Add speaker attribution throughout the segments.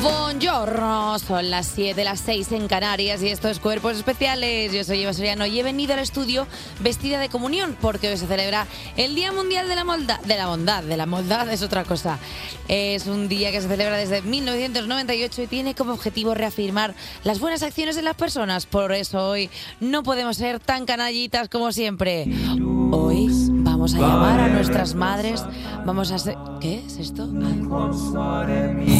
Speaker 1: Buongiorno, son las 7, las 6 en Canarias y esto es Cuerpos Especiales. Yo soy Eva Soriano y he venido al estudio vestida de comunión porque hoy se celebra el Día Mundial de la, Molda- de la Bondad. De la Bondad es otra cosa. Es un día que se celebra desde 1998 y tiene como objetivo reafirmar las buenas acciones de las personas. Por eso hoy no podemos ser tan canallitas como siempre. Hoy vamos a llamar a nuestras madres, vamos a ser... ¿Qué es esto? Ah.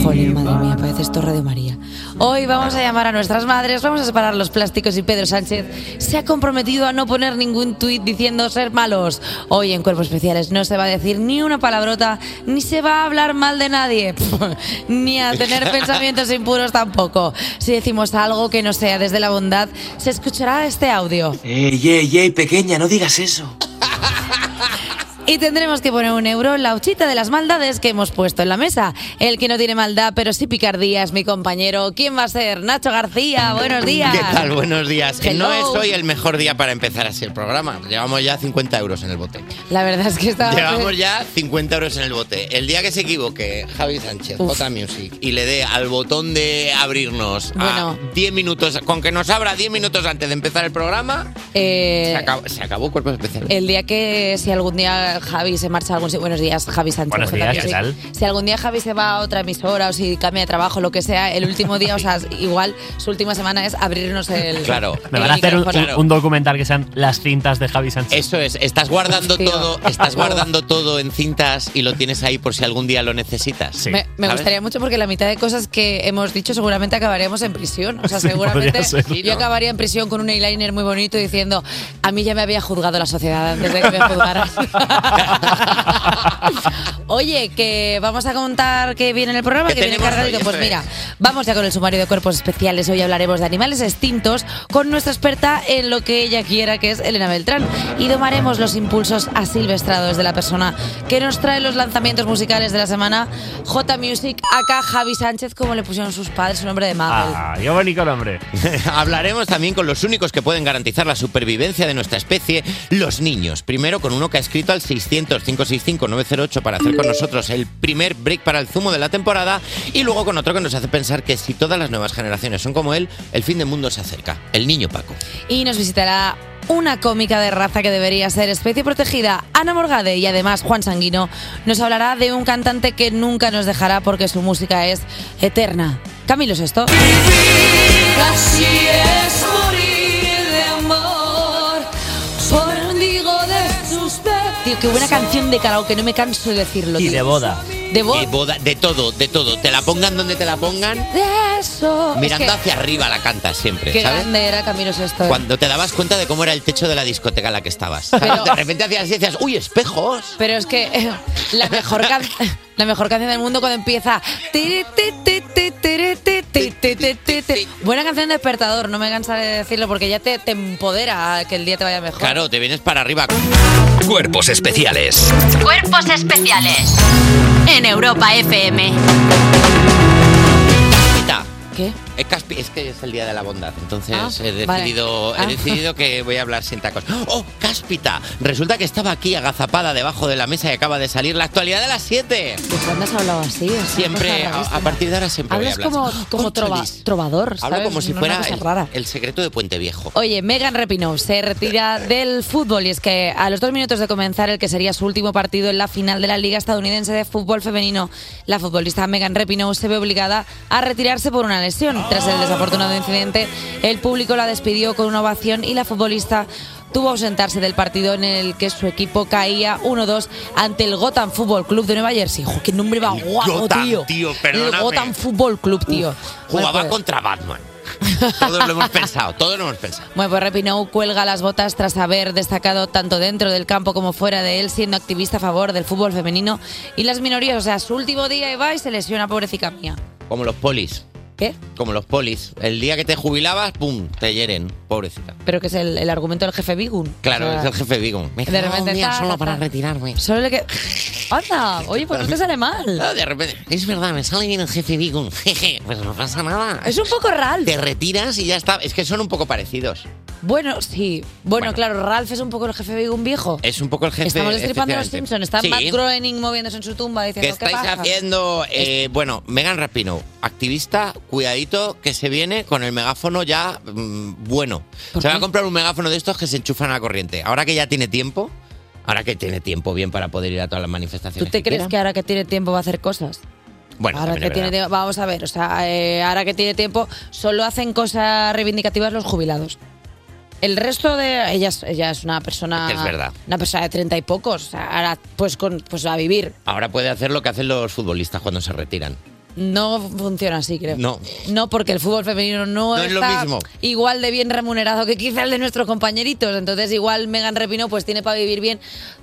Speaker 1: Jolín, madre mía, parece esto Radio María. Hoy vamos a llamar a nuestras madres, vamos a separar los plásticos y Pedro Sánchez se ha comprometido a no poner ningún tuit diciendo ser malos. Hoy en Cuerpos Especiales no se va a decir ni una palabrota, ni se va a hablar mal de nadie, ni a tener pensamientos impuros tampoco. Si decimos algo que no sea desde la bondad, se escuchará este audio.
Speaker 2: Ey, ey, ey, pequeña, no digas eso.
Speaker 1: Y tendremos que poner un euro en la huchita de las maldades que hemos puesto en la mesa. El que no tiene maldad, pero sí picardía es mi compañero. ¿Quién va a ser? Nacho García, buenos días.
Speaker 3: ¿Qué tal? Buenos días.
Speaker 1: Hello.
Speaker 3: No es hoy el mejor día para empezar así el programa. Llevamos ya 50 euros en el bote.
Speaker 1: La verdad es que estaba...
Speaker 3: Llevamos ya 50 euros en el bote. El día que se equivoque Javi Sánchez,
Speaker 1: Uf.
Speaker 3: J Music, y le dé al botón de abrirnos a
Speaker 1: Bueno.
Speaker 3: 10 minutos, con que nos abra 10 minutos antes de empezar el programa,
Speaker 1: Eh,
Speaker 3: se acabó, se acabó Cuerpos Especiales.
Speaker 1: el día que si algún día Javi se marcha a algún sitio- buenos días Javi Sánchez.
Speaker 4: Buenos
Speaker 1: J
Speaker 4: días,
Speaker 1: Music.
Speaker 4: ¿qué tal?
Speaker 1: Si algún día Javi se va a otra emisora o si cambia de trabajo, lo que sea, el último día, o sea, igual su última semana es abrirnos el.
Speaker 3: Claro.
Speaker 4: Me
Speaker 1: el
Speaker 4: van a hacer un,
Speaker 1: micrófono.
Speaker 4: un- un documental que sean las cintas de Javi Sánchez.
Speaker 3: Eso es, estás guardando
Speaker 1: Hostia.
Speaker 3: todo, estás guardando todo en cintas y lo tienes ahí por si algún día lo necesitas.
Speaker 4: Sí.
Speaker 1: Me, me
Speaker 3: ¿Sabes?
Speaker 1: gustaría mucho porque la mitad de cosas que hemos dicho seguramente acabaríamos en prisión. O sea,
Speaker 4: Sí,
Speaker 1: seguramente
Speaker 4: podría ser.
Speaker 3: Sí,
Speaker 1: yo
Speaker 3: ¿no?
Speaker 1: acabaría en prisión con un eyeliner muy bonito diciendo, a mí ya me había juzgado la sociedad antes de que me juzgaras. Oye, Eh, que vamos a contar que viene en el programa,
Speaker 3: ¿Qué
Speaker 1: que viene
Speaker 3: tenemos
Speaker 1: cargadito.
Speaker 3: hoy?
Speaker 1: Pues
Speaker 3: Eso
Speaker 1: mira,
Speaker 3: es.
Speaker 1: Vamos ya con el sumario de cuerpos especiales. Hoy hablaremos de animales extintos con nuestra experta en lo que ella quiera, que es Elena Beltrán. Y domaremos los impulsos asilvestrados de la persona que nos trae los lanzamientos musicales de la semana. J Music, acá Javi Sánchez, como le pusieron sus padres, su nombre de Mabel.
Speaker 4: Ah, qué bonito nombre.
Speaker 3: Hablaremos también con los únicos que pueden garantizar la supervivencia de nuestra especie, los niños. Primero con uno que ha escrito al 600-565-908 para hacer con nosotros el primer break para el zumo de la temporada y luego con otro que nos hace pensar que si todas las nuevas generaciones son como él, el fin del mundo se acerca. El niño Paco.
Speaker 1: Y nos visitará una cómica de raza que debería ser especie protegida, Ana Morgade, y además Juan Sanguino nos hablará de un cantante que nunca nos dejará porque su música es eterna. Camilo Sesto. Casi es morir de amor. Sordigo de usted. Tío, qué buena canción de karaoke, no me canso de decirlo.
Speaker 4: Y
Speaker 1: tío.
Speaker 4: de boda.
Speaker 1: De boda.
Speaker 3: De boda, de todo, de todo. Te la pongan donde te la pongan,
Speaker 1: De eso. Es
Speaker 3: mirando
Speaker 1: que-
Speaker 3: hacia arriba la cantas siempre,
Speaker 1: Qué
Speaker 3: ¿sabes?
Speaker 1: grande era Camilo Sesto. eh.
Speaker 3: Cuando te dabas cuenta de cómo era el techo de la discoteca en la que estabas. ¿sabes?
Speaker 1: Pero-
Speaker 3: de repente hacías y decías, uy, espejos.
Speaker 1: Pero es que eh, la mejor can- la mejor canción del mundo cuando empieza "Tiri, ti, ti, ti, tiri, ti, ti, ti, ti, ti, ti". Buena canción de despertador, no me cansaré de decirlo porque ya te, te empodera a que el día te vaya mejor.
Speaker 3: Claro, te vienes para arriba.
Speaker 5: Cuerpos especiales.
Speaker 6: Cuerpos especiales en Europa FM.
Speaker 3: Quita.
Speaker 1: ¿Qué?
Speaker 3: Es que, aspi- es que es el día de la bondad, entonces
Speaker 1: Ah,
Speaker 3: he,
Speaker 1: vale.
Speaker 3: decidido,
Speaker 1: Ah.
Speaker 3: he decidido que voy a hablar sin tacos. ¡Oh, cáspita! Resulta que estaba aquí agazapada debajo de la mesa y acaba de salir la actualidad de las 7.
Speaker 1: ¿De cuándo has hablado así? Es una
Speaker 3: Siempre,
Speaker 1: cosa
Speaker 3: a,
Speaker 1: rarísima.
Speaker 3: a partir de ahora siempre voy a
Speaker 1: Hablas
Speaker 3: hablar.
Speaker 1: como,
Speaker 3: así.
Speaker 1: como
Speaker 3: ¡Oh,
Speaker 1: trova-
Speaker 3: cholis!
Speaker 1: trovador,
Speaker 3: Hablo
Speaker 1: ¿sabes?
Speaker 3: como si
Speaker 1: Una
Speaker 3: fuera
Speaker 1: cosa
Speaker 3: el,
Speaker 1: rara.
Speaker 3: el secreto de Puente Viejo.
Speaker 1: Oye, Megan Rapinoe se retira del fútbol y es que a los dos minutos de comenzar el que sería su último partido en la final de la Liga Estadounidense de Fútbol Femenino, la futbolista Megan Rapinoe se ve obligada a retirarse por una lesión. Tras el desafortunado incidente, el público la despidió con una ovación y la futbolista tuvo que ausentarse del partido en el que su equipo caía 1-2 ante el Gotham Fútbol Club de Nueva Jersey. ¡Jo, ¡Qué nombre va
Speaker 3: El
Speaker 1: guapo,
Speaker 3: Gotham,
Speaker 1: tío!
Speaker 3: tío,
Speaker 1: el
Speaker 3: perdóname.
Speaker 1: Gotham Fútbol Club, tío.
Speaker 3: Jugaba
Speaker 1: Bueno, pues-
Speaker 3: contra Batman. Todos lo hemos pensado, todos lo hemos pensado.
Speaker 1: bueno, pues Rapinoe cuelga las botas tras haber destacado tanto dentro del campo como fuera de él, siendo activista a favor del fútbol femenino y las minorías. O sea, su último día y va y se lesiona, pobrecita mía.
Speaker 3: Como los polis,
Speaker 1: ¿Qué?
Speaker 3: como los polis. El día que te jubilabas, ¡pum! Te hieren, pobrecita.
Speaker 1: Pero que es el, el argumento del jefe Bigun.
Speaker 3: Claro,
Speaker 1: O sea,
Speaker 3: es el jefe Vigo. Me dice,
Speaker 1: de
Speaker 3: "No,
Speaker 1: repente,
Speaker 3: mira,
Speaker 1: ta, ta,
Speaker 3: solo
Speaker 1: ta".
Speaker 3: para retirarme.
Speaker 1: Solo le que. ¡Anda! Oye, pues no te sale mal.
Speaker 3: Ah, de repente, es verdad, me sale bien el jefe Vigo. Jeje, pues no pasa nada.
Speaker 1: Es un poco real.
Speaker 3: Te retiras y ya está. Es que son un poco parecidos.
Speaker 1: Bueno, sí. Bueno, claro, Ralph es un poco el jefe de un viejo.
Speaker 3: Es un poco el jefe.
Speaker 1: Oh. Estamos destripando a los
Speaker 3: efectivamente.
Speaker 1: Simpsons. Está
Speaker 3: Sí.
Speaker 1: Matt Groening moviéndose en su tumba
Speaker 3: ¿Qué
Speaker 1: diciendo, ¿qué,
Speaker 3: estáis
Speaker 1: pasa?
Speaker 3: haciendo? Eh, bueno, Megan Rapino, activista, cuidadito que se viene con el megáfono ya mm, bueno. Se va a comprar un megáfono de estos que se enchufan a la corriente. Ahora que ya tiene tiempo, ahora que tiene tiempo bien para poder ir a todas las
Speaker 1: ¿Tú
Speaker 3: manifestaciones.
Speaker 1: te
Speaker 3: que
Speaker 1: crees
Speaker 3: quiera.
Speaker 1: que ahora que tiene tiempo va a hacer cosas?
Speaker 3: Bueno,
Speaker 1: Ahora
Speaker 3: también
Speaker 1: que
Speaker 3: es
Speaker 1: tiene
Speaker 3: verdad.
Speaker 1: tiempo- vamos a ver, o sea, eh, ahora que tiene tiempo, solo hacen cosas reivindicativas los jubilados. El resto de ella es, ella es una persona,
Speaker 3: Es verdad.
Speaker 1: una persona de treinta y pocos. o sea, ahora pues con, pues a vivir.
Speaker 3: Ahora puede hacer lo que hacen los futbolistas cuando se retiran.
Speaker 1: No funciona así, creo.
Speaker 3: No.
Speaker 1: No, porque el fútbol femenino no,
Speaker 3: No es lo
Speaker 1: está
Speaker 3: mismo.
Speaker 1: igual de bien remunerado que quizá el de nuestros compañeritos. Entonces, igual Megan Repino pues tiene para vivir bien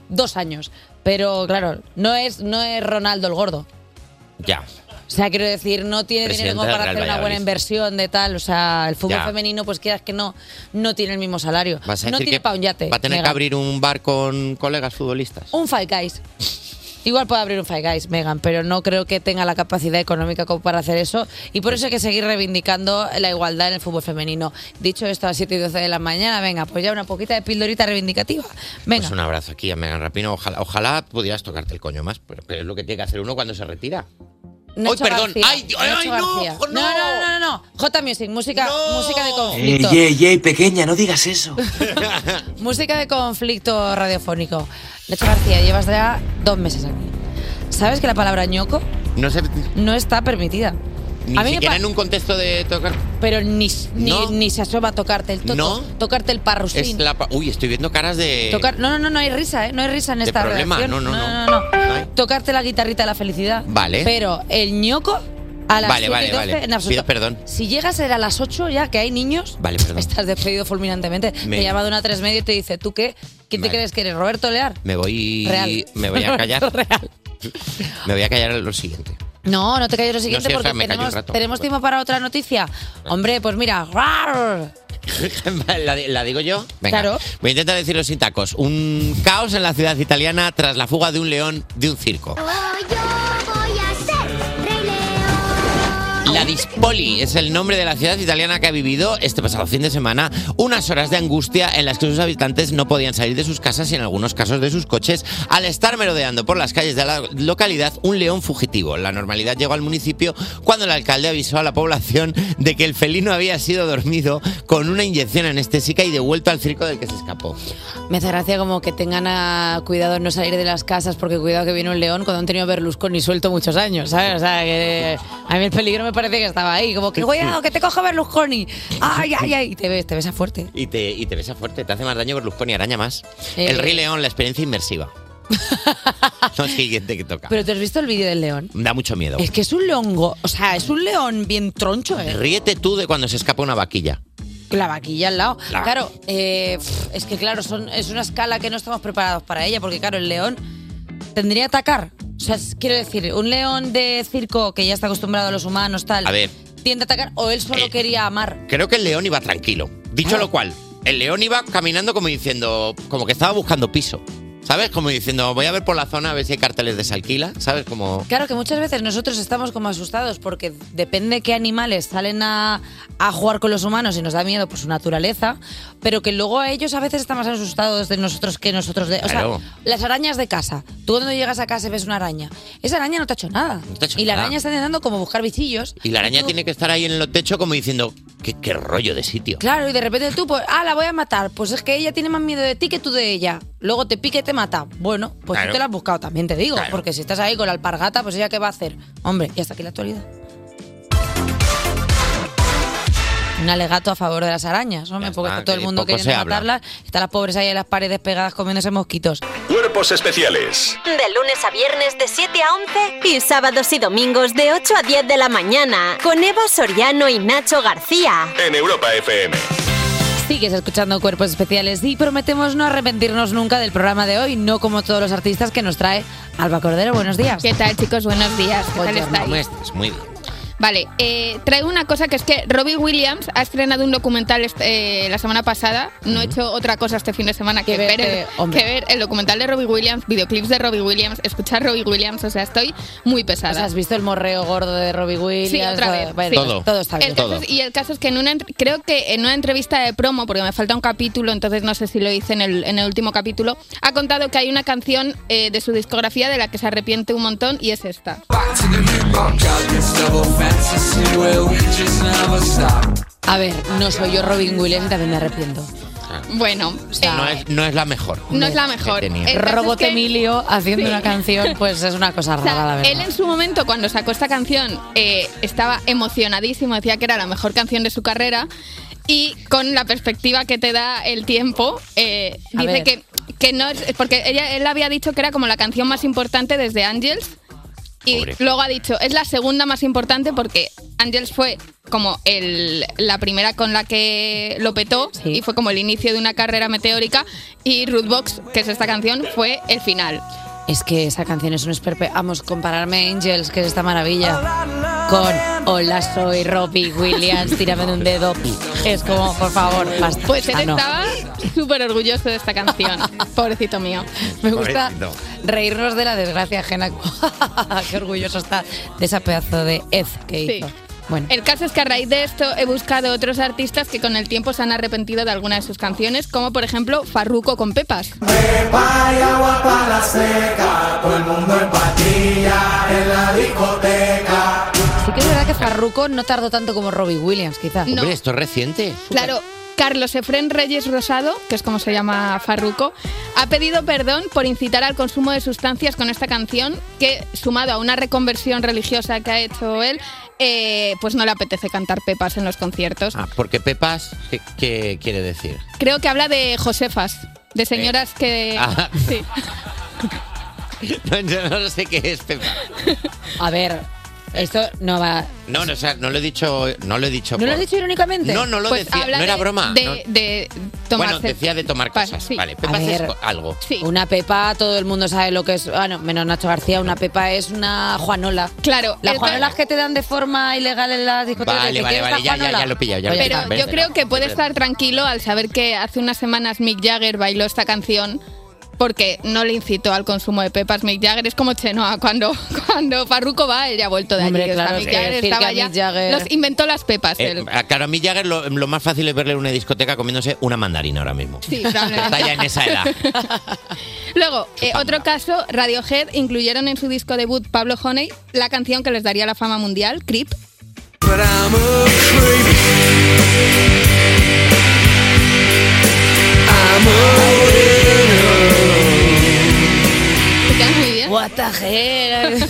Speaker 1: dos años. Pero claro, no es, no es Ronaldo el gordo.
Speaker 3: Ya.
Speaker 1: O sea, quiero decir, no tiene
Speaker 3: Presidenta
Speaker 1: dinero como
Speaker 3: del
Speaker 1: para
Speaker 3: Real
Speaker 1: hacer una buena
Speaker 3: Valladolid.
Speaker 1: inversión de tal. O sea, el fútbol
Speaker 3: Ya.
Speaker 1: femenino, pues quieras que no, no tiene el mismo salario.
Speaker 3: Vas a
Speaker 1: no
Speaker 3: decir
Speaker 1: tiene
Speaker 3: que
Speaker 1: para un yate.
Speaker 3: va a tener que
Speaker 1: Megan.
Speaker 3: abrir un bar con colegas futbolistas.
Speaker 1: Un Five Guys. Igual puede abrir un Five Guys, Megan, pero no creo que tenga la capacidad económica como para hacer eso. Y por eso hay que seguir reivindicando la igualdad en el fútbol femenino. Dicho esto, a las 7 y 12 de la mañana, venga, pues ya una poquita de pildorita reivindicativa. Venga.
Speaker 3: Pues un abrazo aquí a Megan Rapino. Ojalá, ojalá pudieras tocarte el coño más, pero, pero es lo que tiene que hacer uno cuando se retira.
Speaker 1: Nacho
Speaker 3: perdón.
Speaker 1: García,
Speaker 3: Ay, Dios, ay,
Speaker 1: Nacho
Speaker 3: no,
Speaker 1: García. no, no, no, no, no. J Music, música, música de
Speaker 2: Ey,
Speaker 1: conflicto.
Speaker 2: ey, ey, pequeña, no digas eso.
Speaker 1: Música de conflicto radiofónico. Nacho García, llevas ya dos meses aquí. ¿Sabes que la palabra ñoco
Speaker 3: No sé,
Speaker 1: no está permitida?
Speaker 3: ni
Speaker 1: A mí me
Speaker 3: siquiera
Speaker 1: pa-
Speaker 3: en un contexto de tocar.
Speaker 1: Pero ni, ni,
Speaker 3: No.
Speaker 1: ni se asoma a tocarte el toto,
Speaker 3: No.
Speaker 1: tocarte el
Speaker 3: Es
Speaker 1: parrusín.
Speaker 3: la pa- Uy, estoy viendo caras de.
Speaker 1: Tocar, no, no, no, no hay risa, ¿eh? No hay risa en
Speaker 3: De
Speaker 1: esta
Speaker 3: problema,
Speaker 1: redacción.
Speaker 3: no, no, no.
Speaker 1: no,
Speaker 3: hay.
Speaker 1: Tocarte la guitarrita de la felicidad.
Speaker 3: Vale.
Speaker 1: Pero el ñoco a las
Speaker 3: Vale,
Speaker 1: 7
Speaker 3: vale,
Speaker 1: y 12
Speaker 3: vale.
Speaker 1: en absoluto.
Speaker 3: Pido perdón.
Speaker 1: Si llegas a ser a las 8 ya, que hay niños,
Speaker 3: Vale, perdón.
Speaker 1: estás despedido fulminantemente.
Speaker 3: Me-
Speaker 1: Te llama de una a tres medio y te dice, ¿tú qué? ¿Quién
Speaker 3: Vale.
Speaker 1: te crees que eres? ¿Roberto Lear?
Speaker 3: Me voy.
Speaker 1: Real.
Speaker 3: Me voy a callar.
Speaker 1: Real.
Speaker 3: Me voy a callar a lo siguiente.
Speaker 1: No, no te calles lo siguiente
Speaker 3: sé, o
Speaker 1: porque
Speaker 3: sea, me callo un
Speaker 1: tenemos,
Speaker 3: rato.
Speaker 1: tenemos tiempo para otra noticia. Hombre, pues mira. ¡rar!
Speaker 3: ¿La, di- la digo yo?
Speaker 1: Claro.
Speaker 3: Voy a intentar decirlo sin tacos. Un caos en la ciudad italiana tras la fuga de un león de un circo. La Dispoli es el nombre de la ciudad italiana que ha vivido este pasado fin de semana unas horas de angustia en las que sus habitantes no podían salir de sus casas y en algunos casos de sus coches al estar merodeando por las calles de la localidad un león fugitivo. La normalidad llegó al municipio cuando el alcalde avisó a la población de que el felino había sido dormido con una inyección anestésica y devuelto al circo del que se escapó.
Speaker 1: Me hace gracia como que tengan a- cuidado en no salir de las casas porque cuidado que viene un león cuando han tenido Berlusconi suelto muchos años, ¿sabes? O sea, que a mí el peligro me parece que estaba ahí, como que cuidado que te coja Berlusconi. Ay, ay, ay, y te ves, te ves a fuerte.
Speaker 3: Y te, y te besa fuerte, te hace más daño Berlusconi, araña más.
Speaker 1: Eh.
Speaker 3: El Rey León, la experiencia inmersiva. Lo siguiente que toca.
Speaker 1: Pero ¿te has visto el vídeo del león?
Speaker 3: Da mucho miedo.
Speaker 1: Es que es un longo, o sea, es un león bien troncho, ¿eh?
Speaker 3: Ríete tú de cuando se escapa una vaquilla.
Speaker 1: La vaquilla al lado.
Speaker 3: La-
Speaker 1: Claro, eh, pf, es que claro, son, es una escala que no estamos preparados para ella, porque claro, el león tendría que atacar. O sea, es- quiero decir, un león de circo que ya está acostumbrado a los humanos, tal,
Speaker 3: A ver.
Speaker 1: tiende a atacar, o él solo
Speaker 3: Eh.
Speaker 1: quería amar.
Speaker 3: Creo que el león iba tranquilo. Dicho
Speaker 1: Ah.
Speaker 3: lo cual, el león iba caminando como diciendo, como que estaba buscando piso. ¿Sabes? Como diciendo, voy a ver por la zona a ver si hay carteles de salquila. ¿Sabes? Como...
Speaker 1: Claro que muchas veces nosotros estamos como asustados porque depende qué animales salen a, a jugar con los humanos y nos da miedo por su naturaleza, pero que luego a ellos a veces están más asustados de nosotros que nosotros de... O sea,
Speaker 3: Claro.
Speaker 1: las arañas de casa. Tú cuando llegas a casa y ves una araña. Esa araña no te ha hecho nada.
Speaker 3: No te ha hecho
Speaker 1: y la
Speaker 3: nada.
Speaker 1: araña está intentando como buscar bichillos.
Speaker 3: Y la araña
Speaker 1: tú-
Speaker 3: tiene que estar ahí en los techos como diciendo, qué, qué rollo de sitio.
Speaker 1: Claro, y de repente tú, pues, ah, la voy a matar. Pues es que ella tiene más miedo de ti que tú de ella. Luego te pica y te mata. Bueno, pues
Speaker 3: Claro.
Speaker 1: tú te la has buscado también, te digo.
Speaker 3: Claro.
Speaker 1: Porque si estás ahí con la alpargata, pues ella qué va a hacer. Hombre, y hasta aquí la actualidad. Un alegato a favor de las arañas, hombre,
Speaker 3: Ya
Speaker 1: porque
Speaker 3: está,
Speaker 1: está todo el
Speaker 3: que
Speaker 1: mundo
Speaker 3: poco se
Speaker 1: queriendo
Speaker 3: habla.
Speaker 1: matarlas. Están las pobres ahí en las paredes pegadas comiéndose mosquitos.
Speaker 7: Cuerpos especiales
Speaker 6: De lunes a viernes de 7 a 11 y sábados y domingos de 8 a 10 de la mañana con Eva Soriano y Nacho García.
Speaker 7: en Europa FM.
Speaker 1: Sigues escuchando Cuerpos Especiales y prometemos no arrepentirnos nunca del programa de hoy, no como todos los artistas que nos trae Alba Cordero. Buenos días.
Speaker 8: ¿Qué tal, chicos? Buenos días. ¿Qué tal
Speaker 1: Oye,
Speaker 8: estáis?
Speaker 3: ¿Cómo estás? Muy bien.
Speaker 9: Vale, eh, traigo una cosa que es que Robbie Williams ha estrenado un documental est- eh, la semana pasada. No he hecho otra cosa este fin de semana que ver, el,
Speaker 1: verte, este hombre.
Speaker 9: que ver el documental de Robbie Williams, videoclips de Robbie Williams, escuchar Robbie Williams. O sea, estoy muy pesada.
Speaker 1: O sea, has visto el morreo gordo de Robbie Williams.
Speaker 9: Sí, otra
Speaker 1: eh,
Speaker 9: vez,
Speaker 1: bueno,
Speaker 9: sí.
Speaker 1: todo. todo está bien.
Speaker 9: El caso es- y el caso es que en una, en- creo que en una entrevista de promo, porque me falta un capítulo, entonces no sé si lo hice en el, en el último capítulo, ha contado que hay una canción eh, de su discografía de la que se arrepiente un montón y es esta.
Speaker 1: A ver,
Speaker 9: Eh,
Speaker 1: no soy yo Robin Williams y también me arrepiento.
Speaker 9: Bueno,
Speaker 3: no, es, no es la mejor.
Speaker 9: no es la mejor. Eh,
Speaker 3: Que tenía.
Speaker 9: El caso es
Speaker 1: Robot
Speaker 9: que-
Speaker 1: Emilio haciendo
Speaker 9: Sí.
Speaker 1: una canción, pues es una cosa
Speaker 9: O sea,
Speaker 1: rara, la verdad.
Speaker 9: él en su momento, cuando sacó esta canción, eh, estaba emocionadísimo, decía que era la mejor canción de su carrera. Y con la perspectiva que te da el tiempo, eh,
Speaker 1: A
Speaker 9: dice
Speaker 1: ver.
Speaker 9: que, que no es. Porque ella, él había dicho que era como la canción más importante desde Angels. Y
Speaker 3: Pobre.
Speaker 9: luego ha dicho, es la segunda más importante porque Angels fue como el, la primera con la que lo petó
Speaker 1: Sí.
Speaker 9: y fue como el inicio de una carrera meteórica. Y Rootbox, que es esta canción, fue el final.
Speaker 1: Es que esa canción es un esperpe. Vamos, compararme a Angels, que es esta maravilla, con Hola, soy Robbie Williams, tírame de un dedo. Es
Speaker 9: Oh,
Speaker 1: como, por favor, basta.
Speaker 9: Pues él
Speaker 1: Ah, no.
Speaker 9: estaba súper orgulloso de esta canción. Pobrecito mío.
Speaker 1: Me gusta
Speaker 3: Pobrecito.
Speaker 1: reírnos de la desgracia ajena. Ah, Qué orgulloso está de esa pedazo de Ed que
Speaker 9: Sí. Eh.
Speaker 1: hizo. Bueno,
Speaker 9: El caso es que a raíz de esto he buscado otros artistas que con el tiempo se han arrepentido de alguna de sus canciones, como por ejemplo Farruko con Pepas.
Speaker 1: sí que es verdad que Farruko no tardó tanto como Robbie Williams, quizás.
Speaker 9: No.
Speaker 3: Hombre, esto es reciente.
Speaker 9: Claro, Carlos Efrén Reyes Rosado, que es como se llama Farruko, ha pedido perdón por incitar al consumo de sustancias con esta canción, que sumado a una reconversión religiosa que ha hecho él, eh, pues no le apetece cantar Pepas en los conciertos.
Speaker 3: Ah, porque Pepas, ¿qué, qué quiere decir?
Speaker 9: Creo que habla de Josefas, de señoras que...
Speaker 3: Ah.
Speaker 9: Sí.
Speaker 3: No, yo no sé qué es Pepas.
Speaker 1: A ver, esto no va.
Speaker 3: No, no, o sea, no lo he dicho. No lo he dicho.
Speaker 1: ¿No lo
Speaker 3: por-
Speaker 1: has dicho irónicamente?
Speaker 3: No, no lo
Speaker 9: Pues
Speaker 3: decía.
Speaker 9: habla
Speaker 3: No era
Speaker 9: de-
Speaker 3: broma.
Speaker 9: De,
Speaker 3: no.
Speaker 9: de tomarse-
Speaker 3: Bueno, decía de tomar
Speaker 9: pa-
Speaker 3: cosas.
Speaker 9: sí.
Speaker 3: Vale, pues
Speaker 1: A
Speaker 3: Pepas es
Speaker 1: ver.
Speaker 3: co- algo.
Speaker 9: Sí.
Speaker 1: Una pepa, todo el mundo sabe lo que es. Ah, no, menos Nacho García, una pepa es una Juanola.
Speaker 9: Claro,
Speaker 1: Las
Speaker 9: el-
Speaker 1: Juanolas que te dan de forma ilegal en las discotecas.
Speaker 3: Vale,
Speaker 1: ¿te
Speaker 3: vale, vale,
Speaker 1: quieres la
Speaker 3: ya, ya,
Speaker 1: Juanola?
Speaker 3: ya lo he pillado, ya lo he
Speaker 1: Oye,
Speaker 3: pillado.
Speaker 1: está.
Speaker 9: Pero yo
Speaker 3: Vete,
Speaker 9: creo
Speaker 3: no,
Speaker 9: que puede
Speaker 3: vete.
Speaker 9: estar tranquilo al saber que hace unas semanas Mick Jagger bailó esta canción porque no le incitó al consumo de pepas. Mick Jagger es como Chenoa. Cuando, cuando Farruko va, él ya ha vuelto de allí.
Speaker 1: Hombre,
Speaker 9: O sea,
Speaker 1: claro,
Speaker 9: Mick
Speaker 1: es que
Speaker 9: Jagger
Speaker 1: decir que
Speaker 9: estaba
Speaker 1: a
Speaker 9: ya.
Speaker 1: Mick Jagger-
Speaker 9: los inventó las pepas.
Speaker 3: Eh,
Speaker 9: él.
Speaker 3: claro, a mí Jagger lo, lo más fácil es verle en una discoteca comiéndose una mandarina ahora mismo.
Speaker 9: Sí,
Speaker 3: Está ya en esa edad.
Speaker 9: Luego, eh,
Speaker 3: Chupándola.
Speaker 9: otro caso, Radiohead incluyeron en su disco debut Pablo Honey la canción que les daría la fama mundial, Creep. Te queda muy bien.
Speaker 1: What the hell?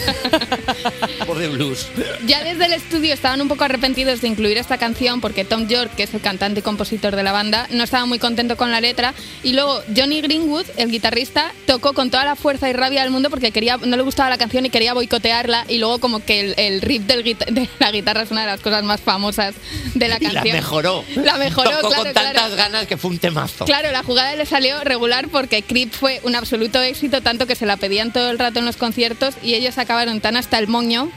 Speaker 3: Por de blues.
Speaker 9: Ya desde el estudio estaban un poco arrepentidos de incluir esta canción porque Tom York, que es el cantante y compositor de la banda, no estaba muy contento con la letra y luego Johnny Greenwood, el guitarrista, tocó con toda la fuerza y rabia del mundo porque quería no le gustaba la canción y quería boicotearla y luego como que el, el riff del guita- de la guitarra es una de las cosas más famosas de la
Speaker 3: Y la
Speaker 9: canción.
Speaker 3: mejoró.
Speaker 9: La mejoró,
Speaker 3: Tocó
Speaker 9: claro,
Speaker 3: con
Speaker 9: claro.
Speaker 3: tantas ganas que fue un temazo.
Speaker 9: Claro, la jugada le salió regular porque Creep fue un absoluto éxito, tanto que se la pedían todo el rato en los conciertos y ellos acabaron tan hasta el moño,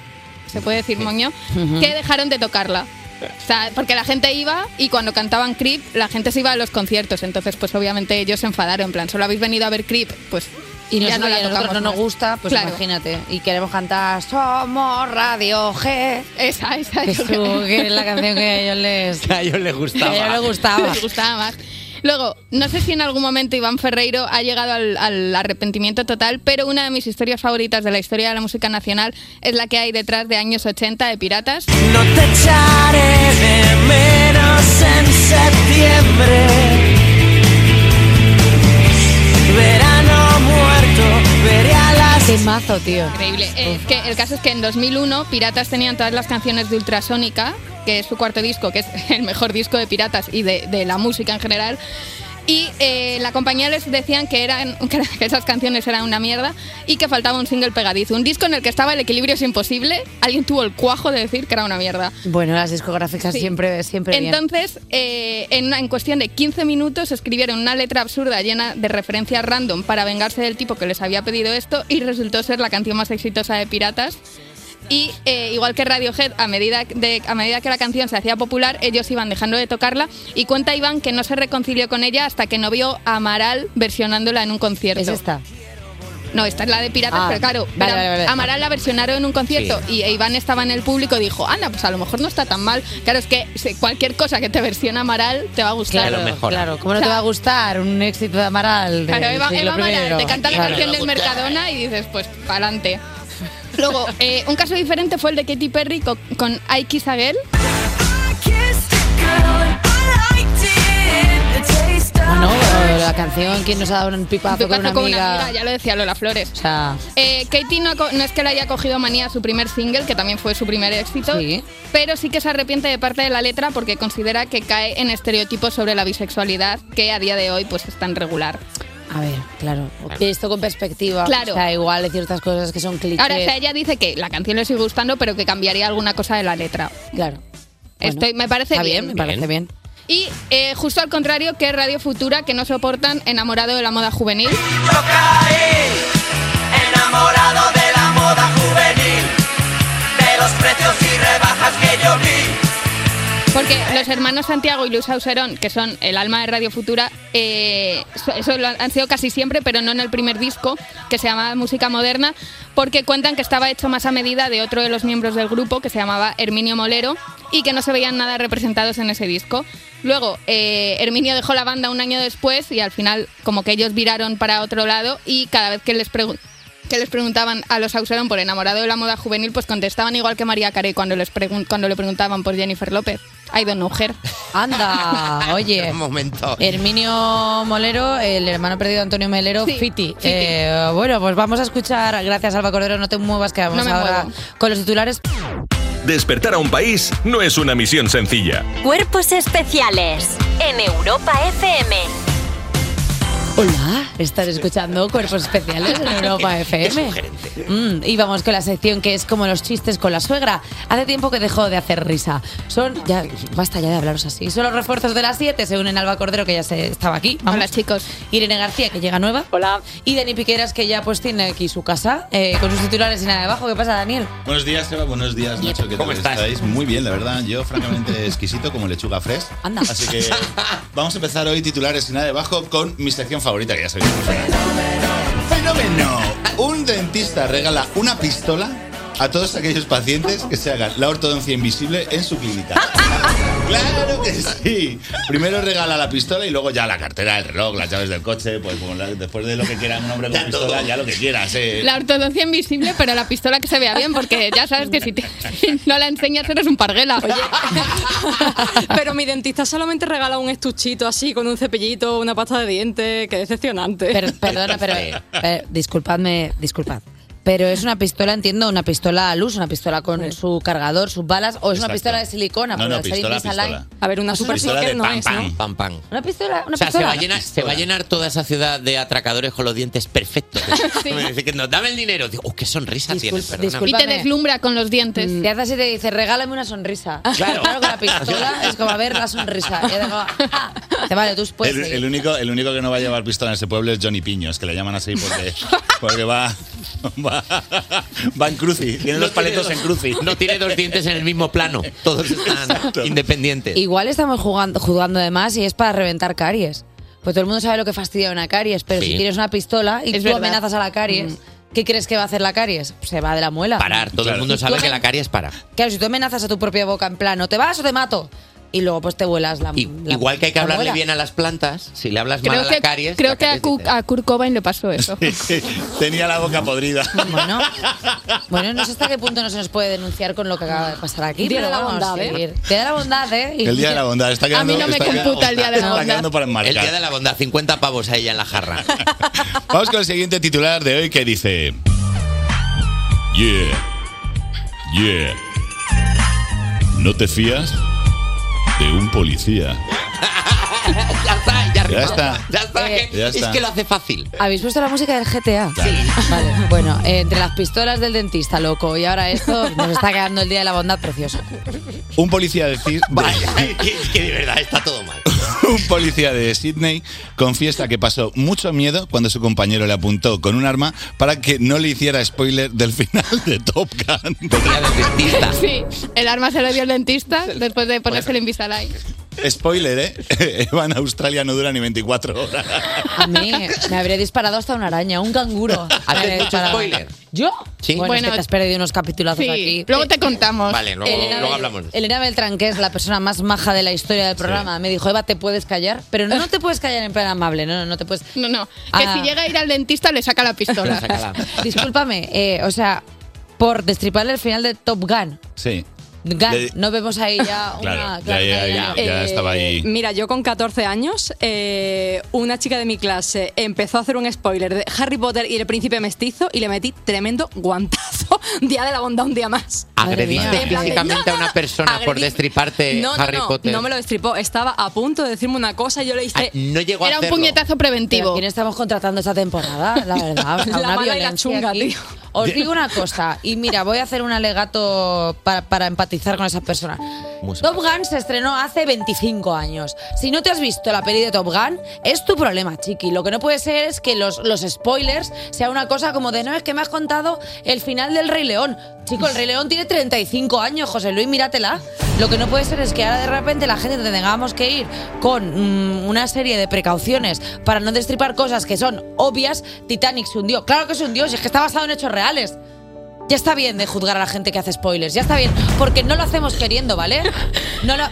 Speaker 9: se puede decir moño, que dejaron de tocarla. O sea, porque la gente iba y cuando cantaban Creep, la gente se iba a los conciertos. Entonces, pues obviamente ellos se enfadaron. En plan, solo habéis venido a ver Creep, pues.
Speaker 1: Y
Speaker 9: ya
Speaker 1: nosotros,
Speaker 9: no
Speaker 1: no,
Speaker 9: la
Speaker 1: nosotros
Speaker 9: tocamos
Speaker 1: no nos
Speaker 9: más.
Speaker 1: gusta, pues
Speaker 9: Claro.
Speaker 1: imagínate. Y queremos cantar Somos Radio G.
Speaker 9: Esa, esa,
Speaker 1: Que
Speaker 9: yo
Speaker 1: es
Speaker 9: creo.
Speaker 1: como que es la canción que a ellos les,
Speaker 3: A ellos les
Speaker 1: que a
Speaker 3: gustaba.
Speaker 1: ellos les gustaba.
Speaker 9: Les gustaba más. Luego, no sé si en algún momento Iván Ferreiro ha llegado al, al arrepentimiento total, pero una de mis historias favoritas de la historia de la música nacional es la que hay detrás de años 80 de Piratas.
Speaker 10: No te echaré de menos en septiembre. Verano muerto, veré a las
Speaker 1: Temazo, tío.
Speaker 9: Increíble. Eh, Es que el caso es que en 2001 Piratas tenían todas las canciones de Ultrasónica, que es su cuarto disco, que es el mejor disco de Piratas y de, de la música en general. Y eh, la compañía les decían que, eran, que esas canciones eran una mierda y que faltaba un single pegadizo. Un disco en el que estaba el equilibrio es imposible. Alguien tuvo el cuajo de decir que era una mierda.
Speaker 1: Bueno, las discográficas
Speaker 9: Sí.
Speaker 1: siempre, siempre bien.
Speaker 9: Entonces, eh, en, una- en cuestión de 15 minutos escribieron una letra absurda llena de referencias random para vengarse del tipo que les había pedido esto y resultó ser la canción más exitosa de Piratas. Y eh, igual que Radiohead, a medida, de- a medida que la canción se hacía popular, ellos iban dejando de tocarla. Y cuenta Iván que no se reconcilió con ella hasta que no vio a Amaral versionándola en un concierto. ¿Es
Speaker 1: esta?
Speaker 9: No, esta es la de Piratas,
Speaker 1: Ah,
Speaker 9: pero claro,
Speaker 1: vale,
Speaker 9: pero
Speaker 1: vale, vale.
Speaker 9: Amaral la versionaron en un concierto
Speaker 1: Sí.
Speaker 9: y Iván estaba en el público y dijo, anda, pues a lo mejor no está tan mal. Claro, es que se- cualquier cosa que te versiona Amaral te va a gustar.
Speaker 1: Claro, claro. ¿Cómo no te va a gustar un éxito de Amaral? de-
Speaker 9: Claro, Eva,
Speaker 1: sí, lo
Speaker 9: Eva Amaral,
Speaker 1: primero?
Speaker 9: te canta la
Speaker 1: Claro.
Speaker 9: canción del Mercadona y dices, pues, pa'lante. Luego, eh, un caso diferente fue el de Katy Perry co- con, I Kiss a Girl.
Speaker 1: Bueno, eh, la canción, ¿quién nos ha dado un pipazo,
Speaker 9: Pipazo
Speaker 1: con una
Speaker 9: con una
Speaker 1: amiga?
Speaker 9: amiga, ya lo decía Lola Flores.
Speaker 1: O sea,
Speaker 9: Eh, Katy no, co- no es que le haya cogido manía a su primer single, que también fue su primer éxito, pero sí que se arrepiente de parte de la letra porque considera que cae en estereotipos sobre la bisexualidad que a día de hoy pues es tan regular.
Speaker 1: a ver, claro. Esto con perspectiva.
Speaker 9: Claro.
Speaker 1: O sea, igual hay ciertas cosas que son clichés.
Speaker 9: Ahora, o sea, ella dice que la canción le sigue gustando, pero que cambiaría alguna cosa de la letra.
Speaker 1: Claro.
Speaker 9: Estoy, me parece
Speaker 1: Está bien, me parece bien.
Speaker 9: Y eh, justo al contrario que Radio Futura, que no soportan enamorado de la moda juvenil.
Speaker 10: Enamorado de la moda juvenil, de los precios y rebajas que yo vi.
Speaker 9: Porque los hermanos Santiago y Luis Auserón, que son el alma de Radio Futura, eh, so- eso lo han sido casi siempre, pero no en el primer disco, que se llamaba Música Moderna, porque cuentan que estaba hecho más a medida de otro de los miembros del grupo, que se llamaba Herminio Molero, y que no se veían nada representados en ese disco. Luego, eh, Herminio dejó la banda un año después y al final como que ellos viraron para otro lado y cada vez que les pregun- que les preguntaban a los Auserón por enamorado de la moda juvenil, pues contestaban igual que María Carey cuando, les pregun- cuando le preguntaban por Jennifer López. I don't know her.
Speaker 1: Anda, Ah, oye.
Speaker 3: Un momento.
Speaker 1: Herminio Molero, el hermano perdido de Antonio Melero,
Speaker 9: Sí,
Speaker 1: Fiti.
Speaker 9: Fiti.
Speaker 1: Eh, bueno, pues vamos a escuchar. Gracias, Alba Cordero. No te muevas, que vamos
Speaker 9: No me
Speaker 1: ahora con los titulares.
Speaker 7: Despertar a un país no es una misión sencilla.
Speaker 6: Cuerpos especiales en Europa FM.
Speaker 1: Hola, estás escuchando Cuerpos Especiales en Europa FM. Mm, y vamos con la sección que es como los chistes con la suegra. Hace tiempo que dejó de hacer risa. Son, ya, basta ya de hablaros así. Son los refuerzos de las 7, se unen Alba Cordero, que ya se, estaba aquí. Hola,
Speaker 9: chicos.
Speaker 1: Irene García, que llega nueva. Hola. Y Dani Piqueras, que ya pues tiene aquí su casa, eh, con sus titulares y nada debajo. ¿Qué pasa, Daniel?
Speaker 11: Buenos días, Eva. Buenos días, Nacho. ¿Qué tal estáis? Muy bien, la verdad. Yo, francamente, exquisito como lechuga fresh.
Speaker 1: Anda.
Speaker 11: Así que vamos a empezar hoy titulares y nada debajo con mi sección favorita, que ya sabéis. cómo suena. ¡Fenómeno! Un dentista regala una pistola a todos aquellos pacientes que se hagan la ortodoncia invisible en su clínica. ¡Claro que sí! Primero regala la pistola y luego ya la cartera, el reloj, las llaves del coche. Pues como la- después de lo que quiera un hombre con pistola, ya lo que quieras. eh.
Speaker 9: La ortodoncia invisible, pero la pistola que se vea bien, porque ya sabes que si, te- si no la enseñas eres un parguela.
Speaker 8: Pero mi dentista solamente regala un estuchito así, con un cepillito, una pasta de dientes. Qué decepcionante.
Speaker 1: Per- perdona, pero eh, disculpadme, disculpad. Pero es una pistola, entiendo, una pistola a luz, una pistola con su cargador, sus balas, o es una
Speaker 3: Exacto.
Speaker 1: pistola de silicona.
Speaker 3: No,
Speaker 1: porque
Speaker 3: no,
Speaker 1: al ser
Speaker 3: pistola,
Speaker 1: Invisalign-
Speaker 3: pistola.
Speaker 8: A ver, una
Speaker 1: Pues
Speaker 8: super sneaker no es, ¿no?
Speaker 3: pam, pam.
Speaker 1: Una pistola, una
Speaker 3: O sea, se
Speaker 1: pistola.
Speaker 3: va, a llenar, se va a llenar toda esa ciudad de atracadores con los dientes perfectos. Me dice que nos dame el dinero. Digo, oh, qué sonrisa tienes, perdona.
Speaker 9: Y te deslumbra con los dientes.
Speaker 1: Te hace así y te dice, regálame una sonrisa.
Speaker 3: Claro.
Speaker 1: con la pistola es como a ver la sonrisa. Y ya te digo, ah, te vale, tú puedes
Speaker 11: el,
Speaker 1: seguir.
Speaker 11: el único, el único que no va a llevar pistola en este pueblo es Johnny Piños, que le llaman así porque, porque va, va, va en cruci. Tiene los paletos en cruci.
Speaker 3: No tiene dos dientes en el mismo plano. Todos están independientes.
Speaker 1: Igual estamos jugando, jugando de más y es para reventar caries. Pues todo el mundo sabe lo que fastidia una caries, pero
Speaker 3: Sí.
Speaker 1: si tienes una pistola y
Speaker 3: Es
Speaker 1: tú
Speaker 3: verdad.
Speaker 1: amenazas a la caries,
Speaker 9: Mm.
Speaker 1: ¿qué crees que va a hacer la caries? Se va de la muela.
Speaker 3: Parar. Todo el mundo
Speaker 1: Si tú
Speaker 3: sabe que
Speaker 1: amen-
Speaker 3: la caries para.
Speaker 1: Claro, si tú amenazas a tu propia boca en plan, o te vas o te mato. Y luego pues te vuelas la, la-
Speaker 3: Igual que hay que
Speaker 1: la
Speaker 3: hablarle
Speaker 1: muela.
Speaker 3: bien a las plantas. Si le hablas mal
Speaker 9: Creo
Speaker 3: a la
Speaker 9: que,
Speaker 3: caries.
Speaker 9: creo
Speaker 3: la
Speaker 9: que a,
Speaker 3: caries
Speaker 9: Cu- a Kurt Cobain le pasó eso.
Speaker 11: Tenía la boca podrida.
Speaker 1: Bueno, bueno, no sé hasta qué punto no se nos puede denunciar con lo que acaba de pasar aquí.
Speaker 8: Día
Speaker 1: pero
Speaker 8: de la
Speaker 1: vamos a
Speaker 8: bondad, ¿eh?
Speaker 1: seguir. Día de la bondad, ¿eh? Y-
Speaker 11: El día de la bondad. Está quedando, está quedando- está quedando para enmarcar.
Speaker 3: El día de la bondad, 50 pavos a ella en la jarra.
Speaker 11: Vamos con el siguiente titular de hoy que dice... Yeah. Yeah. ¿No te fías de un policía?
Speaker 3: ya está, ya,
Speaker 11: Ya
Speaker 3: rimamos.
Speaker 11: está.
Speaker 3: Ya está,
Speaker 1: Eh,
Speaker 3: que-
Speaker 11: Ya
Speaker 3: Es
Speaker 11: está.
Speaker 3: que lo hace fácil.
Speaker 1: ¿Habéis puesto la música del GTA? Sí. Vale, bueno, eh, entre las pistolas del dentista, loco, y ahora esto, nos está quedando el día de la bondad precioso.
Speaker 11: Un policía decir...
Speaker 3: Vaya, es que de verdad está todo mal.
Speaker 11: Un policía de Sydney confiesa que pasó mucho miedo cuando su compañero le apuntó con un arma para que no le hiciera spoiler del final de Top Gun.
Speaker 8: Sí, el arma se lo dio el dentista después de ponerse el Invisalign.
Speaker 11: Spoiler, ¿eh? Eva en Australia no dura ni 24 horas.
Speaker 1: A mí me habría disparado hasta una araña, un canguro.
Speaker 11: ¿Has
Speaker 1: Me
Speaker 11: hecho
Speaker 1: disparaba.
Speaker 11: spoiler?
Speaker 1: ¿Yo?
Speaker 11: Sí.
Speaker 1: Bueno, es
Speaker 11: Bueno,
Speaker 1: que te has perdido unos capitulazos
Speaker 8: sí,
Speaker 1: aquí.
Speaker 8: luego te contamos.
Speaker 3: Vale, luego- luego hablamos.
Speaker 1: Elena Beltrán, que es la persona más maja de la historia del programa, me dijo, Eva, te puedes callar, pero no te puedes callar en plan amable, no, no, no te puedes...
Speaker 8: No, no, que
Speaker 1: Ah.
Speaker 8: si llega a ir al dentista le saca la pistola.
Speaker 1: Discúlpame, eh, o sea, por destripar el final de Top Gun.
Speaker 11: Sí.
Speaker 1: Gun,
Speaker 11: Le-
Speaker 1: no vemos ahí ya una... Eh,
Speaker 11: Claro,
Speaker 1: claro,
Speaker 11: ya,
Speaker 1: claro,
Speaker 11: ya,
Speaker 1: claro.
Speaker 11: ya estaba ahí.
Speaker 9: Mira, yo con 14 años, eh, una chica de mi clase empezó a hacer un spoiler de Harry Potter y el príncipe mestizo y le metí tremendo guantazo. Día de la bondad, un día más.
Speaker 3: Agrediste
Speaker 9: En plan de,
Speaker 3: físicamente
Speaker 9: "No,
Speaker 3: a una persona por
Speaker 9: agredí-
Speaker 3: destriparte
Speaker 9: no, no,
Speaker 3: Harry
Speaker 9: no,
Speaker 3: Potter.
Speaker 9: no me lo destripó. Estaba a punto de decirme una cosa y yo le hice.
Speaker 3: Ah, no llegó a Era un hacerlo.
Speaker 8: puñetazo preventivo.
Speaker 1: ¿Quién estamos contratando esta temporada? La verdad, o sea,
Speaker 9: La
Speaker 1: una
Speaker 9: mala y la
Speaker 1: violencia
Speaker 9: chunga,
Speaker 1: aquí.
Speaker 9: tío.
Speaker 1: Os digo una cosa, y mira, voy a hacer un alegato para, para empatizar con esa persona. Top Gun se estrenó hace 25 años. Si no te has visto la peli de Top Gun, es tu problema, chiqui. Lo que no puede ser es que los, los spoilers sea una cosa como de no, es que me has contado el final del Rey León. Chico, el Rey León tiene 35 años, José Luis, míratela. Lo que no puede ser es que ahora de repente la gente tengamos que ir con mm, una serie de precauciones para no destripar cosas que son obvias. Titanic se hundió. Claro que se hundió, si es que está basado en hechos reales. Ya está bien de juzgar a la gente que hace spoilers, ya está bien, porque no lo hacemos queriendo, ¿vale? No lo,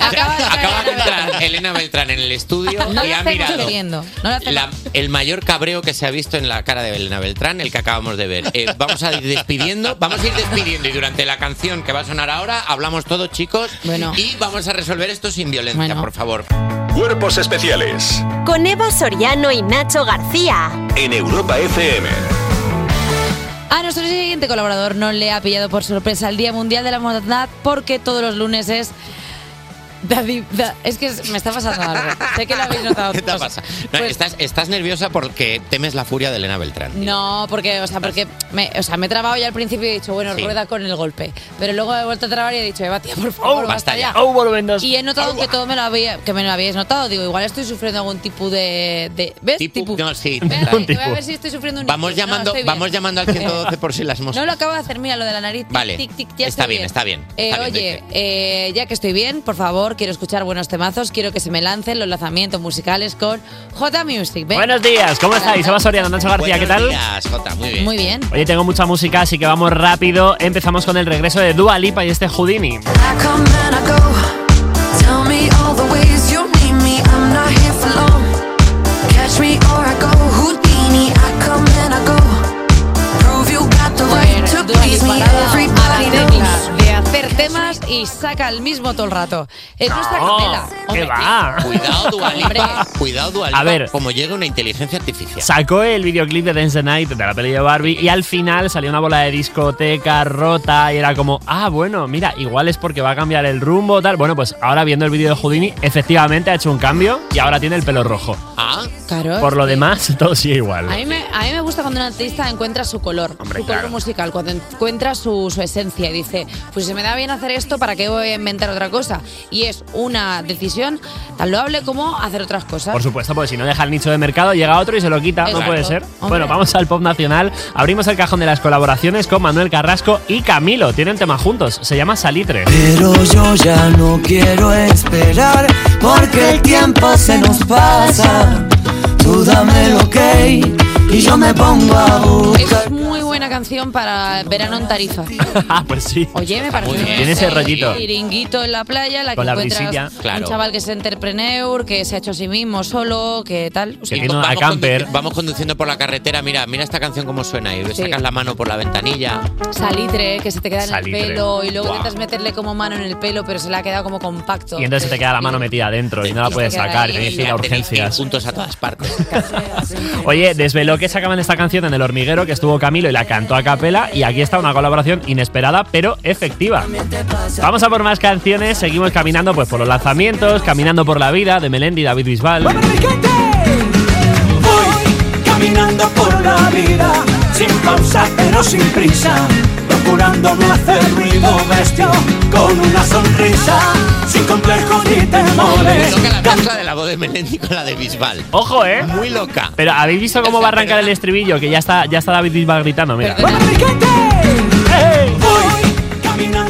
Speaker 3: Acaba, de entrar Elena Beltrán en el estudio
Speaker 1: no lo
Speaker 3: y ha
Speaker 1: hacemos
Speaker 3: mirado.
Speaker 1: queriendo. No lo hacemos.
Speaker 3: la- el mayor cabreo que se ha visto en la cara de Elena Beltrán, el que acabamos de ver. Eh, vamos a ir despidiendo, vamos a ir despidiendo y durante la canción que va a sonar ahora hablamos todos, chicos, y vamos a resolver esto sin violencia, por favor.
Speaker 7: Cuerpos especiales
Speaker 6: Con Eva Soriano y Nacho García.
Speaker 7: en Europa FM.
Speaker 1: A Ah, nuestro siguiente colaborador no le ha pillado por sorpresa el Día Mundial de la Mortandad porque todos los lunes es... Daddy- da- es que es- me está pasando algo. Sé que lo habéis notado. Pues-
Speaker 3: ¿Qué te pasa? No, estás, estás nerviosa porque temes la furia de Elena Beltrán.
Speaker 1: No, porque, o sea, porque me, o sea, me he trabado ya al principio y he dicho, bueno,
Speaker 3: Sí.
Speaker 1: rueda con el golpe. Pero luego he vuelto a trabar y he dicho, Eva, tía, por favor,
Speaker 3: Oh,
Speaker 1: basta,
Speaker 3: basta
Speaker 1: ya.
Speaker 3: ya.
Speaker 1: Y he notado que todo me lo había, que me lo habíais notado. Digo, igual estoy sufriendo algún tipo de. de- ¿Ves? Tipo.
Speaker 3: No, sí.
Speaker 1: Espera,
Speaker 3: total.
Speaker 1: que voy a ver si estoy sufriendo un
Speaker 3: Vamos
Speaker 1: ictus. No,
Speaker 3: llamando,
Speaker 1: estoy bien.
Speaker 3: vamos llamando al 112 por si las moscas.
Speaker 1: No lo acabo de hacer, mira lo de la nariz. Tic,
Speaker 3: Vale.
Speaker 1: tic, tic, ya
Speaker 3: está
Speaker 1: estoy
Speaker 3: bien, está bien.
Speaker 1: Eh,
Speaker 3: está bien,
Speaker 1: oye, eh, ya que estoy bien, por favor, quiero escuchar buenos temazos, quiero que se me lancen los lanzamientos musicales con J Music. Ven.
Speaker 4: Buenos días, ¿cómo estáis? Eva Soriano, Nacho García, ¿qué tal?
Speaker 3: Buenos días, Jota, muy bien.
Speaker 1: Muy bien.
Speaker 4: Oye, tengo mucha música, así que vamos rápido. Empezamos con el regreso de Dua Lipa y este Houdini.
Speaker 12: I come and I go. Tell me all the ways you need me. I'm not here for long. Catch me or I go Houdini. I come and I go. Prove you got the right to
Speaker 1: Dua
Speaker 12: please me.
Speaker 1: Lipa, nada,
Speaker 12: Everybody
Speaker 1: a la
Speaker 12: knows.
Speaker 1: técnica de hacer temas y saca el mismo todo el rato. Es nuestra
Speaker 4: No,
Speaker 1: capela.
Speaker 4: ¿Qué va?
Speaker 3: Cuidado, Dualipa. Cuidado, Dualipa.
Speaker 4: A ver.
Speaker 3: Como llega una inteligencia artificial.
Speaker 4: Sacó el videoclip de Dance the Night de la peli de Barbie y al final salió una bola de discoteca rota y era como, ah, bueno, mira, igual es porque va a cambiar el rumbo, tal. Bueno, pues ahora viendo el vídeo de Houdini, efectivamente ha hecho un cambio y ahora tiene el pelo rojo.
Speaker 3: Ah,
Speaker 1: claro.
Speaker 4: Por lo demás, todo sigue igual.
Speaker 1: A mí, me, a mí me gusta cuando un artista encuentra su color, su color
Speaker 4: claro.
Speaker 1: musical, cuando encuentra su, su esencia y dice, pues si me da bien hacer esto, ¿para qué voy a inventar otra cosa? Y es una decisión tan loable como hacer otras cosas.
Speaker 4: Por supuesto, porque si no deja el nicho de mercado, llega otro y se lo quita,
Speaker 1: Exacto.
Speaker 4: no puede ser.
Speaker 1: Hombre.
Speaker 4: Bueno, vamos al pop nacional. Abrimos el cajón de las colaboraciones con Manuel Carrasco y Camilo. Tienen tema juntos, se llama Salitre.
Speaker 10: Pero yo ya no quiero esperar porque el tiempo se nos pasa. Tú dame el ok y yo me pongo a
Speaker 1: Esa
Speaker 10: buscar.
Speaker 1: es muy buena canción para verano en Tarifa.
Speaker 4: Ah, pues sí.
Speaker 1: Oye, me parece muy
Speaker 4: Tiene ese
Speaker 1: bien.
Speaker 4: rollito.
Speaker 1: Chiringuito en la playa, la
Speaker 4: Con
Speaker 1: que
Speaker 4: la
Speaker 1: encuentras
Speaker 4: brisilla. Claro.
Speaker 1: un chaval que es entrepreneur, que se ha hecho a sí mismo solo, que tal.
Speaker 3: Y vamos conduci- vamos conduciendo por la carretera, mira, mira esta canción cómo suena y
Speaker 1: Sí.
Speaker 3: sacas la mano por la ventanilla.
Speaker 1: Salitre, que se te queda en
Speaker 4: Salitre.
Speaker 1: el pelo y luego
Speaker 4: Buah.
Speaker 1: intentas meterle como mano en el pelo, pero se le ha quedado como compacto.
Speaker 4: Y entonces se te queda la mano metida adentro y no la
Speaker 1: se
Speaker 4: puedes
Speaker 1: queda
Speaker 4: sacar.
Speaker 1: ahí.
Speaker 4: Y tienes que ir a
Speaker 1: Ya tenéis que ir
Speaker 4: urgencias.
Speaker 3: Juntos a todas partes.
Speaker 4: Oye, desveló que sacaban esta canción en El Hormiguero, que estuvo Camilo y la cantó a capela. Y aquí está una colaboración inesperada, pero efectiva. Vamos a por más canciones. Seguimos caminando pues, por los lanzamientos, caminando por la vida de Melendi y David Bisbal.
Speaker 10: Caminando por la vida
Speaker 13: sin pausa pero sin prisa, procurando no hacer ruido bestia, con una sonrisa, sin complejos ni
Speaker 3: Muy
Speaker 13: temores.
Speaker 3: loca la mezcla de la voz de Melendi con la de Bisbal.
Speaker 4: Ojo, ¿eh?
Speaker 3: Muy loca.
Speaker 4: Pero ¿habéis visto cómo va a arrancar el estribillo? Que ya está, ya está David Bisbal gritando, mira.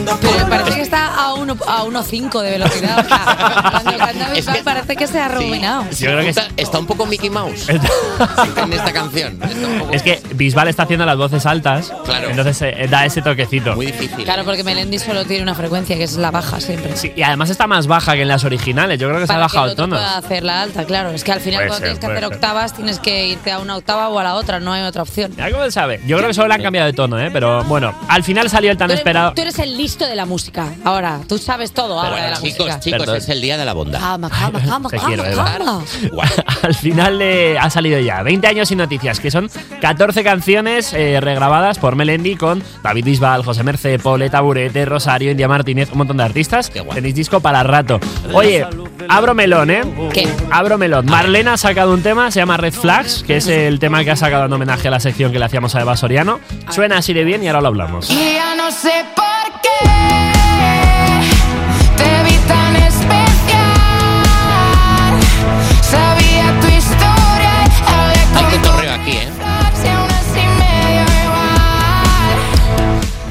Speaker 1: Pero parece que está a 1.5 uno, a 1.5 de velocidad. o sea, cuando canta
Speaker 3: Es
Speaker 1: Bisbal parece que se ha arruinado.
Speaker 4: Yo creo que
Speaker 3: está, está un poco Mickey Mouse en esta canción. Está un poco-
Speaker 4: Es que Bisbal está haciendo las voces altas.
Speaker 3: Claro.
Speaker 4: Entonces eh, da ese toquecito.
Speaker 3: Muy difícil.
Speaker 1: Claro, porque Melendi solo tiene una frecuencia que es la baja siempre.
Speaker 4: Y además está más baja que en las originales. Yo creo que se ha
Speaker 1: Para que el
Speaker 4: bajado
Speaker 1: otro
Speaker 4: tonos.
Speaker 1: pueda hacer la alta, claro. Es que al final
Speaker 4: Puede
Speaker 1: cuando
Speaker 4: ser,
Speaker 1: tienes que
Speaker 4: puede
Speaker 1: hacer
Speaker 4: ser.
Speaker 1: octavas tienes que irte a una octava o a la otra, no hay otra opción.
Speaker 4: Ya cómo se sabe. Yo creo que solo le han cambiado de tono, ¿eh? Pero bueno, al final salió el tan
Speaker 1: Tú eres-
Speaker 4: esperado.
Speaker 1: Tú eres el listo de la música ahora. Tú sabes todo ahora de la
Speaker 3: chicos,
Speaker 1: música.
Speaker 3: chicos,
Speaker 4: Perdón.
Speaker 3: es el día de la bondad.
Speaker 1: Calma, calma, calma,
Speaker 4: Te
Speaker 1: calma,
Speaker 4: quiero, Eva.
Speaker 1: calma.
Speaker 4: Al final eh, ha salido ya 20 años sin noticias, que son 14 canciones eh, regrabadas por Melendi con David Bisbal, José Merced, Pauleta Burete, Rosario, India Martínez, un montón de artistas. Tenéis disco para rato. Oye, abro melón, ¿eh?
Speaker 1: ¿Qué?
Speaker 4: Abro melón. Marlena ha sacado un tema, se llama Red Flags, que es el tema que ha sacado en homenaje a la sección que le hacíamos a Eva Soriano. Suena así de bien y ahora lo hablamos.
Speaker 12: Y ya no sé por qué te vi tan especial. Sabía tu historia y había
Speaker 3: Hay que torreo aquí, ¿eh?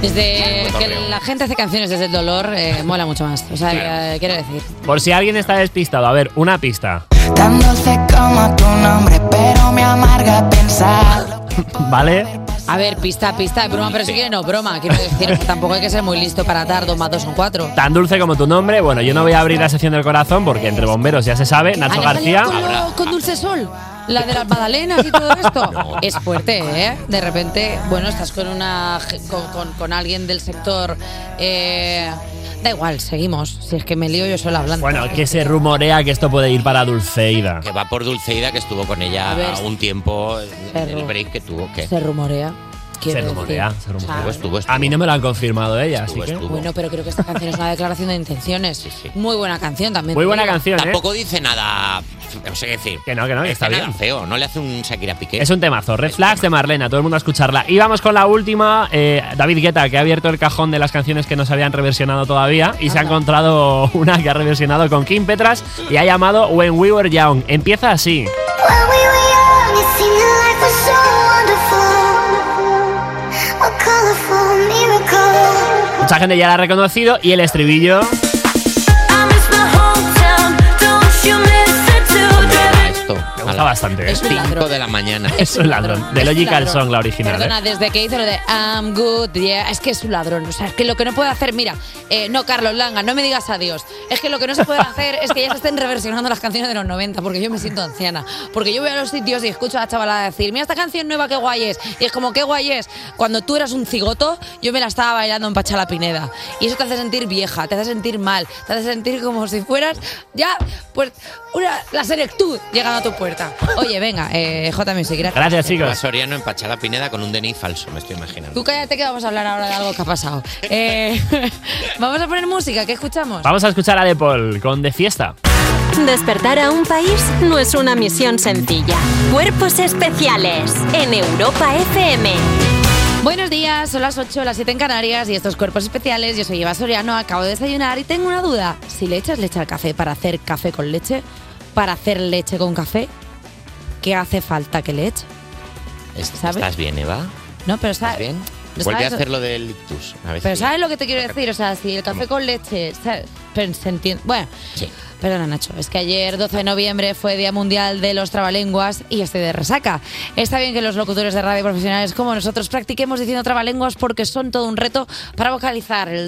Speaker 1: Desde
Speaker 3: Buen
Speaker 1: que
Speaker 3: torneo.
Speaker 1: la gente hace canciones desde el dolor, eh, mola mucho más. O sea, eh, quiero decir.
Speaker 4: Por si alguien está despistado, a ver, una pista.
Speaker 12: Tan dulce como tu nombre, pero me amarga pensar.
Speaker 4: ¿Vale?
Speaker 1: A ver, pista, pista, broma, pero si quiere no, broma. Quiero decir, tampoco hay que ser muy listo para dar dos más dos son cuatro.
Speaker 4: Tan dulce como tu nombre. Bueno, yo no voy a abrir la sección del corazón porque entre bomberos ya se sabe. Nacho
Speaker 1: Ana Galea
Speaker 4: García.
Speaker 1: Con, lo- con Dulce Sol, la de las magdalenas y todo esto. Es fuerte, ¿eh? De repente, bueno, estás con una ge- con, con- con alguien del sector. eh, da igual, seguimos. Si es que me lío yo sola hablando.
Speaker 4: Bueno, que se rumorea que esto puede ir para Dulceida.
Speaker 3: Que va por Dulceida, que estuvo con
Speaker 1: A ver,
Speaker 3: ella un tiempo. en El
Speaker 1: ru-
Speaker 3: break que tuvo, que
Speaker 1: Se rumorea.
Speaker 4: Se
Speaker 1: quiero
Speaker 4: rumorea,
Speaker 1: decir.
Speaker 4: se rumorea.
Speaker 1: O sea,
Speaker 4: A mí no me lo han confirmado ella, así que.
Speaker 1: Bueno, pero creo que esta canción es una declaración de intenciones. Muy buena canción también.
Speaker 4: Muy
Speaker 1: te
Speaker 4: buena
Speaker 1: digo.
Speaker 4: canción, ¿eh?
Speaker 3: Tampoco dice nada. No sé qué decir.
Speaker 4: Que no, que no, que
Speaker 3: Dice
Speaker 4: está
Speaker 3: nada
Speaker 4: bien.
Speaker 3: feo. No le hace un Shakira Piqué.
Speaker 4: Es un temazo. Red Flags de Marlena, todo el mundo a escucharla. Y vamos con la última. eh, David Guetta, que ha abierto el cajón de las canciones que no se habían reversionado todavía. Y se ha encontrado una que ha reversionado con Kim Petras y ha llamado When We Were Young. Empieza así. Mucha gente ya la ha reconocido y el estribillo.
Speaker 3: Esto. Me
Speaker 4: gusta bastante.
Speaker 1: Es un
Speaker 3: 5
Speaker 1: ladrón.
Speaker 3: de la mañana.
Speaker 4: Es un ladrón. De
Speaker 1: Es un
Speaker 4: Logical
Speaker 1: ladrón.
Speaker 4: Song, la original. ¿eh?
Speaker 1: Perdona, desde que hizo lo de I'm good, yeah, es que es un ladrón. O sea, es que lo que no puede hacer, mira, eh, no, Carlos Langa, no me digas adiós. Es que lo que no se puede hacer es que ya se estén reversionando las canciones de los 90, porque yo me siento anciana. Porque yo voy a los sitios y escucho a la chavalada decir, mira esta canción nueva, qué guay es. Y es como, qué guay es. Cuando tú eras un cigoto, yo me la estaba bailando en Pachala Pineda. Y eso te hace sentir vieja, te hace sentir mal, te hace sentir como si fueras ya, pues, una, la senectud llegando a tu puerta. Oye, venga, eh, J Music, gracias.
Speaker 3: Eva Soriano empachada Pineda con un DNI falso, me estoy imaginando.
Speaker 1: Tú cállate que vamos a hablar ahora de algo que ha pasado. Eh, vamos a poner música, ¿qué escuchamos?
Speaker 4: Vamos a escuchar a De Paul con De Fiesta.
Speaker 6: Despertar a un país no es una misión sencilla. Cuerpos especiales en Europa FM.
Speaker 1: Buenos días, son las 8, las 7 en Canarias y estos cuerpos especiales. Yo soy Eva Soriano, acabo de desayunar y tengo una duda. Si le echas leche al café para hacer café con leche, para hacer leche con café, ¿qué hace falta que le eche?
Speaker 3: Es-
Speaker 1: ¿Sabes?
Speaker 3: ¿Estás bien, Eva?
Speaker 1: No, pero
Speaker 3: ¿Estás
Speaker 1: ¿sabes?
Speaker 3: Pues bien?
Speaker 1: ¿Lo
Speaker 3: Vuelve a
Speaker 1: sabes?
Speaker 3: hacer lo del ictus. A ver
Speaker 1: Pero
Speaker 3: si-
Speaker 1: ¿sabes lo que te quiero decir? O sea, si el café con leche... ¿sabes? Pero se entiende- Bueno,
Speaker 3: Sí.
Speaker 1: Perdona, Nacho, es que ayer, 12 de noviembre, fue Día Mundial de los Trabalenguas y estoy de resaca. Está bien que los locutores de radio profesionales como nosotros practiquemos diciendo trabalenguas porque son todo un reto para vocalizar el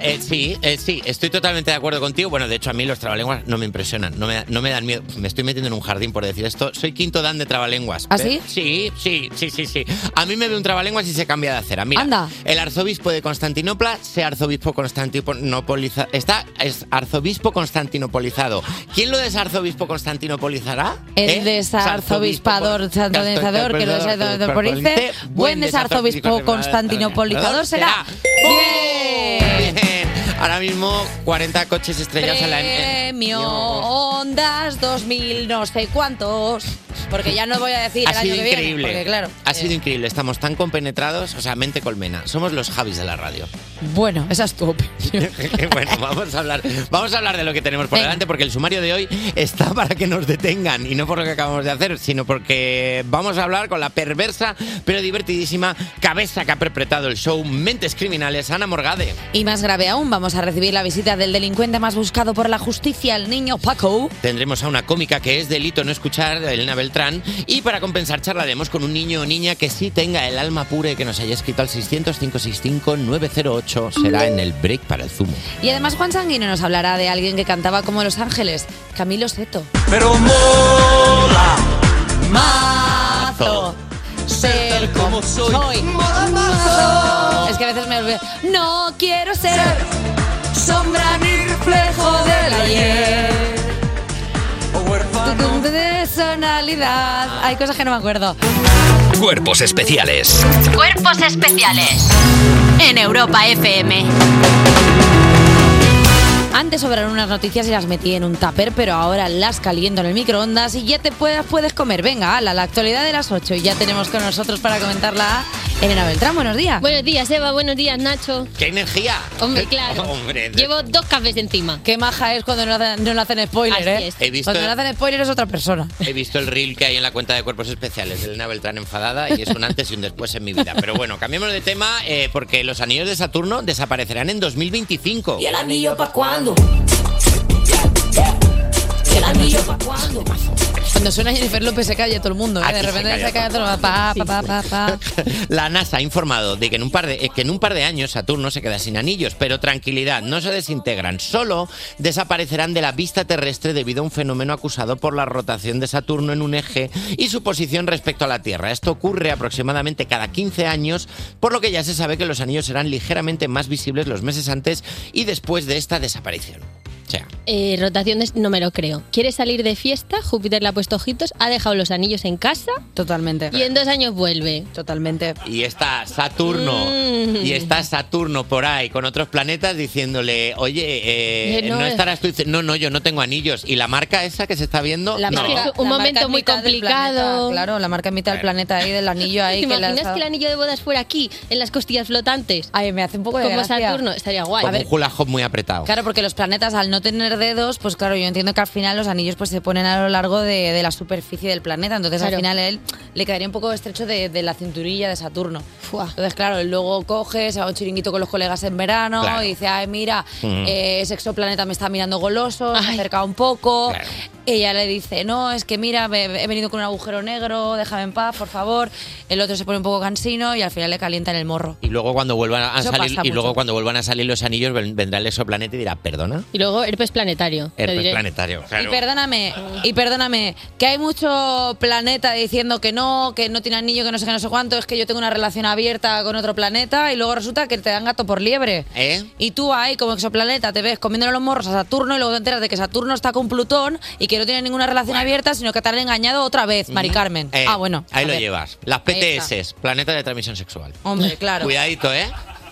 Speaker 3: Eh, sí, eh, sí, estoy totalmente de acuerdo contigo. Bueno, de hecho, a mí los trabalenguas no me impresionan, no me, da- no me dan miedo. Me estoy metiendo en un jardín por decir esto. Soy quinto dan de trabalenguas.
Speaker 1: ¿Ah,
Speaker 3: Pe- Sí, sí, sí, sí, sí. A mí me ve un trabalenguas y se cambia de acera. Mira,
Speaker 1: Anda.
Speaker 3: el arzobispo de Constantinopla se arzobispo constantinopolizado. Está es arzobispo constantinopolizado. ¿Quién lo desarzobispo constantinopolizará? ¿Eh?
Speaker 1: El desarzobispado santonizador que lo desarzobisporice, buen desarzobispo constantinopolizador será.
Speaker 3: Bien. Ahora mismo 40 coches estrellados en la en-
Speaker 1: Premio Ondas 2000 no sé cuántos. Porque ya no voy a decir
Speaker 3: Ha
Speaker 1: el año
Speaker 3: sido
Speaker 1: que
Speaker 3: increíble.
Speaker 1: viene. Porque claro. eh.
Speaker 3: ha sido increíble. Estamos tan compenetrados, o sea, mente colmena. Somos los Javis de la radio. Eh,
Speaker 1: Bueno, esa es tu opinión.
Speaker 3: bueno, vamos a hablar, vamos a hablar de lo que tenemos por
Speaker 1: Venga.
Speaker 3: delante, porque el sumario de hoy está para que nos detengan y no por lo que acabamos de hacer, sino porque vamos a hablar con la perversa pero divertidísima cabeza que ha perpetrado el show Mentes Criminales, Ana Morgade.
Speaker 1: Y más grave aún, vamos a recibir la visita del delincuente más buscado por la justicia, el niño Paco.
Speaker 3: Tendremos a una cómica que es delito no escuchar, Elena Beltrán, y para compensar charlaremos con un niño o niña que sí tenga el alma pura y que nos haya escrito al 600 565 908 será en el break para el zumo.
Speaker 1: Y además Juan Sanguino nos hablará de alguien que cantaba como Los Ángeles, Camilo Seto.
Speaker 13: Pero mola
Speaker 3: mazo
Speaker 1: ser
Speaker 13: como soy.
Speaker 1: Es que a veces me olvido. No quiero ser, sombra ni reflejo del ayer. Tu personalidad. Hay cosas que no me acuerdo.
Speaker 5: Cuerpos especiales.
Speaker 6: Cuerpos especiales en Europa FM.
Speaker 1: Antes sobraron unas noticias y las metí en un tupper, pero ahora las caliento en el microondas y ya te puedas, puedes comer. Venga, ala, la actualidad de las 8 y ya tenemos con nosotros para comentarla a Elena Beltrán. Buenos días.
Speaker 14: Buenos días, Eva. Buenos días, Nacho.
Speaker 3: ¡Qué energía!
Speaker 14: Hombre, claro.
Speaker 3: Hombre, de-
Speaker 14: Llevo dos cafés encima.
Speaker 1: Qué maja es cuando no hacen, no le hacen spoiler, ¿eh?
Speaker 3: es. He visto-
Speaker 1: Cuando no hacen spoiler es otra persona.
Speaker 3: He visto el reel que hay en la cuenta de cuerpos especiales de Elena Beltrán enfadada y es un antes y un después en mi vida. Pero bueno, cambiemos de tema eh, porque los anillos de Saturno desaparecerán en 2025.
Speaker 13: ¿Y el anillo pa' cuándo?
Speaker 1: Cuando suena Jennifer López se calla todo el mundo, ¿eh?
Speaker 3: Aquí
Speaker 1: De
Speaker 3: se
Speaker 1: repente
Speaker 3: calla
Speaker 1: se calla todo el mundo. Pa, pa, pa, pa, pa.
Speaker 3: La NASA ha informado de que en un par de eh, que en un par de años Saturno se queda sin anillos, pero tranquilidad, no se desintegran, solo desaparecerán de la vista terrestre debido a un fenómeno acusado por la rotación de Saturno en un eje y su posición respecto a la Tierra. Esto ocurre aproximadamente cada 15 años, por lo que ya se sabe que los anillos serán ligeramente más visibles los meses antes y después de esta desaparición. O sea,
Speaker 14: Eh, rotaciones, no me lo creo. ¿Quiere salir de fiesta? Júpiter le ha puesto ojitos, ha dejado los anillos en casa.
Speaker 1: Totalmente.
Speaker 14: Y en dos años vuelve.
Speaker 1: Totalmente.
Speaker 3: y está Saturno
Speaker 14: Mm.
Speaker 3: y está Saturno por ahí con otros planetas diciéndole oye eh,
Speaker 14: Que no
Speaker 3: no,
Speaker 14: es-
Speaker 3: estarás tú dice, no no yo no tengo anillos y la marca esa que se está viendo
Speaker 14: La
Speaker 3: no.
Speaker 14: marca- un
Speaker 1: La marca
Speaker 14: momento
Speaker 1: en
Speaker 14: muy
Speaker 1: mitad del
Speaker 14: complicado.
Speaker 1: planeta, claro, la marca en mitad del planeta ahí, del anillo ahí. que
Speaker 14: ¿Te
Speaker 1: le ha
Speaker 14: imaginas
Speaker 1: dado-
Speaker 14: que el anillo de bodas fuera aquí, en las costillas flotantes?
Speaker 1: Ay, me hace un poco de
Speaker 14: Como
Speaker 1: gracia.
Speaker 14: Saturno, estaría guay.
Speaker 3: como un hula hoop muy apretado
Speaker 1: Claro, porque los planetas al no tener dedos, pues claro, yo entiendo que al final los anillos pues se ponen a lo largo de, de la superficie del planeta, entonces
Speaker 14: Claro.
Speaker 1: al final él le quedaría un poco estrecho de, de la cinturilla de Saturno. Entonces claro, él luego coge, se va a un chiringuito con los colegas en verano
Speaker 14: Claro.
Speaker 1: y dice, ay mira,
Speaker 14: Mm.
Speaker 1: eh, ese exoplaneta me está mirando goloso, se acerca un poco. Ella le dice, no, es que mira, me- he venido con un agujero negro, déjame en paz, por favor. El otro se pone un poco cansino y al final le calientan el morro.
Speaker 3: y luego cuando vuelvan a
Speaker 1: Eso
Speaker 3: salir
Speaker 1: pasa
Speaker 3: y
Speaker 1: mucho.
Speaker 3: luego cuando vuelvan a salir los anillos ven- vendrá el exoplaneta y dirá perdona
Speaker 14: Y luego herpes planetario. te
Speaker 3: herpes
Speaker 14: diré.
Speaker 3: planetario claro.
Speaker 1: Y perdóname, y perdóname, que hay mucho planeta diciendo que no, que no tiene anillo, que no sé qué, no sé cuánto, es que yo tengo una relación abierta con otro planeta y luego resulta que te dan gato por liebre.
Speaker 3: ¿Eh?
Speaker 1: Y tú ahí, como exoplaneta, te ves comiéndole los morros a Saturno y luego te enteras de que Saturno está con Plutón y que no tiene ninguna relación abierta, sino que te han engañado otra vez, Mari Carmen.
Speaker 3: Eh,
Speaker 1: ah, bueno.
Speaker 3: ahí
Speaker 1: a
Speaker 3: lo
Speaker 1: ver.
Speaker 3: llevas las
Speaker 1: Ahí
Speaker 3: PTS planetas de transmisión sexual
Speaker 1: Hombre, claro.
Speaker 3: cuidadito eh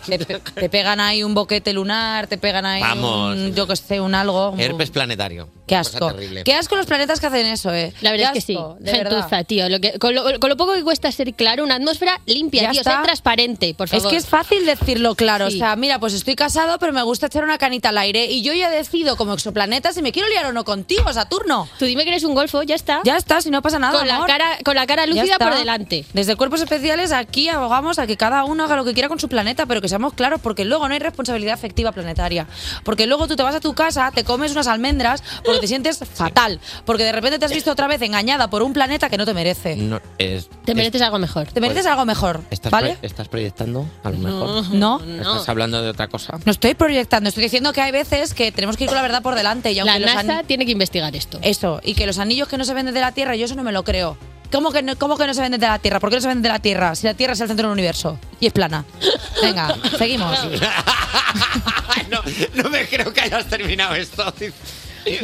Speaker 1: Te, pe- te pegan ahí un boquete lunar, te pegan ahí
Speaker 3: Vamos.
Speaker 1: un, yo que sé, un algo. un-
Speaker 3: herpes planetario
Speaker 1: Qué
Speaker 3: Cosa
Speaker 1: asco.
Speaker 3: terrible.
Speaker 1: Qué asco los planetas que hacen eso, eh.
Speaker 14: La verdad
Speaker 1: Qué
Speaker 14: es que sí.
Speaker 1: asco, de verdad.
Speaker 14: Gentuza, tío. Lo que- con, lo, con lo poco que cuesta ser claro, una atmósfera limpia,
Speaker 1: Ya
Speaker 14: tío.
Speaker 1: está.
Speaker 14: Ser transparente, por
Speaker 1: Es
Speaker 14: favor.
Speaker 1: que es fácil decirlo claro.
Speaker 14: Sí.
Speaker 1: O sea, mira, pues estoy casado, pero me gusta echar una canita al aire y yo ya decido como exoplaneta si me quiero liar o no contigo, Saturno.
Speaker 14: Tú dime que eres un golfo, ya está.
Speaker 1: Ya está, si no pasa nada.
Speaker 14: Con la cara- con la cara lúcida por delante.
Speaker 1: Desde Cuerpos Especiales aquí abogamos a que cada uno haga lo que quiera con su planeta, pero que seamos claros, porque luego no hay responsabilidad afectiva planetaria. Porque luego tú te vas a tu casa, te comes unas almendras, porque te sientes fatal. Porque de repente te has visto otra vez engañada por un planeta que no te merece.
Speaker 3: No, es-
Speaker 1: Te
Speaker 3: es-
Speaker 1: mereces
Speaker 14: algo mejor.
Speaker 1: Te mereces algo mejor.
Speaker 3: estás,
Speaker 1: ¿Vale?
Speaker 3: pro- estás proyectando a lo mejor
Speaker 1: No.
Speaker 3: estás hablando de otra cosa
Speaker 1: No estoy proyectando, estoy diciendo que hay veces que tenemos que ir con la verdad por delante. Y aunque los
Speaker 14: NASA tiene que investigar esto.
Speaker 1: Eso, y que los anillos que no se venden de la Tierra, yo eso no me lo creo. ¿Cómo que, no, ¿Cómo que no se venden de la Tierra? ¿Por qué no se venden de la Tierra? Si la Tierra es el centro del universo y es plana. Venga, seguimos.
Speaker 3: no me creo que hayas terminado esto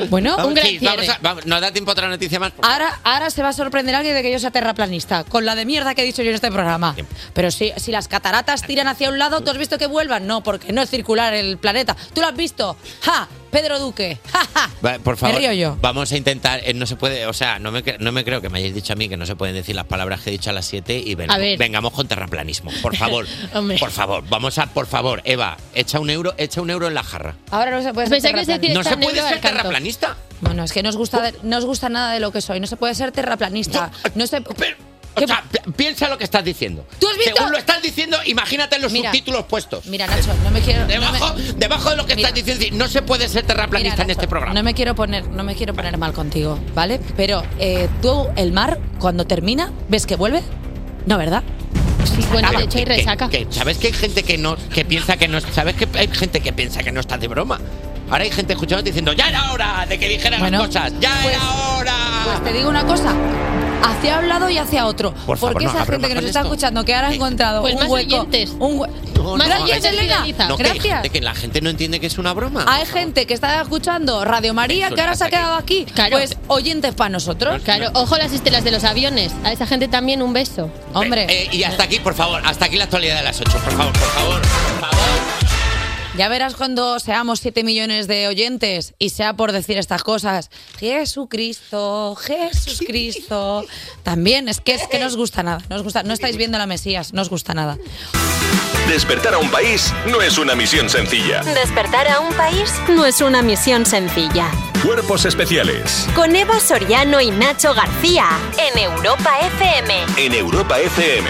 Speaker 1: Bueno, un gran
Speaker 3: Gis, vamos
Speaker 1: cierre. Ah,
Speaker 3: a- vamos- nos da tiempo a otra noticia más
Speaker 1: Ahora, ahora se va a sorprender alguien de que yo sea terraplanista, con la de mierda que he dicho yo en este programa. Pero si, si las cataratas tiran hacia un lado, ¿tú has visto que vuelvan? No, porque no es circular el planeta. ¿Tú lo has visto? ¡Ja! Pedro Duque. ¡Ja, ja!
Speaker 3: Va, Por favor,
Speaker 1: río yo.
Speaker 3: vamos a intentar. eh, no se puede, o sea, no me, cre- no me creo que me hayáis dicho a mí que no se pueden decir las palabras que he dicho a las 7 y ven-
Speaker 14: A ver.
Speaker 3: vengamos con terraplanismo. Por favor,
Speaker 14: Hombre.
Speaker 3: por favor, vamos a, por favor, Eva, echa un euro, echa un euro en la jarra.
Speaker 1: Ahora no se puede ser
Speaker 14: Pensé que ibas a decir,
Speaker 1: terraplanista.
Speaker 3: No se puede ser terraplanista.
Speaker 1: Bueno, es que no os gusta, no os gusta nada de lo que soy. No se puede ser terraplanista. No se...
Speaker 3: O sea, pi- piensa lo que estás diciendo.
Speaker 1: ¿Tú has visto?
Speaker 3: Según lo estás diciendo, imagínate los
Speaker 1: Mira.
Speaker 3: subtítulos puestos.
Speaker 1: Mira, Nacho, no me quiero.
Speaker 3: Debajo,
Speaker 1: no me-
Speaker 3: debajo de lo que estás diciendo, no se puede ser terraplanista en este programa.
Speaker 1: No me quiero poner, no me quiero poner mal contigo, ¿vale? Pero eh, tú, el mar, cuando termina, ¿ves que vuelve? No, ¿verdad? Sí,
Speaker 3: Ah, que- que- que- ¿Sabes que hay gente que no que piensa que no sabes que hay gente que piensa que no estás de broma? Ahora hay gente escuchando diciendo, "Ya era hora de que dijeran
Speaker 1: Bueno,
Speaker 3: las cosas, ya
Speaker 1: pues-
Speaker 3: era hora."
Speaker 1: Pues te digo una cosa, hacia un lado y hacia otro.
Speaker 3: Por favor,
Speaker 1: porque
Speaker 3: no
Speaker 1: esa
Speaker 3: hagas
Speaker 1: gente
Speaker 3: bromas
Speaker 1: que nos
Speaker 3: con
Speaker 1: está
Speaker 3: esto. Este.
Speaker 1: escuchando, que ahora ha encontrado
Speaker 14: Pues
Speaker 1: un
Speaker 14: más
Speaker 1: hueco. Un hue-
Speaker 3: no,
Speaker 1: gracias,
Speaker 3: no,
Speaker 1: Elena.
Speaker 3: No, que hay
Speaker 1: gracias.
Speaker 3: gente que la gente no entiende que es una broma.
Speaker 1: Hay gente que está escuchando Radio María
Speaker 3: Eso,
Speaker 1: que ahora se ha
Speaker 3: hasta
Speaker 1: quedado aquí. Pues oyentes para nosotros.
Speaker 14: Claro, ojo a las estelas de los aviones. A esa gente también un beso.
Speaker 1: Hombre.
Speaker 3: Eh, y hasta aquí, por favor, hasta aquí la actualidad de las 8, por favor, por favor.
Speaker 1: Ya verás cuando seamos 7 millones de oyentes y sea por decir estas cosas. Jesucristo, Jesucristo. También es que es que no os gusta nada. No os gusta, no estáis viendo la Mesías, no os gusta nada.
Speaker 7: Despertar a un país no es una misión sencilla.
Speaker 6: Despertar a un país no es una misión sencilla.
Speaker 7: Cuerpos especiales
Speaker 6: Con Eva Soriano y Nacho García en Europa FM.
Speaker 7: en Europa FM.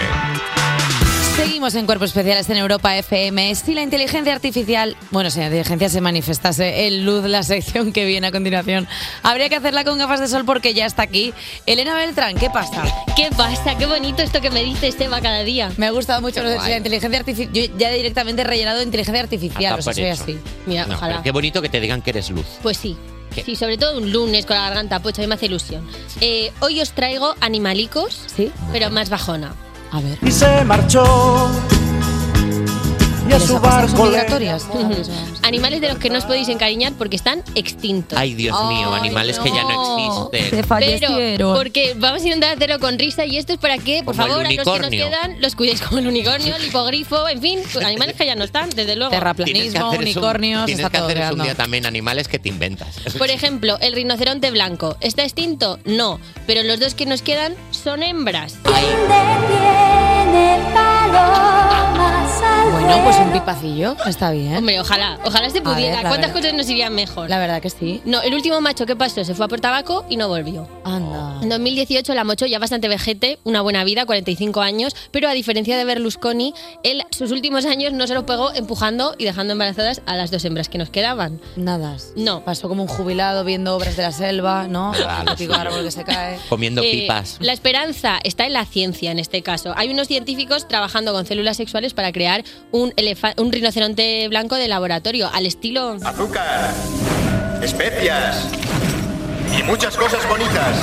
Speaker 1: Seguimos en Cuerpos Especiales en Europa FM. Si la inteligencia artificial, bueno, si la inteligencia se manifestase en luz, la sección que viene a continuación, habría que hacerla con gafas de sol porque ya está aquí. Elena Beltrán, ¿qué pasa?
Speaker 14: ¿Qué pasa? Qué bonito esto que me dices, Eva, cada día.
Speaker 1: Me ha gustado mucho
Speaker 14: Qué
Speaker 1: lo de
Speaker 14: guay.
Speaker 1: la inteligencia artificial. Yo ya directamente he rellenado de inteligencia artificial,
Speaker 3: Hasta
Speaker 1: o sea, soy
Speaker 3: por hecho.
Speaker 1: así.
Speaker 14: Mira,
Speaker 3: No,
Speaker 14: ojalá.
Speaker 3: pero qué bonito que te digan que eres luz.
Speaker 14: Pues sí.
Speaker 3: ¿Qué?
Speaker 14: Sí, sobre todo un lunes con la garganta pocha, a mí me hace ilusión. Eh, hoy os traigo animalicos, pero más bajona.
Speaker 1: A ver.
Speaker 13: Y se marchó. Y a su barco le-
Speaker 14: Animales de los que no os podéis encariñar porque están extintos.
Speaker 3: Ay, Dios mío, animales que ya no existen.
Speaker 14: Pero, porque vamos a intentar hacerlo con risa y esto es para que, por
Speaker 3: Como el
Speaker 14: favor, a los que nos
Speaker 3: unicornio.
Speaker 14: quedan, los cuidéis como el unicornio, el hipogrifo, en fin, pues, animales que ya no están, desde luego.
Speaker 3: Tienes que hacer eso un- Tienes que hacer eso un día también animales que te inventas.
Speaker 1: Pues,
Speaker 14: Por ejemplo, el rinoceronte blanco. ¿Está extinto? No. Pero los dos que nos quedan son hembras.
Speaker 1: Bueno, pues un pipacillo está bien.
Speaker 14: Hombre, ojalá, ojalá se
Speaker 1: A
Speaker 14: pudiera.
Speaker 1: ver, la
Speaker 14: ¿Cuántas
Speaker 1: verdad.
Speaker 14: cosas nos irían mejor?
Speaker 1: La verdad que sí.
Speaker 14: No, el último macho, ¿qué pasó? Se fue a por tabaco y no volvió.
Speaker 1: Anda.
Speaker 14: En 2018 la mocho ya bastante vejete, una buena vida, 45 años, pero a diferencia de Berlusconi, él sus últimos años no se los pegó empujando y dejando embarazadas a las dos hembras que nos quedaban.
Speaker 1: Nada.
Speaker 14: No.
Speaker 1: Pasó como un jubilado viendo obras de la selva, ¿no?
Speaker 3: Ah, lo
Speaker 1: Típico
Speaker 3: suyo.
Speaker 1: árbol que se cae.
Speaker 3: Comiendo
Speaker 14: Eh,
Speaker 3: pipas.
Speaker 14: La esperanza está en la ciencia en este caso. Hay unos científicos trabajando con células sexuales para crear un, elefa- un rinoceronte blanco de laboratorio, al estilo...
Speaker 15: Azúcar, especias y muchas cosas bonitas.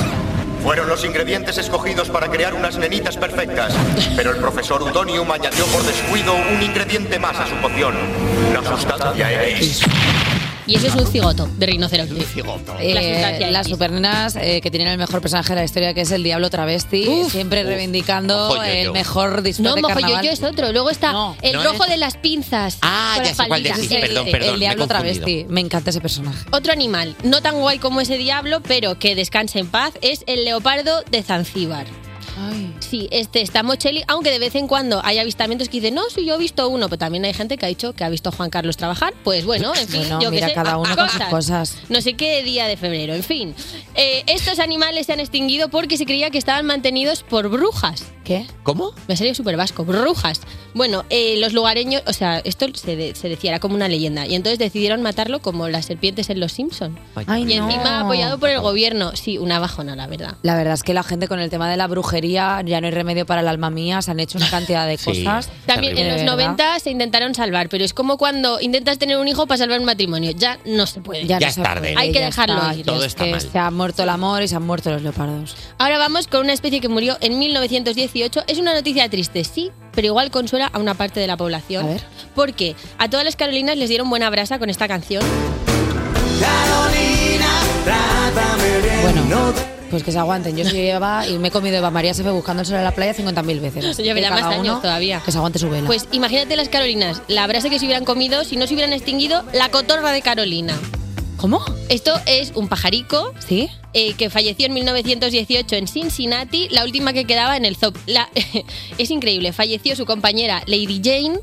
Speaker 15: Fueron los ingredientes escogidos para crear unas nenitas perfectas, pero el profesor Udonium añadió por descuido un ingrediente más a su poción, la sustancia X.
Speaker 14: Y eso es un cigoto de rinoceronte.
Speaker 1: Eh,
Speaker 14: La sustancia
Speaker 1: las
Speaker 14: X.
Speaker 1: supernenas eh, que tienen el mejor personaje de la historia, que es el Diablo Travesti, siempre reivindicando
Speaker 14: Ojo, yo, yo.
Speaker 1: el mejor disfraz
Speaker 14: No,
Speaker 1: de
Speaker 14: mojo,
Speaker 1: carnaval.
Speaker 14: yo, yo es otro. Luego está el
Speaker 1: no
Speaker 14: rojo
Speaker 1: es-
Speaker 14: de las pinzas. Ah,
Speaker 1: ya sé cuál decís, perdón, perdón, me
Speaker 14: El
Speaker 1: he
Speaker 14: diablo
Speaker 1: confundido.
Speaker 14: travesti.
Speaker 1: Me encanta ese personaje.
Speaker 14: Otro animal, no tan guay como ese diablo, pero que descansa en paz, es el leopardo de Zanzíbar. Sí, este está mocheli, aunque de vez en cuando hay avistamientos que dicen, no, sí, yo he visto uno, pero también hay gente que ha dicho que ha visto a Juan Carlos trabajar. Pues bueno, en fin,
Speaker 1: Bueno,
Speaker 14: yo
Speaker 1: mira,
Speaker 14: que sé,
Speaker 1: cada uno con sus cosas.
Speaker 14: No sé qué día de febrero, en fin. Eh, estos animales se han extinguido porque se creía que estaban mantenidos por brujas.
Speaker 1: ¿Qué?
Speaker 3: ¿Cómo?
Speaker 14: Me salió súper vasco, brujas. Bueno, eh, los lugareños, o sea, esto se, de- se decía, era como una leyenda. Y entonces decidieron matarlo como las serpientes en Los Simpson.
Speaker 1: Ay,
Speaker 14: y
Speaker 1: no.
Speaker 14: encima apoyado por el gobierno. Sí, una bajona, la verdad.
Speaker 1: La verdad es que la gente con el tema de la brujería, ya no hay remedio para el alma mía, se han hecho una cantidad de
Speaker 14: Sí,
Speaker 1: cosas.
Speaker 14: También en
Speaker 1: De
Speaker 14: los
Speaker 1: verdad.
Speaker 14: 90 se intentaron salvar, pero es como cuando intentas tener un hijo para salvar un matrimonio. Ya no se puede.
Speaker 1: no se puede,
Speaker 14: Hay que
Speaker 1: ya
Speaker 14: dejarlo
Speaker 1: está,
Speaker 14: ir.
Speaker 1: ya es que Se ha muerto el amor y se han muerto los leopardos.
Speaker 14: Ahora vamos con una especie que murió en 1918. Es una noticia triste, sí, pero igual consuela a una parte de la población.
Speaker 1: A ver.
Speaker 14: Porque a todas las Carolinas les dieron buena brasa con esta canción.
Speaker 1: Bueno, pues que se aguanten. Yo soy Eva y me he comido Eva María se fue buscando el sol a la playa 50.000 veces.
Speaker 14: Ya verá
Speaker 1: Que cada
Speaker 14: más años
Speaker 1: uno
Speaker 14: todavía.
Speaker 1: Que se aguante su vela.
Speaker 14: Pues imagínate las Carolinas, la brasa que se hubieran comido si no se hubieran extinguido la cotorra de Carolina.
Speaker 1: ¿Cómo?
Speaker 14: Esto es un pajarico eh, que falleció en 1918 en Cincinnati, la última que quedaba en el zoo. La- es increíble, falleció su compañera Lady Jane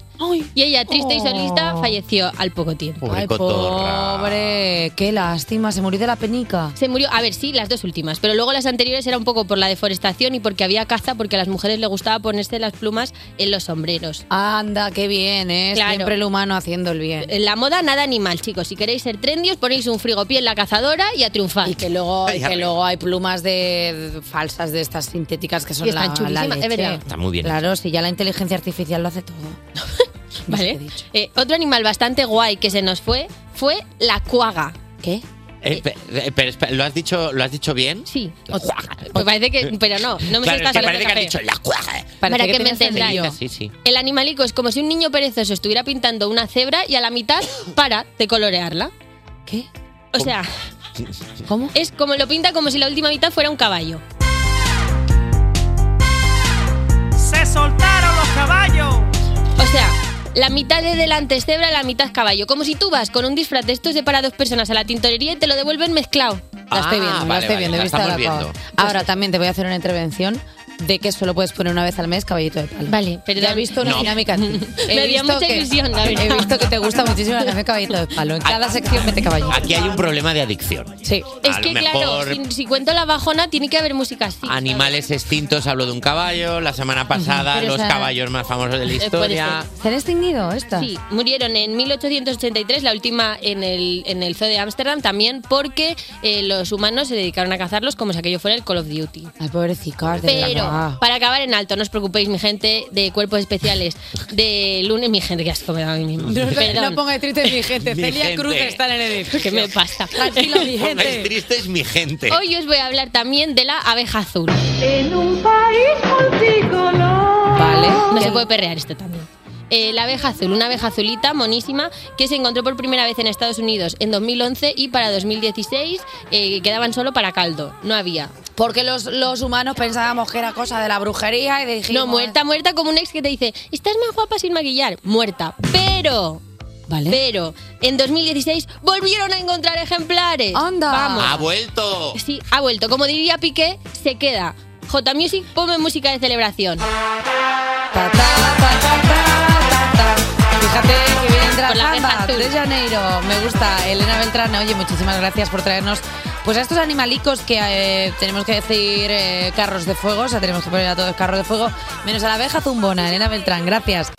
Speaker 14: y ella, triste y solista, falleció al poco tiempo.
Speaker 1: Oh. Ay, pobre, qué lástima, se murió de la penica.
Speaker 14: Se murió, a ver, sí, las dos últimas, pero luego las anteriores era un poco por la deforestación y porque había caza, porque a las mujeres les gustaba ponerse las plumas en los sombreros.
Speaker 1: Anda, qué bien, ¿eh?
Speaker 14: Claro.
Speaker 1: Siempre el humano haciendo el bien.
Speaker 14: En la moda nada animal, chicos. Si queréis ser trendy, os ponéis un frigopié en la cazadora y a triunfar.
Speaker 1: Y que luego, y que luego hay plumas de de falsas de estas sintéticas que son
Speaker 14: Y están
Speaker 1: la, la
Speaker 14: chulísimas, es
Speaker 1: leche.
Speaker 14: verdad.
Speaker 3: Está muy bien
Speaker 1: Claro, si ya la inteligencia artificial lo hace todo. Pues
Speaker 14: ¿Vale? Eh, otro animal bastante guay que se nos fue fue la cuaga. ¿Qué?
Speaker 3: Eh, pe- eh, pero espera, ¿lo, has dicho, ¿Lo has dicho bien?
Speaker 14: Sí. Me parece que. Pero no, no me
Speaker 3: Claro,
Speaker 14: estás
Speaker 3: es que parece que has
Speaker 14: café.
Speaker 3: dicho la cuaja.
Speaker 14: Para que, me entendáis.
Speaker 3: entendáis. Sí, sí.
Speaker 14: El animalico es como si un niño perezoso estuviera pintando una cebra y a la mitad para de colorearla.
Speaker 1: ¿Qué?
Speaker 14: O sea.
Speaker 1: ¿Cómo?
Speaker 14: Es como lo pinta como si la última mitad fuera un caballo.
Speaker 16: Se soltaron los caballos.
Speaker 14: O sea, la mitad de delante es cebra, la mitad es caballo. Como si tú vas con un disfraz de estos de para dos personas a la tintorería y te lo devuelven mezclado.
Speaker 1: La estoy viendo,
Speaker 10: Ah,
Speaker 1: la estoy viendo, he visto la
Speaker 3: viendo.
Speaker 1: cosa. Ah, Ahora también te voy a hacer una intervención de que solo puedes poner una vez al mes caballito de palo. Vale,
Speaker 14: pero
Speaker 1: ya
Speaker 14: da-
Speaker 1: he visto una
Speaker 14: No.
Speaker 1: dinámica. Me
Speaker 14: Me haría mucha ilusión, la verdad.
Speaker 1: He visto que te gusta muchísimo la café caballito de palo. En cada sección mete caballito.
Speaker 3: Aquí hay un problema de adicción.
Speaker 1: Sí.
Speaker 14: Es
Speaker 3: A
Speaker 14: que
Speaker 3: lo
Speaker 14: claro,
Speaker 3: mejor-
Speaker 14: si, si cuento la bajona tiene que haber música así.
Speaker 3: Animales extintos, hablo de un caballo. La semana pasada,
Speaker 14: Pero
Speaker 3: los
Speaker 14: esa-
Speaker 3: caballos más famosos de la
Speaker 14: Eh, puede
Speaker 3: historia.
Speaker 1: ¿Se han extinguido esta?
Speaker 14: Sí, murieron en 1883, la última en el, en el zoo de Ámsterdam también, porque eh, los humanos se dedicaron a cazarlos como si aquello fuera el Call of Duty.
Speaker 1: Ay, pobrecicos. de verdad.
Speaker 14: Pero, para acabar en alto, no os preocupéis, mi gente de cuerpos especiales. De lunes, mi gente, que asco me da a mí mismo.
Speaker 1: No,
Speaker 14: Perdón.
Speaker 1: no pongáis triste mi gente.
Speaker 3: Mi
Speaker 1: Celia
Speaker 3: gente.
Speaker 1: Cruz está en el edificio.
Speaker 14: ¿Qué me pasa?
Speaker 1: Tranquila, mi
Speaker 3: No
Speaker 1: gente.
Speaker 3: es triste, es mi gente.
Speaker 14: Hoy os voy a hablar también de la abeja azul.
Speaker 16: En un país multicolor.
Speaker 14: Vale. No se puede perrear esto también. Eh, la abeja azul, una abeja azulita monísima que se encontró por primera vez en Estados Unidos en 2011 y para 2016 eh, quedaban solo para caldo, no había.
Speaker 1: Porque los, los humanos pensábamos que era cosa de la brujería y dijimos...
Speaker 14: No, muerta, muerta como un ex que te dice, estás más guapa sin maquillar, muerta. Pero,
Speaker 1: vale.
Speaker 14: pero, en 2016 volvieron a encontrar ejemplares.
Speaker 1: ¡Anda!
Speaker 14: Vamos.
Speaker 3: Ha vuelto.
Speaker 14: Sí, ha vuelto. Como diría Piqué, se queda. J Music, ponme música de celebración.
Speaker 1: Fíjate que vienen de la
Speaker 14: Con la abeja
Speaker 1: samba, de Janeiro. Me gusta, Elena Beltrán. Oye, muchísimas gracias por traernos pues a estos animalicos que eh, tenemos que decir eh, carros de fuego. O sea, tenemos que poner a todos carros de fuego, menos a la abeja zumbona. Elena Beltrán, gracias.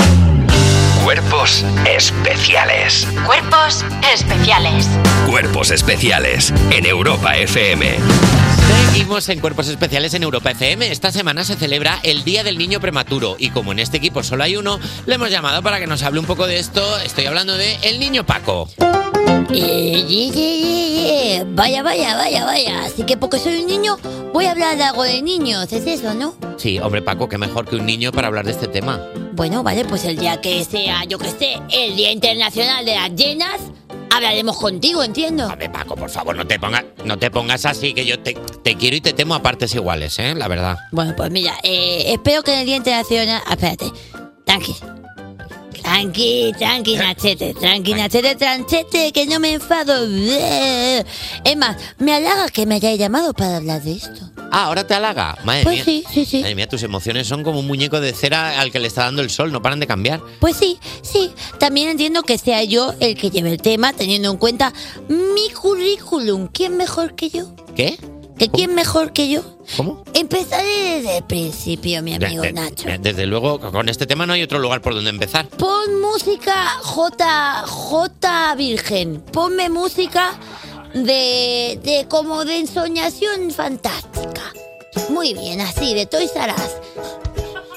Speaker 5: Cuerpos especiales.
Speaker 6: Cuerpos especiales.
Speaker 5: Cuerpos especiales en Europa FM.
Speaker 3: Seguimos en Cuerpos Especiales en Europa FM. Esta semana se celebra el Día del Niño Prematuro y como en este equipo solo hay uno, le hemos llamado para que nos hable un poco de esto. Estoy hablando de el niño Paco.
Speaker 17: Eh, ye, ye, ye, ye. Vaya, vaya, vaya, vaya. Así que porque soy un niño, voy a hablar de algo de niños. Es eso, ¿no?
Speaker 3: Sí, hombre Paco, qué mejor que un niño para hablar de este tema.
Speaker 17: Bueno, vale, pues el día que sea, yo que sé, el Día Internacional de las Llenas, hablaremos contigo, entiendo.
Speaker 3: Paco, por favor, Pues no te pongas, no te pongas así, que yo te, te quiero y te temo a partes iguales, ¿eh? La verdad.
Speaker 17: Bueno, pues mira, eh, espero que en el Día Internacional... ah, Espérate, tranqui. Tranqui, tranqui, Nachete, tranqui, Nachete, tranchete, que no me enfado. Es más, me halaga que me hayáis llamado para hablar de esto.
Speaker 3: Ah, ahora te halaga. Madre
Speaker 17: Pues
Speaker 3: mía.
Speaker 17: sí, sí, sí.
Speaker 3: Madre mía, tus emociones son como un muñeco de cera al que le está dando el sol, no paran de cambiar.
Speaker 17: Pues sí, sí, también entiendo que sea yo el que lleve el tema, teniendo en cuenta mi currículum. ¿Quién mejor que yo?
Speaker 3: ¿Qué?
Speaker 17: ¿Que quién mejor que yo?
Speaker 3: ¿Cómo?
Speaker 17: Empezaré desde el principio, mi amigo
Speaker 3: De- de-
Speaker 17: Nacho.
Speaker 3: de- Desde luego, con este tema no hay otro lugar por donde empezar.
Speaker 17: Pon música J, J Virgen. Ponme música de, de como de ensoñación fantástica. Muy bien, así, de Toys R Us.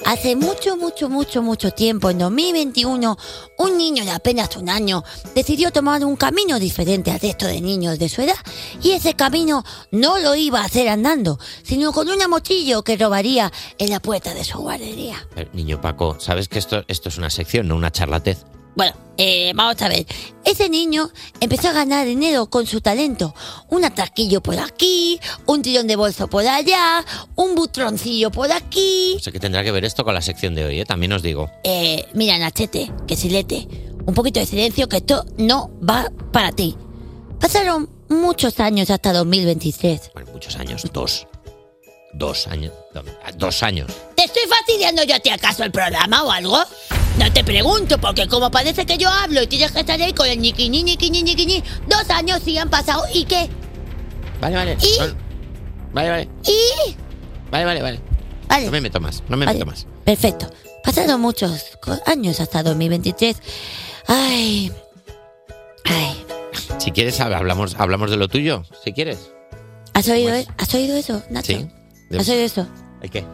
Speaker 17: Hace mucho, mucho, mucho, mucho tiempo, en 2021, un niño de apenas un año decidió tomar un camino diferente al resto de niños de su edad y ese camino no lo iba a hacer andando, sino con un amochillo que robaría en la puerta de su guardería.
Speaker 3: Pero, niño Paco, sabes que esto, esto es una sección, no una charlatez.
Speaker 17: Bueno, eh, vamos a ver. Ese niño empezó a ganar dinero con su talento. Un atraquillo por aquí, un tirón de bolso por allá, un butroncillo por aquí.
Speaker 3: O sea que tendrá que ver esto con la sección de hoy, ¿eh? También os digo.
Speaker 17: Eh, mira, Nachete, que silete. Un poquito de silencio, que esto no va para ti. Pasaron muchos años hasta 2023.
Speaker 3: Bueno, muchos años, dos. Dos años. do- Dos años.
Speaker 17: ¿Te estoy fastidiando yo a ti acaso el programa o algo? No te pregunto, porque como parece que yo hablo y tienes que estar ahí con el ñiqui, ñi, ñiqui, ñi, ñiqui, ñi, dos años sí han pasado y qué?
Speaker 3: Vale, vale.
Speaker 17: ¿Y?
Speaker 3: no- Vale, vale.
Speaker 17: ¿Y?
Speaker 3: Vale, vale, vale.
Speaker 17: Vale.
Speaker 3: No me meto más, no me
Speaker 17: Vale.
Speaker 3: meto más.
Speaker 17: Perfecto. Pasaron muchos co- años hasta 2023. Ay,
Speaker 3: Si quieres, hab- hablamos, hablamos de lo tuyo, si quieres.
Speaker 17: ¿has oído, e- ¿has oído eso, Nacho?
Speaker 3: Sí. De-
Speaker 17: ¿Has oído eso?
Speaker 3: ¿El qué?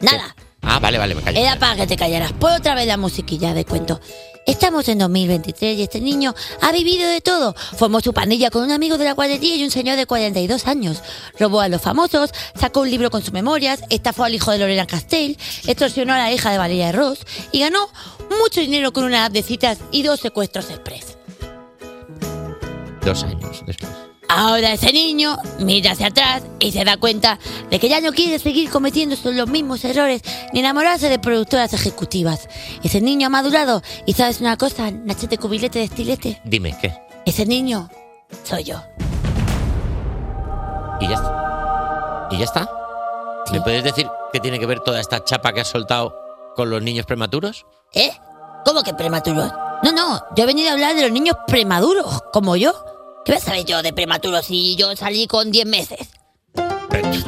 Speaker 17: Nada.
Speaker 3: Ah, vale, vale, me callo.
Speaker 17: Era para que te callaras. Pon otra vez la musiquilla de cuento. Estamos en 2023 y este niño ha vivido de todo. Formó su pandilla con un amigo de la guardería y un señor de 42 años. Robó a los famosos, sacó un libro con sus memorias, estafó al hijo de Lorena Castell, extorsionó a la hija de Valeria Ross y ganó mucho dinero con una app de citas y dos secuestros express.
Speaker 3: Dos años después.
Speaker 17: Ahora ese niño mira hacia atrás y se da cuenta de que ya no quiere seguir cometiendo los mismos errores ni enamorarse de productoras ejecutivas. Ese niño ha madurado y sabes una cosa, Nachete Cubilete de Estilete,
Speaker 3: Dime, ¿qué?
Speaker 17: ese niño soy yo.
Speaker 3: Y ya está. ¿Y ya está? ¿Me puedes decir qué tiene que ver toda esta chapa que has soltado con los niños prematuros?
Speaker 17: ¿Eh? ¿Cómo que prematuros? No, no, yo he venido a hablar de los niños prematuros, como yo. ¿Qué voy a saber yo de prematuros si yo salí con 10 meses?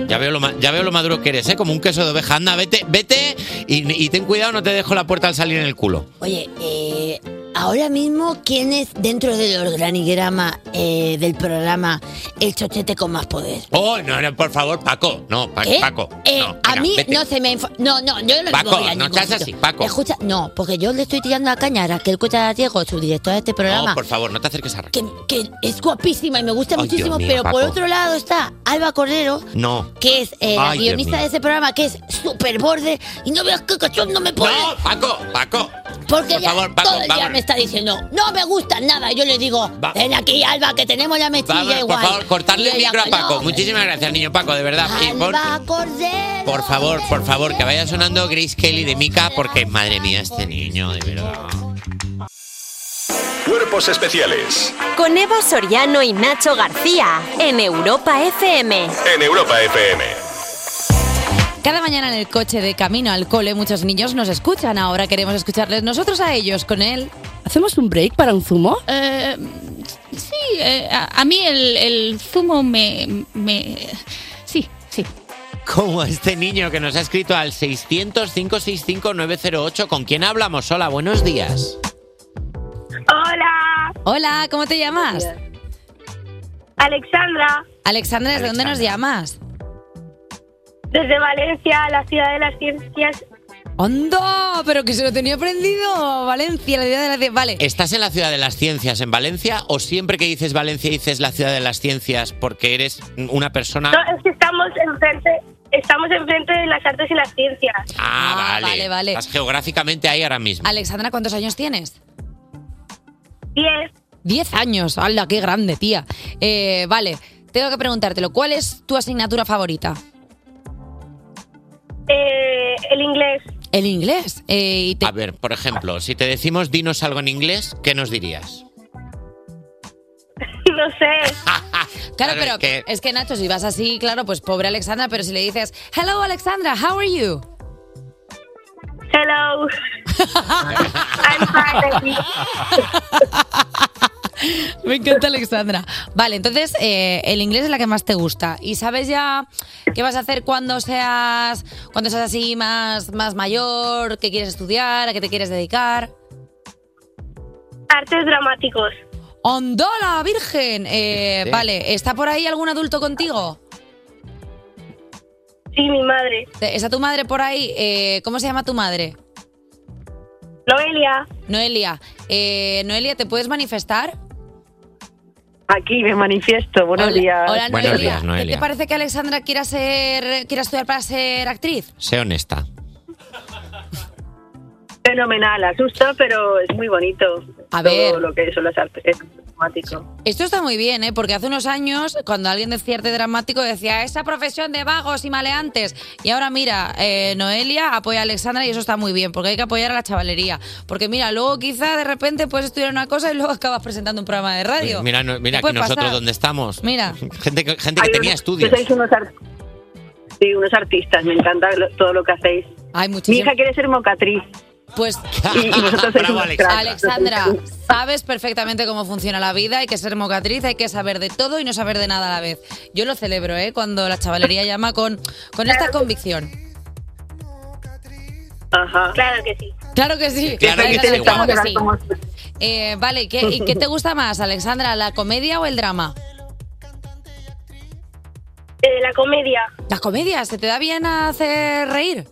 Speaker 3: Ya veo lo, ma- ya veo lo maduro que eres, ¿eh? Como un queso de oveja. Anda, vete, vete y, y ten cuidado, no te dejo la puerta al salir en el culo.
Speaker 17: Oye, eh, ahora mismo, ¿quién es dentro del organigrama eh, del programa el chochete con más poder?
Speaker 3: Oh, no, no, por favor, Paco. No, Pa-
Speaker 17: ¿Eh?
Speaker 3: Paco.
Speaker 17: Eh,
Speaker 3: no,
Speaker 17: a
Speaker 3: venga,
Speaker 17: mí
Speaker 3: vete.
Speaker 17: no se me... info- No, no, yo no
Speaker 3: Paco,
Speaker 17: le voy a
Speaker 3: no
Speaker 17: ningún
Speaker 3: seas
Speaker 17: sitio.
Speaker 3: así, Paco.
Speaker 17: Escucha, no, porque yo le estoy tirando la caña a Raquel Cuesta Diego, su directora de este programa,
Speaker 3: No, por favor, no te acerques a Raquel.
Speaker 17: que, que es guapísima y me gusta
Speaker 3: Ay,
Speaker 17: muchísimo,
Speaker 3: Dios mío,
Speaker 17: pero por
Speaker 3: Paco.
Speaker 17: otro lado está Alba Cordero,
Speaker 3: No.
Speaker 17: que es eh, la
Speaker 3: Ay, Dios
Speaker 17: guionista
Speaker 3: mío.
Speaker 17: de ese programa, que es súper borde, y no veas qué cachondo me pone.
Speaker 3: No, Paco, Paco.
Speaker 17: Porque
Speaker 3: por
Speaker 17: ya
Speaker 3: favor, Paco,
Speaker 17: todo el día
Speaker 3: vámonos.
Speaker 17: me está diciendo, no me gusta nada. Y Yo le digo,
Speaker 3: Va-
Speaker 17: ven aquí, Alba, que tenemos la mechilla
Speaker 3: Vamos, por
Speaker 17: igual.
Speaker 3: favor, cortarle
Speaker 17: Y
Speaker 3: el
Speaker 17: ella,
Speaker 3: micro a Paco.
Speaker 17: "No,
Speaker 3: Muchísimas gracias, niño Paco, de verdad. Y pon-
Speaker 17: Alba Cordero.
Speaker 3: por favor, por favor, que vaya sonando Grace Kelly de Mika, porque madre mía, este niño, de verdad.
Speaker 5: Cuerpos especiales
Speaker 6: Con Eva Soriano y Nacho García en Europa FM.
Speaker 5: en Europa FM.
Speaker 1: Cada mañana en el coche de camino al cole muchos niños nos escuchan. Ahora queremos escucharles nosotros a ellos con él.
Speaker 18: ¿Hacemos un break para un zumo?
Speaker 19: Eh, sí, eh, a, a mí el, el zumo me, me... Sí, sí.
Speaker 3: Como este niño que nos ha escrito al 600-565-908. ¿Con quién hablamos? Hola, buenos días.
Speaker 1: Hola. Hola, ¿cómo te llamas?
Speaker 20: Alexandra,
Speaker 1: Alexandra, ¿desde dónde nos llamas?
Speaker 20: desde Valencia, la ciudad de las ciencias.
Speaker 1: ¡Hondo! Pero que se lo tenía aprendido. Valencia, la idea de la de... Vale.
Speaker 3: ¿Estás en la ciudad de las ciencias en Valencia o siempre que dices Valencia dices la ciudad de las ciencias porque eres una persona...
Speaker 20: No, es que estamos enfrente, estamos enfrente de las artes y las ciencias.
Speaker 3: Ah, vale.
Speaker 1: vale, vale.
Speaker 3: Estás geográficamente ahí ahora mismo.
Speaker 1: Alexandra, ¿cuántos años tienes?
Speaker 20: Diez.
Speaker 1: Diez años. ¡Hala, qué grande, tía! Eh, vale, tengo que preguntártelo. ¿Cuál es tu asignatura favorita? Eh,
Speaker 20: eh, el inglés.
Speaker 1: ¿El inglés? Eh, y te-
Speaker 3: A ver, por ejemplo, si te decimos dinos algo en inglés, ¿qué nos dirías?
Speaker 20: No sé.
Speaker 1: Claro,
Speaker 3: Claro,
Speaker 1: pero
Speaker 3: es que-
Speaker 1: es que Nacho, si vas así, claro, pues pobre Alexandra, pero si le dices, hello Alexandra, how are you?
Speaker 20: Hello.
Speaker 1: Me encanta Alexandra. Vale, entonces eh, el inglés es la que más te gusta. ¿Y sabes ya qué vas a hacer cuando seas, cuando seas así más, más mayor? ¿Qué quieres estudiar? ¿A qué te quieres dedicar?
Speaker 20: Artes dramáticos.
Speaker 1: ¡Ondola, Virgen! Eh,
Speaker 20: Sí.
Speaker 1: Vale, ¿está por ahí algún adulto contigo?
Speaker 20: Sí, mi madre.
Speaker 1: Eh, ¿Está tu madre por ahí? Eh, ¿Cómo se llama tu madre?
Speaker 20: Noelia.
Speaker 1: Noelia. Eh, Noelia, ¿te puedes manifestar?
Speaker 21: Aquí me manifiesto. Buenos
Speaker 1: Hola.
Speaker 21: días.
Speaker 1: Hola,
Speaker 3: Buenos
Speaker 1: Noelia.
Speaker 3: días,
Speaker 1: ¿Qué te
Speaker 3: Noelia.
Speaker 1: parece que Alexandra quiera ser quiera estudiar para ser actriz?
Speaker 3: Sé honesta.
Speaker 21: Fenomenal. Asusta, pero es muy bonito.
Speaker 1: A
Speaker 21: Todo lo que son las artes. dramático.
Speaker 1: Esto está muy bien, ¿eh? Porque hace unos años, cuando alguien decía arte dramático, decía esa profesión de vagos y maleantes. Y ahora mira, eh, Noelia apoya a Alexandra y eso está muy bien, porque hay que apoyar a la chavalería. Porque mira, luego quizá de repente puedes estudiar una cosa y luego acabas presentando un programa de radio.
Speaker 3: Pues Mira, no- mira
Speaker 1: ¿Qué
Speaker 3: aquí
Speaker 1: puede
Speaker 3: nosotros
Speaker 1: pasar?
Speaker 3: donde estamos.
Speaker 1: Mira.
Speaker 3: Gente que, gente que tenía estudios.
Speaker 21: Sois unos, ar- sí, unos artistas, me encanta lo- todo lo que hacéis. Mi hija quiere ser mocatriz.
Speaker 1: Pues
Speaker 21: Y- y vosotros sois Bravo, unos Alexandra. cracks.
Speaker 1: Alexandra, sabes perfectamente cómo funciona la vida, hay que ser mocatriz, hay que saber de todo y no saber de nada a la vez. Yo lo celebro, ¿eh? Cuando la chavalería llama con, con esta convicción.
Speaker 21: Ajá.
Speaker 20: Claro que sí.
Speaker 1: Claro que sí.
Speaker 21: Claro que sí,
Speaker 1: Claro que
Speaker 21: guau.
Speaker 1: sí. Eh, vale, ¿qué, ¿y qué te gusta más, Alexandra, la comedia o el drama?
Speaker 21: Eh,
Speaker 20: la comedia.
Speaker 1: ¿La comedia? ¿Se te da bien hacer reír?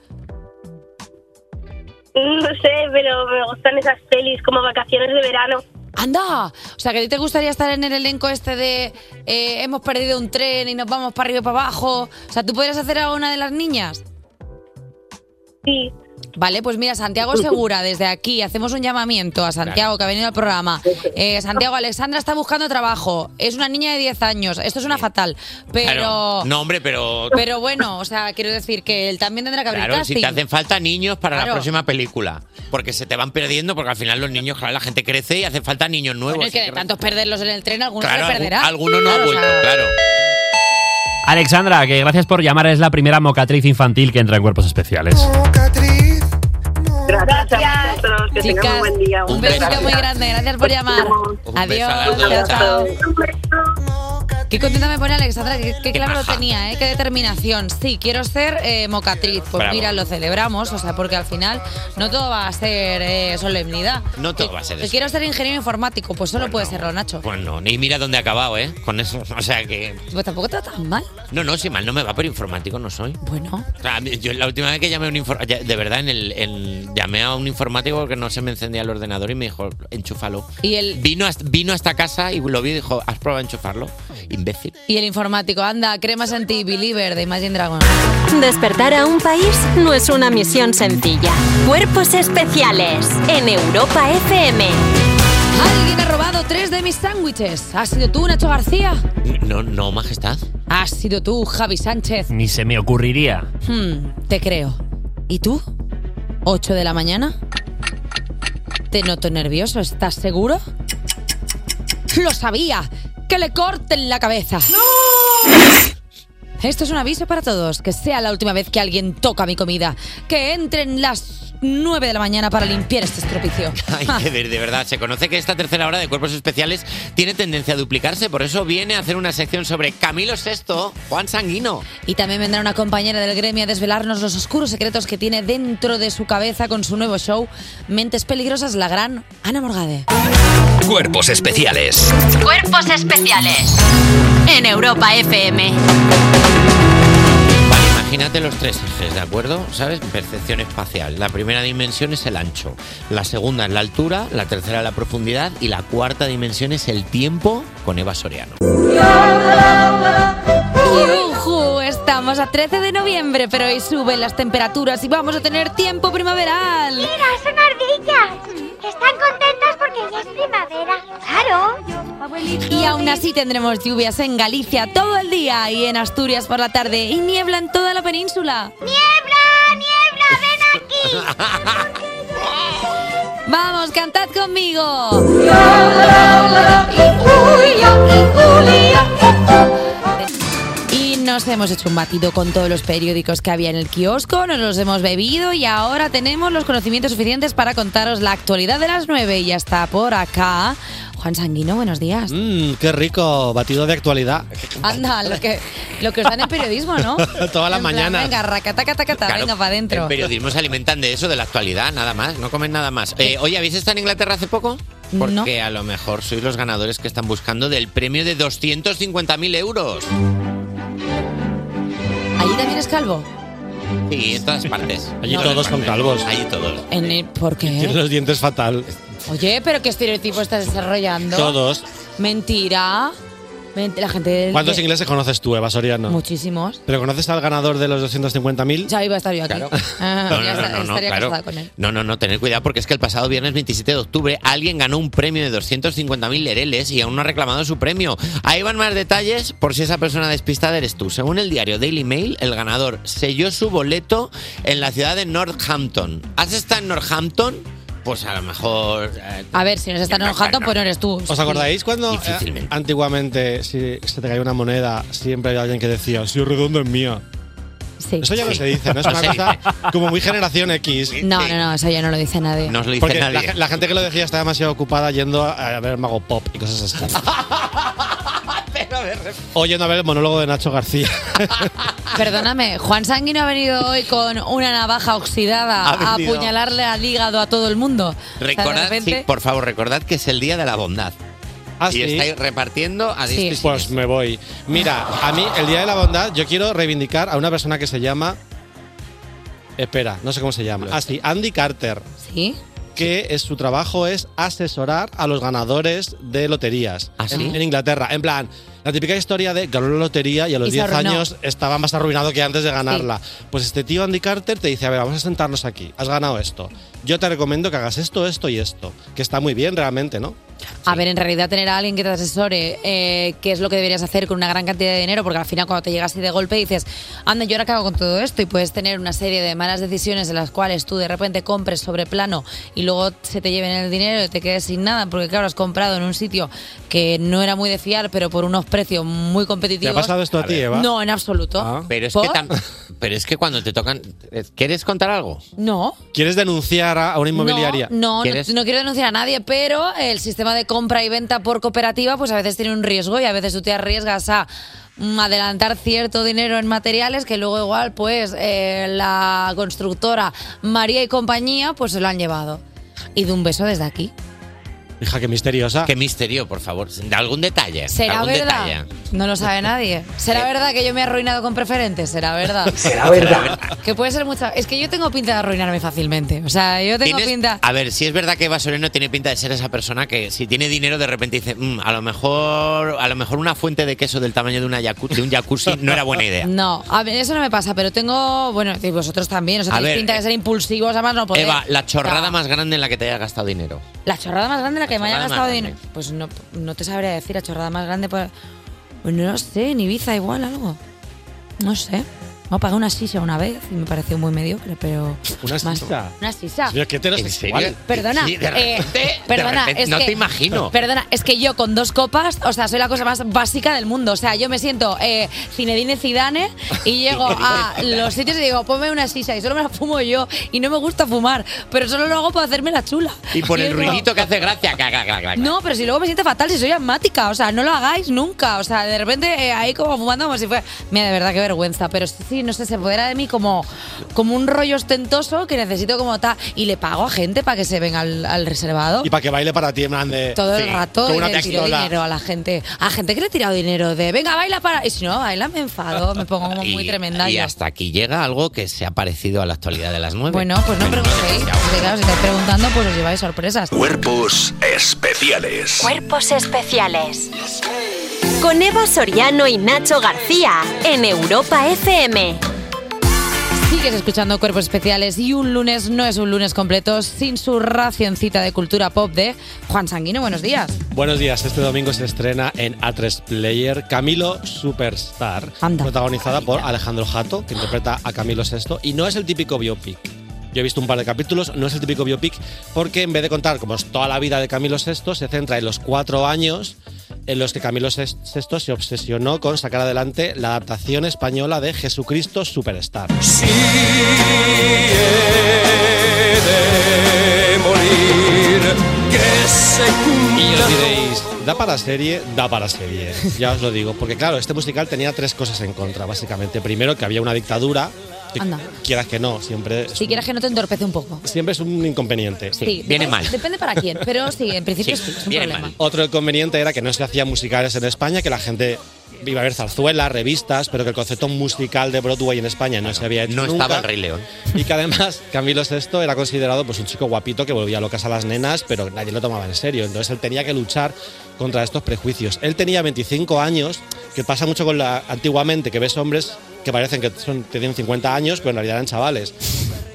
Speaker 20: No sé, pero me gustan esas pelis como vacaciones de verano.
Speaker 1: ¡Anda! O sea, que a ti te gustaría estar en el elenco este de eh, hemos perdido un tren y nos vamos para arriba y para abajo. O sea, ¿tú podrías hacer a una de las niñas?
Speaker 20: Sí.
Speaker 1: Vale, pues mira, Santiago Segura, desde aquí hacemos un llamamiento a Santiago, que ha venido al programa. Eh, Santiago, Alexandra está buscando trabajo. Es una niña de 10 años. Esto es una fatal. Pero.
Speaker 3: Claro. No, hombre, pero.
Speaker 1: Pero bueno, o sea, quiero decir que él también tendrá que abrir
Speaker 3: Claro, si
Speaker 1: casting.
Speaker 3: te hacen falta niños para
Speaker 1: Claro.
Speaker 3: la próxima película. Porque se te van perdiendo, porque al final los niños, claro, la gente crece y hacen falta niños nuevos.
Speaker 1: Bueno, es que de tantos perderlos en el tren, algunos
Speaker 3: claro,
Speaker 1: se
Speaker 3: algún-
Speaker 1: perderá.
Speaker 3: alguno no pues ha
Speaker 1: Claro, o sea,
Speaker 3: vuelto, claro.
Speaker 4: Alexandra, que gracias por llamar, es la primera mocatriz infantil que entra en cuerpos especiales.
Speaker 21: Gracias a vosotros, que
Speaker 1: Chicas,
Speaker 21: tengan un buen día.
Speaker 1: un besito muy grande, gracias por llamar. Adiós, chao, chao. Qué contenta me pone Alexandra, qué, qué
Speaker 21: Qué
Speaker 1: claro lo
Speaker 21: maja.
Speaker 1: tenía, ¿eh? qué determinación. Sí, quiero ser eh, mocatriz. Pues
Speaker 3: Bravo.
Speaker 1: mira, lo celebramos, o sea, porque al final no todo va a ser eh, solemnidad.
Speaker 3: No todo va a ser
Speaker 1: Que
Speaker 3: eso.
Speaker 1: quiero ser ingeniero informático, pues solo puede serlo, Nacho.
Speaker 3: Pues no, ni mira dónde he acabado, ¿eh? Con eso, o sea que...
Speaker 1: Pues tampoco te va tan mal.
Speaker 3: No, no, si mal no me va, pero informático no soy.
Speaker 1: Bueno.
Speaker 3: O sea, a mí- yo la última vez que llamé a un informático, de verdad, en el, en- llamé a un informático porque no se me encendía el ordenador y me dijo, enchúfalo.
Speaker 1: Y el,
Speaker 3: Vino, hasta, vino hasta casa y lo vi y dijo, ¿has probado a enchufarlo? Imbécil.
Speaker 1: y el informático, anda, cremas anti-believer de Imagine Dragon.
Speaker 6: Despertar a un país no es una misión sencilla. Cuerpos especiales en Europa FM.
Speaker 1: Alguien ha robado tres de mis sándwiches. ¿Has sido tú, Nacho García?
Speaker 3: No, no, majestad.
Speaker 1: ¿Has sido tú, Javi Sánchez?
Speaker 4: Ni se me ocurriría.
Speaker 1: Hmm, te creo. ¿Y tú? ¿8 de la mañana? Te noto nervioso, ¿estás seguro? ¡Lo sabía! ¡Que le corten la cabeza! Esto es un aviso para todos, que sea la última vez que alguien toca mi comida, que entren las 9 de la mañana para limpiar este estropicio.
Speaker 3: Ay, de, ver- de verdad, se conoce que esta tercera hora de cuerpos especiales tiene tendencia a duplicarse, por eso viene a hacer una sección sobre Camilo VI, Juan Sanguino.
Speaker 1: Y también vendrá una compañera del gremio a desvelarnos los oscuros secretos que tiene dentro de su cabeza con su nuevo show, Mentes Peligrosas, la gran Ana Morgade.
Speaker 5: Cuerpos especiales.
Speaker 6: Cuerpos especiales en Europa FM.
Speaker 3: Vale, imagínate los tres ejes, ¿de acuerdo? ¿Sabes? Percepción espacial. La primera dimensión es el ancho, la segunda es la altura, la tercera la profundidad y la cuarta dimensión es el tiempo con Eva Soriano.
Speaker 1: ¡Yujú! Estamos a 13 de noviembre, pero hoy suben las temperaturas y vamos a tener tiempo primaveral. Mm.
Speaker 2: Mira, son ardillas. Están contentas porque ya es primavera. Claro.
Speaker 1: Y aún así tendremos lluvias en Galicia todo el día y en Asturias por la tarde y niebla en toda la península.
Speaker 2: ¡Niebla, niebla, ven aquí!
Speaker 1: ¡Vamos, cantad conmigo! Y nos hemos hecho un batido con todos los periódicos que había en el kiosco, nos los hemos bebido y ahora tenemos los conocimientos suficientes para contaros la actualidad de las 9 y ya está por acá. Juan Sanguino, buenos días.
Speaker 22: Mmm, qué rico, batido de actualidad.
Speaker 1: Anda, lo que, lo que os dan en periodismo, ¿no?
Speaker 3: Todas las
Speaker 1: En plan,
Speaker 3: mañanas.
Speaker 1: Venga, racata, cata, cata,
Speaker 3: Claro, Eh,
Speaker 1: venga, para adentro.
Speaker 3: El periodismo se alimentan de eso, de la actualidad, nada más, no comen nada más. Eh, Oye, ¿habéis estado en Inglaterra hace poco? Porque a lo mejor sois los ganadores que están buscando del premio de 250.000 euros.
Speaker 1: ¿Allí también es calvo?
Speaker 3: Sí, en todas partes.
Speaker 22: Allí todos son calvos.
Speaker 3: Allí todos. ¿Eh?
Speaker 1: En el- ¿Por
Speaker 22: Tienen
Speaker 1: qué?
Speaker 22: los dientes fatal.
Speaker 1: Oye, pero qué estereotipo estás desarrollando.
Speaker 22: Todos.
Speaker 1: Mentira. Mente, La gente del-
Speaker 22: ¿Cuántos
Speaker 1: de-
Speaker 22: ingleses conoces tú, Eva Soriano?
Speaker 1: Muchísimos.
Speaker 22: ¿Pero conoces al ganador de los
Speaker 1: O
Speaker 22: 250.000?
Speaker 1: sea, iba a estar yo aquí. Ah,
Speaker 3: No,
Speaker 1: ya
Speaker 3: no,
Speaker 1: está-
Speaker 3: no, no,
Speaker 1: estaría
Speaker 3: claro.
Speaker 1: casada con él.
Speaker 3: No, no, no, tener cuidado porque es que el pasado viernes 27 de octubre alguien ganó un premio de 250.000 lereles y aún no ha reclamado su premio. Ahí van más detalles por si esa persona despistada eres tú. Según el diario Daily Mail, el ganador selló su boleto en la ciudad de Northampton. ¿Has estado en Northampton? Pues a lo mejor... eh,
Speaker 1: A ver, si nos están enojando, pues no eres tú.
Speaker 22: ¿Os acordáis cuando eh,
Speaker 3: Difícilmente.
Speaker 22: antiguamente si se te caía una moneda siempre había alguien que decía, si redondo es mía?
Speaker 1: Sí.
Speaker 22: Eso ya no se dice, ¿no? Es
Speaker 3: No
Speaker 22: una
Speaker 3: se
Speaker 22: cosa como muy generación X.
Speaker 1: No, no, no, eso ya no lo dice nadie.
Speaker 3: No os lo dice
Speaker 22: Porque
Speaker 3: nadie.
Speaker 22: La, ge- la gente que lo decía está demasiado ocupada yendo a, a ver Mago Pop y cosas así. o yendo a ver el monólogo de Nacho García.
Speaker 1: Perdóname, Juan Sanguino ha venido hoy con una navaja oxidada
Speaker 3: Ha
Speaker 1: a
Speaker 3: venido.
Speaker 1: apuñalarle al hígado a todo el mundo. O sea, de
Speaker 3: Recordad,
Speaker 1: repente-
Speaker 3: sí, por favor, recordad que es el día de la bondad.
Speaker 22: Ah,
Speaker 3: y
Speaker 22: ¿sí?
Speaker 3: estáis repartiendo a diestro y
Speaker 22: Pues me voy. Mira, a mí el Día de la Bondad yo quiero reivindicar a una persona que se llama... Espera, no sé cómo se llama. Así, Andy Carter.
Speaker 1: Sí.
Speaker 22: Que es- su trabajo es asesorar a los ganadores de loterías
Speaker 3: sí?
Speaker 22: en, en Inglaterra. En plan, la típica historia de ganó la lotería y a los
Speaker 3: Y se
Speaker 22: 10
Speaker 3: arruinó.
Speaker 22: años estaba más arruinado que antes de ganarla. Pues este tío Andy Carter te dice, a ver, vamos a sentarnos aquí, has ganado esto. Yo te recomiendo que hagas esto, esto y esto. Que está muy bien realmente, ¿no?
Speaker 1: A ver, en realidad tener a alguien que te asesore eh, qué es lo que deberías hacer con una gran cantidad de dinero, porque al final cuando te llegas así de golpe dices, anda, yo ahora cago con todo esto y puedes tener una serie de malas decisiones en las cuales tú de repente compres sobre plano y luego se te lleven el dinero y te quedes sin nada, porque claro, has comprado en un sitio que no era muy de fiar, pero por unos precios muy competitivos.
Speaker 3: pasado esto a A ti, ver. Eva? Ah.
Speaker 1: No, en absoluto.
Speaker 22: Ah.
Speaker 3: Pero es,
Speaker 1: ¿Por?
Speaker 3: que tam- pero es que cuando te tocan... ¿Quieres contar algo?
Speaker 1: No.
Speaker 22: ¿Quieres denunciar a a una
Speaker 1: No,
Speaker 22: inmobiliaria?
Speaker 1: No, no, no quiero denunciar a nadie, pero el sistema de compra y venta por cooperativa, pues a veces tiene un riesgo y a veces tú te arriesgas a mm, adelantar cierto dinero en materiales que luego igual, pues eh, la constructora María y compañía, pues se lo han llevado. Y de un beso desde aquí.
Speaker 22: Hija, qué misteriosa.
Speaker 3: Qué misterio, por favor. De algún detalle.
Speaker 1: ¿Será
Speaker 3: algún
Speaker 1: verdad?
Speaker 3: detalle.
Speaker 1: No lo sabe nadie. ¿Será verdad que yo me he arruinado con preferentes? ¿Será verdad? Que puede ser mucha. Es que yo tengo pinta de arruinarme fácilmente. O sea, yo tengo
Speaker 3: ¿Tienes-
Speaker 1: pinta.
Speaker 3: A ver, si es verdad que Eva Soriano tiene pinta de ser esa persona que si tiene dinero de repente dice, "Mm, a lo mejor, a lo mejor una fuente de queso del tamaño de, una yacu- de un jacuzzi no era buena idea.
Speaker 1: No, a ver, eso no me pasa, pero tengo, bueno, y vosotros también, o sea,
Speaker 3: A
Speaker 1: tenéis
Speaker 3: ver, eh,
Speaker 1: pinta de ser impulsivos, además no podéis.
Speaker 3: Eva, la chorrada más grande en la que te hayas gastado dinero.
Speaker 1: La chorrada más grande en la que me haya
Speaker 3: chorrada más
Speaker 1: gastado
Speaker 3: grande.
Speaker 1: dinero. Pues no, no te sabría decir, la chorrada más grande, pues, no lo sé, en Ibiza igual algo. No sé. No, pagué una sisa una vez y me pareció muy mediocre, pero...
Speaker 22: Una sisa.
Speaker 1: Una sisa.
Speaker 22: Pero es que heterosexual.
Speaker 1: Perdona,
Speaker 22: Sí, de
Speaker 1: eh,
Speaker 22: repente-
Speaker 1: perdona,
Speaker 22: de repente
Speaker 1: es
Speaker 22: no
Speaker 1: que-
Speaker 22: te imagino.
Speaker 1: Perdona, es que yo con dos copas, o sea, soy la cosa más básica del mundo. O sea, yo me siento eh, Cinedine Zidane y llego a los sitios y digo, ponme una sisa y solo me la fumo yo y no me gusta fumar, pero solo lo hago para hacerme la chula.
Speaker 3: Y por el
Speaker 1: es como-
Speaker 3: ruidito que hace gracia. ca, ca, ca, ca, ca.
Speaker 1: No, pero si luego me siento fatal, si soy asmática, o sea, no lo hagáis nunca, o sea, de repente eh, ahí como fumando como si fuera... Mira, de verdad, qué vergüenza, pero sí, sí, no sé, se apodera de mí como, como un rollo ostentoso que necesito como tal, y le pago a gente para que se venga al, al reservado.
Speaker 22: Y para que baile para ti, en plan de.
Speaker 1: Todo el
Speaker 22: Sí,
Speaker 1: rato
Speaker 22: Con una
Speaker 1: le tiro dinero
Speaker 22: pistola.
Speaker 1: a la gente. A gente que le he tirado dinero de, venga, baila para... Y si no, baila, me enfado, me pongo como muy tremenda.
Speaker 3: Y
Speaker 1: yo.
Speaker 3: hasta aquí llega algo que se ha parecido a la actualidad de las nueve.
Speaker 1: Bueno, pues no preguntéis, porque claro, si estáis preguntando, pues os lleváis sorpresas. Pues
Speaker 5: Cuerpos especiales.
Speaker 6: Cuerpos especiales. Con Eva Soriano y Nacho García en Europa FM.
Speaker 1: Sigues escuchando Cuerpos Especiales y un lunes no es un lunes completo sin su racioncita de cultura pop de Juan Sanguino. Buenos días.
Speaker 22: Buenos días, este domingo se estrena en A3 Player Camilo Superstar, protagonizada por Alejandro Jato, que interpreta a Camilo VI, y no es el típico biopic. Yo he visto un par de capítulos, no es el típico biopic, porque en vez de contar como es toda la vida de Camilo VI, se centra en los cuatro años en los que Camilo VI se obsesionó con sacar adelante la adaptación española de Jesucristo Superstar.
Speaker 13: de morir, que se
Speaker 22: Y
Speaker 13: cumpla
Speaker 22: os diréis, da para serie, da para serie. Ya os lo digo, porque claro, este musical tenía tres cosas en contra, básicamente. Primero, que había una dictadura, que
Speaker 1: Anda.
Speaker 22: quieras que no, siempre,
Speaker 1: Si quieres que no te entorpece un poco.
Speaker 22: siempre es un inconveniente.
Speaker 1: depende- Depende para quién, pero sí, en principio sí, es un problema.
Speaker 22: Otro inconveniente era que no se hacían musicales en España, que la gente iba a haber zarzuelas, revistas, pero que el concepto musical de Broadway en España no se había hecho
Speaker 3: No estaba
Speaker 22: nunca.
Speaker 3: el Rey León.
Speaker 22: Y que además Camilo VI era considerado pues un chico guapito que volvía locas a las nenas, pero nadie lo tomaba en serio. Entonces él tenía que luchar contra estos prejuicios. Él tenía 25 años, que pasa mucho con la antiguamente que ves hombres que parecen que son, tienen 50 años, pero en realidad eran chavales.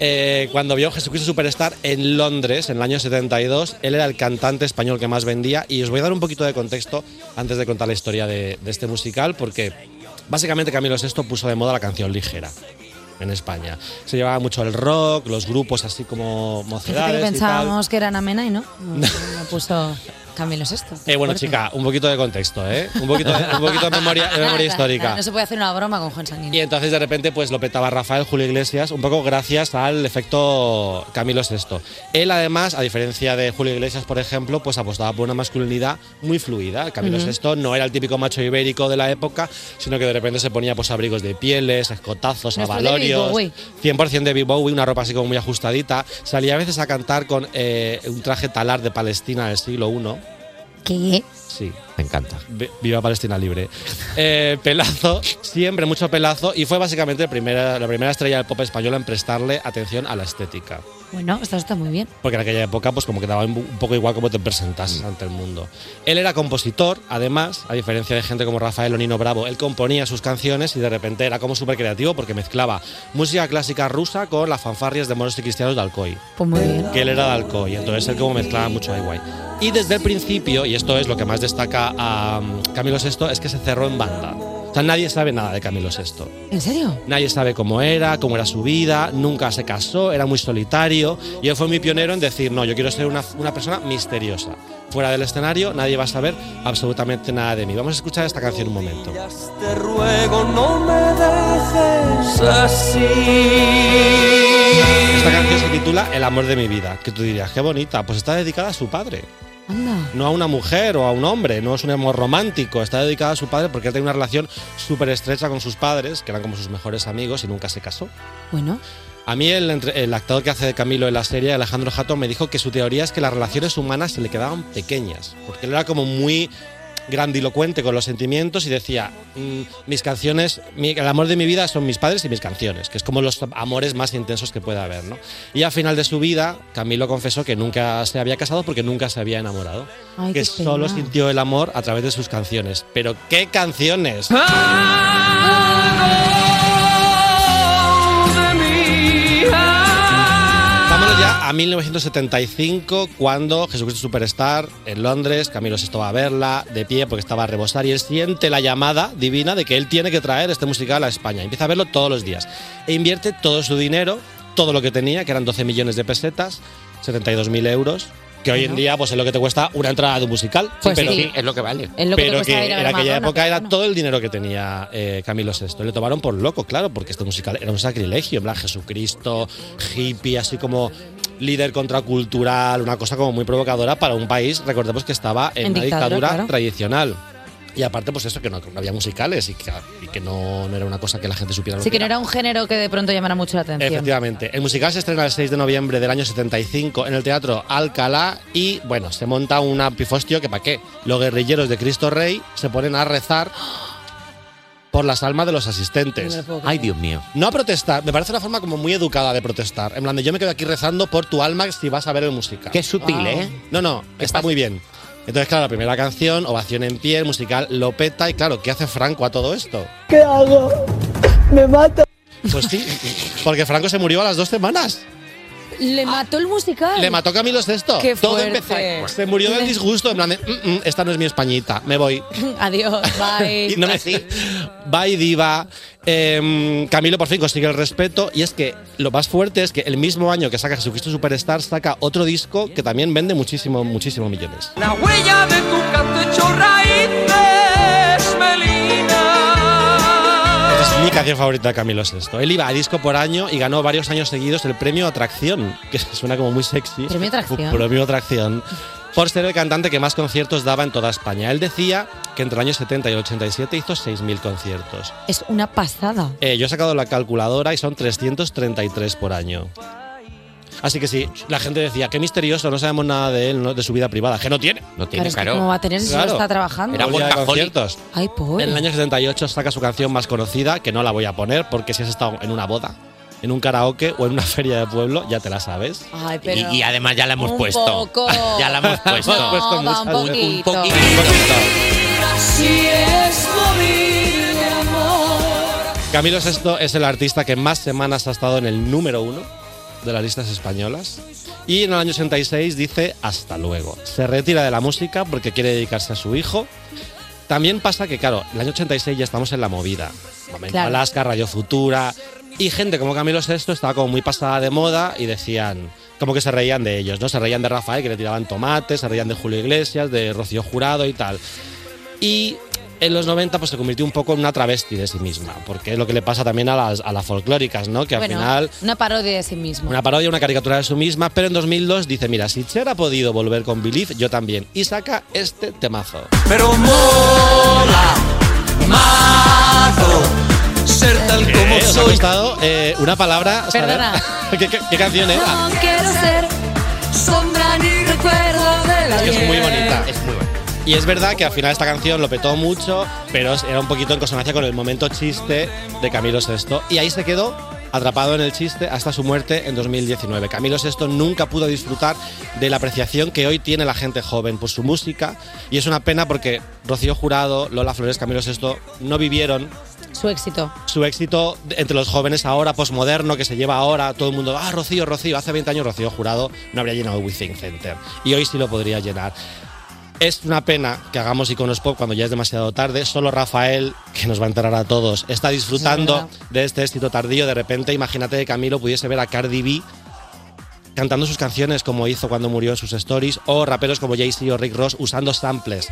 Speaker 22: Eh, cuando vio Jesucristo Superstar en Londres en el año 72, él era el cantante español que más vendía y os voy a dar un poquito de contexto antes de contar la historia de- de este musical porque básicamente Camilo VI puso de moda la canción ligera en España. Se llevaba mucho el rock, los grupos así como
Speaker 1: Fíjate que
Speaker 22: mocedades y tal.
Speaker 1: pensábamos que eran amena y no. No, no puso Camilo esto.
Speaker 22: Eh, bueno, chica, un poquito de contexto, ¿eh? Un poquito de, un poquito de memoria, de memoria histórica.
Speaker 1: No se puede hacer una broma con Juan Sanguino.
Speaker 22: Y entonces de repente pues lo petaba Rafael Julio Iglesias, un poco gracias al efecto Camilo VI. Él además, a diferencia de Julio Iglesias, por ejemplo, pues apostaba por una masculinidad muy fluida. Camilo
Speaker 8: Ujú.
Speaker 22: VI no era el típico macho ibérico de la época, sino que de repente se ponía pues abrigos de pieles, escotazos,
Speaker 8: Nuestro
Speaker 22: abalorios,
Speaker 8: David Bowie.
Speaker 22: 100% de David Bowie, una ropa así como muy ajustadita. Salía a veces a cantar con eh, un traje talar de Palestina del siglo I.
Speaker 17: ¿Qué?
Speaker 22: Sí.
Speaker 3: Me encanta.
Speaker 22: Ve- Viva Palestina libre. Eh, pelazo, siempre mucho pelazo, y fue básicamente el primera- la primera estrella del pop española en prestarle atención a la estética.
Speaker 1: Bueno, esto está muy bien.
Speaker 22: Porque en aquella época, pues como que daba un un poco igual como te
Speaker 3: Mm.
Speaker 22: presentases ante el mundo. Él era compositor, además, a diferencia de gente como Rafael o Nino Bravo, él componía sus canciones y de repente era como súper creativo porque mezclaba música clásica rusa con las fanfarrias de moros y cristianos de Alcoy.
Speaker 1: Pues muy bien.
Speaker 22: Que él era de Alcoy, entonces él como mezclaba mucho ahí guay. Y desde el principio, y esto es lo que más destaca a mm, Camilo VI, es que se cerró en banda. O sea, nadie sabe nada de Camilo VI.
Speaker 1: ¿En serio?
Speaker 22: Nadie sabe cómo era, cómo era su vida, nunca se casó, era muy solitario y él fue muy pionero en decir, no, yo quiero ser una, una persona misteriosa. Fuera del escenario nadie va a saber absolutamente nada de mí. Vamos a escuchar esta canción un momento.
Speaker 10: Te ruego no me dejes así.
Speaker 22: Esta canción se titula El amor de mi vida, que tú dirías, qué bonita, pues está dedicada a su padre.
Speaker 1: Anda.
Speaker 22: No a una mujer o a un hombre, no es un amor romántico, está dedicada a su padre porque él tenía una relación súper estrecha con sus padres, que eran como sus mejores amigos y nunca se casó.
Speaker 1: Bueno.
Speaker 22: A mí el, entre- el actor que hace de Camilo en la serie, Alejandro Jatón, me dijo que su teoría es que las relaciones humanas se le quedaban pequeñas, porque él era como muy grandilocuente con los sentimientos y decía, mm, mis canciones, mi- el amor de mi vida son mis padres y mis canciones, que es como los amores más intensos que puede haber. ¿no? Y al final de su vida, Camilo confesó que nunca se había casado porque nunca se había enamorado,
Speaker 1: Ay,
Speaker 22: que
Speaker 1: qué pena.
Speaker 22: solo sintió el amor a través de sus canciones. Pero ¿qué canciones? Vámonos ya a 1975, cuando Jesucristo Superstar en Londres, Camilo VI va a verla de pie porque estaba a rebosar y él siente la llamada divina de que él tiene que traer este musical a España. Empieza a verlo todos los días e invierte todo su dinero, todo lo que tenía, que eran 12 millones de pesetas, 72.000 euros, que hoy en día pues, es lo que te cuesta una entrada de un musical.
Speaker 3: Pues sí. Sí, es lo que vale. Es lo que te
Speaker 22: pero
Speaker 3: cuesta ir a ver
Speaker 22: en
Speaker 3: a
Speaker 22: aquella
Speaker 3: Madonna,
Speaker 22: época era todo el dinero que tenía eh, Camilo VI. Le tomaron por loco, claro, porque este musical era un sacrilegio, en plan Jesucristo, hippie, así como líder contracultural, una cosa como muy provocadora para un país, recordemos que estaba en,
Speaker 8: En
Speaker 22: una
Speaker 8: dictadura,
Speaker 22: dictadura,
Speaker 8: claro.
Speaker 22: tradicional. Y aparte, pues eso, que no, que no había musicales y que, y que no, no era una cosa que la gente supiera lo
Speaker 1: Así
Speaker 22: que
Speaker 1: que no era un género que de pronto llamara mucho la atención.
Speaker 22: Efectivamente. El musical se estrena el 6 de noviembre del año 75 en el Teatro Alcalá y, bueno, se monta un ampifostio que, ¿para qué? Los guerrilleros de Cristo Rey se ponen a rezar por las almas de los
Speaker 3: No me
Speaker 22: asistentes.
Speaker 3: lo puedo creer. Ay, Dios mío.
Speaker 22: No a protestar. Me parece una forma como muy educada de protestar. En plan de yo me quedo aquí rezando por tu alma si vas a ver el musical.
Speaker 3: Qué sutil, Wow. ¿eh?
Speaker 22: No, no, está muy bien. Entonces, claro, la primera canción, ovación en pie, el musical lo peta y, claro, ¿qué hace Franco a todo esto?
Speaker 10: ¿Qué hago? Me mato.
Speaker 22: Pues sí, porque Franco se murió a las dos semanas.
Speaker 1: Le mató el musical.
Speaker 22: Le mató Camilo VI.
Speaker 1: Qué
Speaker 22: Todo
Speaker 1: fuerte.
Speaker 22: empezó. Se murió del disgusto. En plan de, "Mm, mm, esta no es mi españita, me voy.
Speaker 1: Adiós, bye.
Speaker 22: Y no me- Bye, diva. Em, Camilo por fin consigue el respeto. Y es que lo más fuerte es que el mismo año que saca Jesucristo Superstar, saca otro disco que también vende muchísimo, muchísimos millones.
Speaker 10: La huella de tu canto hecho raíces, Melina.
Speaker 22: Esta es mi canción favorita de Camilo VI. Él iba a disco por año y ganó varios años seguidos el premio Atracción, que suena como muy sexy.
Speaker 1: Premio Atracción.
Speaker 22: Premio Atracción. Por ser el cantante que más conciertos daba en toda España. Él decía que entre el año 70 y el 87 hizo 6.000 conciertos.
Speaker 1: Es una pasada.
Speaker 22: Eh, yo he sacado la calculadora y son 333 por año. Así que sí, la gente decía, qué misterioso, no sabemos nada de él, no- de su vida privada, que no tiene.
Speaker 3: No
Speaker 1: Claro, es que ¿cómo va a tener si solo está trabajando? Era workaholic.
Speaker 22: conciertos.
Speaker 1: Ay, pobre.
Speaker 22: En el año 78 saca su canción más conocida, que no la voy a poner porque si has estado en una boda, en un karaoke o en una feria de pueblo, ya te la sabes.
Speaker 10: Ah.
Speaker 1: Ay, pero...
Speaker 3: Y, y además ya la hemos puesto.
Speaker 1: poco.
Speaker 3: Ya la hemos puesto.
Speaker 1: No, va
Speaker 3: muchas
Speaker 1: un
Speaker 3: veces. Un
Speaker 1: poquito.
Speaker 16: Así es morir de amor.
Speaker 22: Camilo Sesto es el artista que más semanas ha estado en el número uno de las listas españolas. Y en el año 86 dice hasta luego. Se retira de la música porque quiere dedicarse a su hijo. También pasa que, claro, el año 86 ya estamos en la movida. Momento
Speaker 8: Claro.
Speaker 22: Alaska, Radio Futura. Y gente como Camilo Sesto estaba como muy pasada de moda y decían, como que se reían de ellos, ¿no? Se reían de Rafael, que le tiraban tomates, se reían de Julio Iglesias, de Rocío Jurado y tal. Y en los 90 pues se convirtió un poco en una travesti de sí misma, porque es lo que le pasa también a las, a las folclóricas, ¿no? Que al
Speaker 1: Bueno,
Speaker 22: final
Speaker 1: una parodia de sí mismo.
Speaker 22: una parodia, una caricatura de su misma, pero en 2002 dice, mira, si Cher ha podido volver con Believe, yo también. Y saca este temazo.
Speaker 10: Pero mola, mazo, ser tal como
Speaker 22: ¿Os ha
Speaker 10: soy.
Speaker 22: costado eh, una palabra? saber-
Speaker 10: Perdona.
Speaker 22: ¿Qué, qué- qué canción era?
Speaker 16: No quiero ser sombra ni recuerdo de
Speaker 22: Es
Speaker 16: la
Speaker 22: que es muy bonita. Es muy bonita. Y es verdad que al final esta canción lo petó mucho, pero es- era un poquito en consonancia con el momento chiste de Camilo VI. Y ahí se quedó atrapado en el chiste hasta su muerte en 2019. Camilo VI nunca pudo disfrutar de la apreciación que hoy tiene la gente joven por su música. Y es una pena porque Rocío Jurado, Lola Flores, Camilo VI no vivieron
Speaker 1: Su éxito.
Speaker 22: su éxito de- entre los jóvenes ahora, posmoderno, que se lleva ahora, todo el mundo, ah, Rocío, Rocío, hace 20 años Rocío Jurado no habría llenado el Within Center. Y hoy sí lo podría llenar. Es una pena que hagamos iconos pop cuando ya es demasiado tarde. Solo Rafael, que nos va a enterar a todos, está
Speaker 1: Es
Speaker 22: disfrutando
Speaker 1: verdad.
Speaker 22: de este éxito tardío. De repente, imagínate que Camilo pudiese ver a Cardi B cantando sus canciones como hizo cuando murió en sus stories, o raperos como Jay-Z o Rick Ross usando samples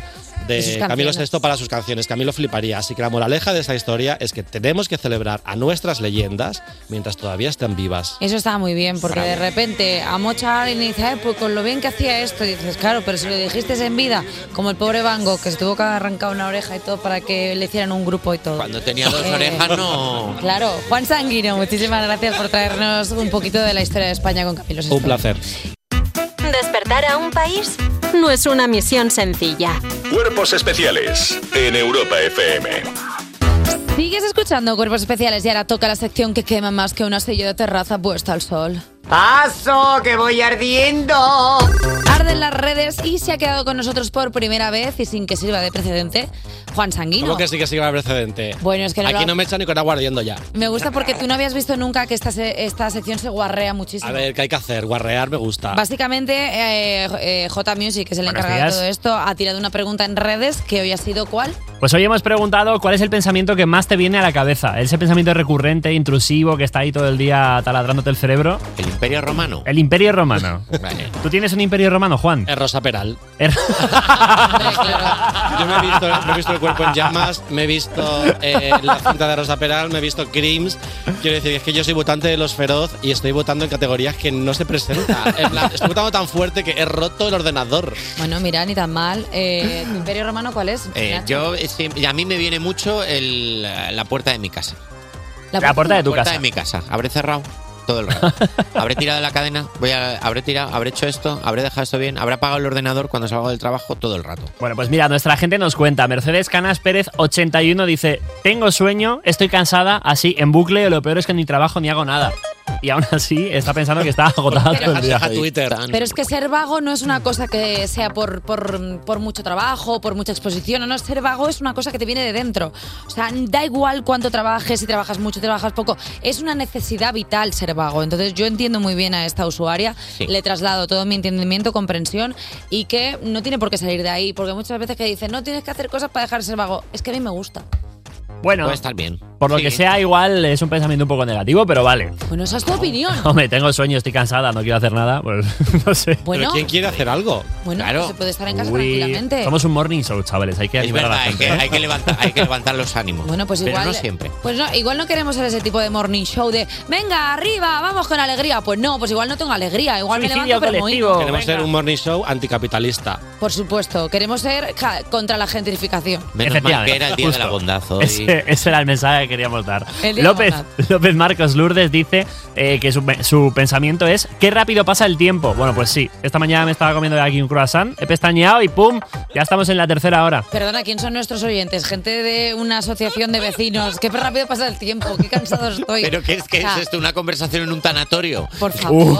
Speaker 1: De sus
Speaker 22: de Camilo
Speaker 1: canciones.
Speaker 22: VI para sus canciones. Camilo fliparía. Así que la moraleja de esta historia es que tenemos que celebrar a nuestras leyendas mientras todavía están vivas.
Speaker 1: Eso estaba muy bien, porque de
Speaker 22: Bravo.
Speaker 1: repente a Mocha alguien y dice, "Ay, pues con lo bien que hacía esto, y dices, claro, pero si lo dijiste en vida, como el pobre Van Gogh, que se tuvo que arrancar una oreja y todo para que le hicieran un grupo y todo.
Speaker 3: Cuando tenía dos
Speaker 1: Eh,
Speaker 3: orejas, no.
Speaker 1: Claro, Juan Sanguino, muchísimas gracias por traernos un poquito de la historia de España con Camilo Sesto.
Speaker 22: Un placer.
Speaker 6: Despertar a un país no es una misión sencilla.
Speaker 7: Cuerpos especiales en Europa FM.
Speaker 1: Sigues escuchando Cuerpos Especiales y ahora toca la sección que quema más que un asillo de terraza puesta al sol.
Speaker 11: ¡Paso, que voy ardiendo!
Speaker 1: Arden las redes y se ha quedado con nosotros por primera vez y sin que sirva de precedente, Juan Sanguino.
Speaker 22: ¿Cómo que sí que sigue el precedente?
Speaker 1: Bueno, es que no
Speaker 22: Aquí
Speaker 1: lo-
Speaker 22: no me echan ni con agua ardiendo ya.
Speaker 1: Me gusta porque tú no habías visto nunca que esta, se- esta sección se guarrea muchísimo.
Speaker 22: A ver, ¿qué hay que hacer? Guarrear me gusta.
Speaker 1: Básicamente, eh, eh, J Music, que es el
Speaker 22: Buenos
Speaker 1: encargado de
Speaker 22: días.
Speaker 1: todo esto, ha tirado una pregunta en redes que hoy ha sido ¿cuál?
Speaker 4: Pues hoy hemos preguntado cuál es el pensamiento que más te viene a la cabeza. Ese pensamiento recurrente, intrusivo, que está ahí todo el día taladrándote el cerebro.
Speaker 3: El Imperio Romano.
Speaker 4: El Imperio Romano.
Speaker 3: Vale.
Speaker 4: ¿Tú tienes un Imperio Romano, Juan?
Speaker 22: Es Rosa Peral.
Speaker 1: Yo
Speaker 22: me he, visto, me he visto el cuerpo en llamas, me he visto eh, la cinta de Rosa Peral, me he visto Crims. Quiero decir, es que yo soy votante de los feroz y estoy votando en categorías que no se presentan. En plan, Estoy votando tan fuerte que he roto el ordenador.
Speaker 1: Bueno, mira, ni tan mal. Eh, ¿tu Imperio Romano cuál es?
Speaker 3: Eh,
Speaker 1: Nacho?
Speaker 3: yo, eh, siempre- a mí me viene mucho el- la puerta de mi casa.
Speaker 1: La puerta- puerta de tu casa.
Speaker 3: de mi casa. Habré cerrado todo el rato. habré tirado la cadena, voy a- habré tirado, habré hecho esto, habré dejado esto bien, habré apagado el ordenador cuando salgo del trabajo todo el rato.
Speaker 4: Bueno, pues mira, nuestra gente nos cuenta. Mercedes Canas Pérez, 81, dice: Tengo sueño, estoy cansada, así en bucle. Lo peor es que ni trabajo ni hago nada. Y aún así está pensando que está agotada todo el día.
Speaker 22: Hashtag Twitter.
Speaker 1: Pero es que ser vago no es una cosa que sea por, por, por mucho trabajo, por mucha exposición, o no, ser vago es una cosa que te viene de dentro. O sea, da igual cuánto trabajes, si trabajas mucho, trabajas poco, es una necesidad vital ser vago. Entonces yo entiendo muy bien a esta usuaria,
Speaker 23: Sí.
Speaker 1: le traslado todo mi entendimiento, comprensión y que no tiene por qué salir de ahí, porque muchas veces que dicen, no tienes que hacer cosas para dejar de ser vago, es que a mí me gusta.
Speaker 4: Bueno,
Speaker 3: Puede estar bien.
Speaker 4: por lo que sea, igual es un pensamiento un poco negativo, pero vale.
Speaker 1: Bueno, esa es tu opinión.
Speaker 4: Hombre, tengo sueño, estoy cansada, no quiero hacer nada. Pues no sé.
Speaker 1: Bueno. Pero ¿quién
Speaker 22: quiere hacer algo?
Speaker 1: Bueno, pues se puede estar en casa
Speaker 4: Uy,
Speaker 1: tranquilamente.
Speaker 4: Somos un morning show, chavales. Hay que
Speaker 3: Es
Speaker 4: animar a
Speaker 3: verdad,
Speaker 4: la
Speaker 3: hay
Speaker 4: gente.
Speaker 3: que, hay que levantar, hay que levantar los ánimos.
Speaker 1: Bueno, pues
Speaker 3: Pero
Speaker 1: igual.
Speaker 3: no siempre.
Speaker 1: Pues no, igual no queremos ser ese tipo de morning show de venga, arriba, vamos con alegría. Pues no, pues igual no tengo alegría. Igual me levanto pero mohín.
Speaker 22: Queremos ser un morning show anticapitalista.
Speaker 1: Por supuesto, queremos ser ja, contra la gentrificación.
Speaker 3: Menos mal que era el día de la bondad hoy.
Speaker 4: Ese, ese era el mensaje que queríamos dar.
Speaker 1: El día de la
Speaker 4: López,
Speaker 1: bondad.
Speaker 4: López Marcos Lourdes dice eh, que su, pe- su pensamiento es qué rápido pasa el tiempo. Bueno, pues sí, esta mañana me estaba comiendo aquí un croissant, he pestañeado y ¡pum! Ya estamos en la tercera hora.
Speaker 1: Perdona, ¿quién son nuestros oyentes? Gente de una asociación de vecinos. Qué rápido pasa el tiempo, qué cansado estoy.
Speaker 3: Pero ¿qué es, qué es esto? ¿Una conversación en un tanatorio?
Speaker 1: Por favor.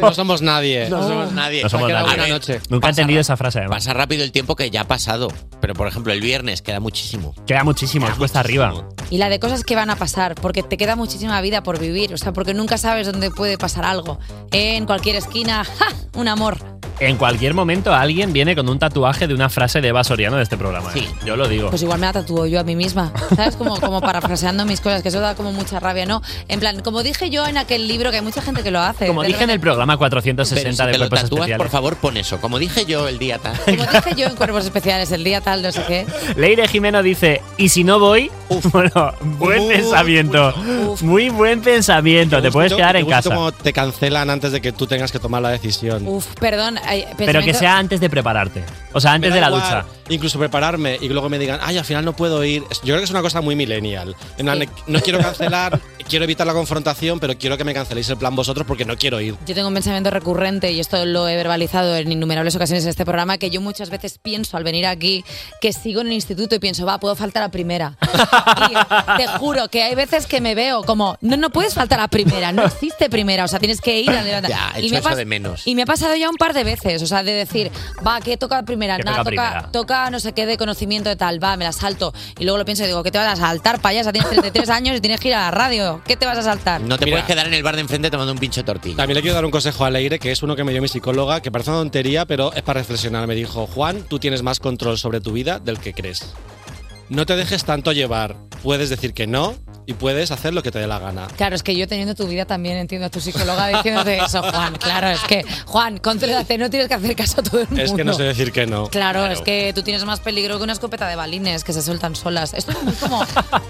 Speaker 3: no,
Speaker 22: somos nadie.
Speaker 3: No somos nadie.
Speaker 4: Oh. No somos
Speaker 3: Ha quedado
Speaker 4: nadie.
Speaker 3: una noche.
Speaker 4: Nunca he entendido esa frase, ¿eh? además.
Speaker 3: Pasa rápido el tiempo que ya ha pasado. Pero, por ejemplo, el viernes queda muchísimo.
Speaker 4: Queda muchísimo, es cuesta arriba.
Speaker 1: Y la de cosas que van a pasar, porque te queda muchísima vida por vivir, o sea, porque nunca sabes dónde puede pasar algo. En cualquier esquina, ¡ja! Un amor.
Speaker 4: En cualquier momento alguien viene con un tatuaje de una frase de Eva Soriano de este programa. ¿eh? Yo lo digo.
Speaker 1: Pues igual me la tatúo yo a mí misma, ¿sabes? Como, como parafraseando mis cosas, que eso da como mucha rabia, ¿no? En plan, como dije yo en aquel libro, que hay mucha gente que lo hace.
Speaker 4: Como
Speaker 1: de
Speaker 4: dije en el programa 460
Speaker 3: Pero si
Speaker 4: de
Speaker 3: te lo
Speaker 4: Cuerpos
Speaker 3: tatúas,
Speaker 4: Especiales.
Speaker 3: por favor, pon eso. Como dije yo el día tal.
Speaker 1: repente- Como dije yo en Cuerpos Especiales, el día tal, no sé qué.
Speaker 4: Leire Jimeno dice, ¿y si no voy? Bueno, buen
Speaker 22: Uf,
Speaker 4: pensamiento. Muy buen pensamiento. Te puedes quedar en casa.
Speaker 22: Como te cancelan antes de que tú tengas que tomar la decisión.
Speaker 1: Uf, perdón. ay,
Speaker 4: Pero que
Speaker 1: pensamiento-
Speaker 4: sea antes de prepararte. O sea, antes
Speaker 22: Me
Speaker 4: de
Speaker 22: da
Speaker 4: la
Speaker 22: igual
Speaker 4: ducha.
Speaker 22: Incluso prepararme y luego me digan, ay, al final no puedo ir. Es- Yo creo que es una cosa muy millennial. En plan, no quiero cancelar, quiero evitar la confrontación, pero quiero que me canceléis el plan vosotros porque no quiero ir.
Speaker 1: Yo tengo un pensamiento recurrente, y esto lo he verbalizado en innumerables ocasiones en este programa, que yo muchas veces pienso al venir aquí que sigo en el instituto y pienso, va, puedo faltar a primera. Y te juro que hay veces que me veo como, no, no puedes faltar a primera, no existe primera, o sea, tienes que ir a levantar.
Speaker 3: Ya,
Speaker 1: Y
Speaker 3: echo
Speaker 1: me
Speaker 3: eso
Speaker 1: pas-
Speaker 3: de menos.
Speaker 1: Y me ha pasado ya un par de veces, o sea, de decir, va, que toca primera,
Speaker 3: Que
Speaker 1: nada, toca,
Speaker 3: toca primera.
Speaker 1: toca no sé qué de conocimiento de tal, va, me la salto. Y luego lo pienso y digo, ¿qué te vas a saltar, payasa? Tienes 33 años y tienes que ir a la radio, ¿qué te vas a saltar?
Speaker 3: No te puedes quedar en el bar de enfrente tomando un pincho de tortilla.
Speaker 22: También le quiero dar un consejo a Leire, que es uno que me dio mi psicóloga, que parece una tontería, pero es para reflexionar. Me dijo, Juan, tú tienes más control sobre tu vida del que crees. No te dejes tanto llevar. Puedes decir que no y puedes hacer lo que te dé la gana.
Speaker 1: Claro, es que yo teniendo tu vida también entiendo a tu psicóloga diciéndote eso, Juan. Claro, es que, Juan, contrólate, no tienes que hacer caso a todo el mundo.
Speaker 22: Es que no sé decir que no.
Speaker 1: Claro, es que tú tienes más peligro que una escopeta de balines que se sueltan solas. Esto es muy como.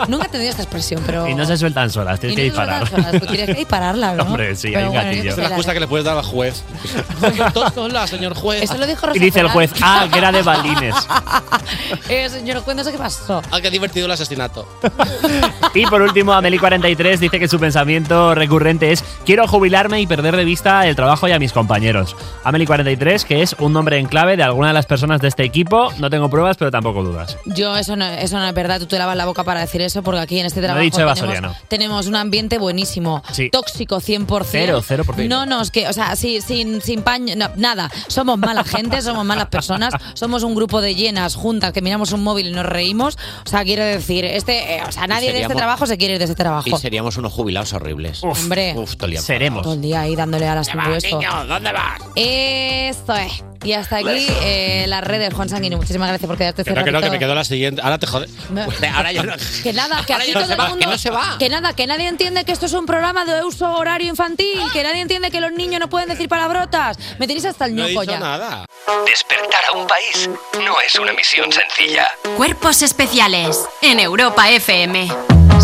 Speaker 1: Nunca he tenido esta expresión, pero.
Speaker 4: Y no se sueltan solas,
Speaker 1: y
Speaker 4: tienes que
Speaker 1: no se sueltan
Speaker 4: disparar.
Speaker 1: solas, Tú tienes que dispararla, ¿no?
Speaker 4: Hombre, sí, hay
Speaker 1: Pero
Speaker 4: un
Speaker 1: bueno, yo
Speaker 4: gatillo.
Speaker 1: qué sé, la-
Speaker 22: que le puedes dar al juez. Dos solas, señor juez.
Speaker 1: Eso lo dijo Rosa
Speaker 4: Y dice el
Speaker 1: Ferrán.
Speaker 4: juez, ah, que era de balines.
Speaker 1: Eh, señor, cuéntanos qué pasó.
Speaker 22: Ah, qué divertido el asesinato.
Speaker 4: Y por último, Amelie43 dice que su pensamiento recurrente es quiero jubilarme y perder de vista el trabajo y a mis compañeros. Amelie43, que es un nombre en clave de alguna de las personas de este equipo, no tengo pruebas, pero tampoco dudas.
Speaker 1: Yo, eso no, eso no es verdad, tú te lavas la boca para decir eso, porque aquí en este
Speaker 4: Lo he
Speaker 1: trabajo
Speaker 4: dicho Eva
Speaker 1: tenemos,
Speaker 4: Soriano.
Speaker 1: tenemos un ambiente buenísimo,
Speaker 4: Sí.
Speaker 1: tóxico 100%.
Speaker 4: Cero, cero por cero.
Speaker 1: No nos que, o sea, sí, sin, sin paño, no, nada. Somos mala gente, somos malas personas, somos un grupo de llenas juntas que miramos un móvil y nos reímos. O sea, quiero decir, este, eh, o sea, nadie de este
Speaker 3: seríamos-
Speaker 1: trabajo se quiere ir de este trabajo.
Speaker 3: Y seríamos unos jubilados horribles.
Speaker 1: Uf. Hombre.
Speaker 3: Uf, todo el día
Speaker 1: Todo
Speaker 3: enfadados.
Speaker 1: el día ahí dándole a las
Speaker 3: ¿Dónde vas, niño? ¿Dónde vas?
Speaker 1: Esto es. Y hasta aquí eh, las redes, Juan Sanguino. Muchísimas gracias por quedarte
Speaker 22: Que no,
Speaker 1: cerrado.
Speaker 22: que no, que me quedó la siguiente. Ahora te jode.
Speaker 3: Ahora yo no.
Speaker 1: Que nada, que
Speaker 3: Ahora
Speaker 1: aquí
Speaker 3: ya no
Speaker 1: todo
Speaker 3: se
Speaker 1: el
Speaker 3: va,
Speaker 1: mundo.
Speaker 3: que no se va.
Speaker 1: que nada, que nadie entiende que esto es un programa de uso horario infantil. Que nadie entiende que los niños no pueden decir palabrotas. Me tenéis hasta el ñoco ya.
Speaker 22: nada.
Speaker 5: Despertar a un país no es una misión sencilla.
Speaker 6: Cuerpos especiales en Europa FM.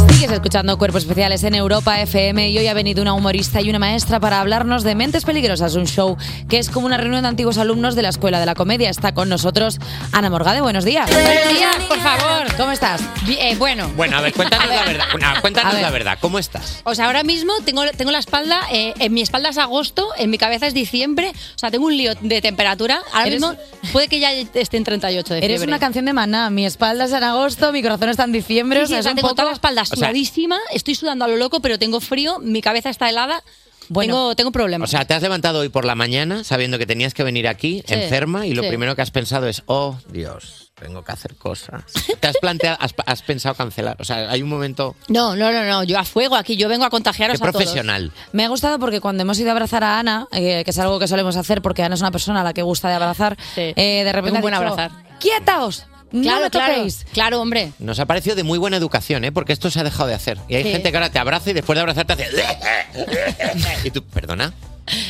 Speaker 1: Sigues escuchando Cuerpos Especiales en Europa FM y hoy ha venido una humorista y una maestra para hablarnos de Mentes Peligrosas, un show que es como una reunión de antiguos alumnos de la Escuela de la Comedia. Está con nosotros Ana Morgade. Buenos días.
Speaker 14: Buenos días, por favor.
Speaker 1: ¿Cómo estás?
Speaker 14: eh, bueno,
Speaker 3: Bueno, a ver, cuéntanos la verdad. Bueno, cuéntanos
Speaker 14: A ver.
Speaker 3: la verdad. ¿Cómo estás?
Speaker 14: o sea, ahora mismo tengo, tengo la espalda, eh, en mi espalda es agosto, en mi cabeza es diciembre, o sea, tengo un lío de temperatura. Ahora
Speaker 1: Eres-
Speaker 14: mismo puede que ya esté en 38 de fiebre.
Speaker 1: Eres una canción de Maná. Mi espalda es en agosto, mi corazón está en diciembre.
Speaker 14: Sí,
Speaker 1: o sea,
Speaker 14: sí, o
Speaker 1: es
Speaker 14: sea,
Speaker 1: un
Speaker 14: tengo
Speaker 1: poco-
Speaker 14: toda la espalda
Speaker 3: sea-
Speaker 14: sudadísima, estoy sudando a lo loco, pero tengo frío, mi cabeza está helada, tengo, tengo
Speaker 3: O
Speaker 14: problemas.
Speaker 3: sea, te has levantado hoy por la mañana sabiendo que tenías que venir aquí
Speaker 14: Sí,
Speaker 3: enferma y lo
Speaker 14: sí.
Speaker 3: primero que has pensado es, oh, Dios, tengo que hacer cosas. ¿Te has planteado, has, has pensado cancelar? O sea, hay un momento...
Speaker 14: no, no, no, no, yo a fuego aquí, yo vengo a contagiaros
Speaker 3: Qué
Speaker 14: a todos.
Speaker 3: profesional.
Speaker 1: Me ha gustado porque cuando hemos ido a abrazar a Ana, eh, que es algo que solemos hacer porque Ana es una persona a la que gusta de abrazar, eh, de repente
Speaker 14: Es un
Speaker 1: ha
Speaker 14: buen
Speaker 1: dicho,
Speaker 14: abrazar.
Speaker 1: ¡Quietaos! ¡No
Speaker 14: Claro,
Speaker 1: me
Speaker 14: claro,
Speaker 1: toquéis!
Speaker 14: claro, hombre.
Speaker 3: Nos ha parecido de muy buena educación, ¿eh? Porque esto se ha dejado de hacer. Y hay
Speaker 14: Sí.
Speaker 3: gente que ahora te abraza y después de abrazarte hace... Y tú, perdona.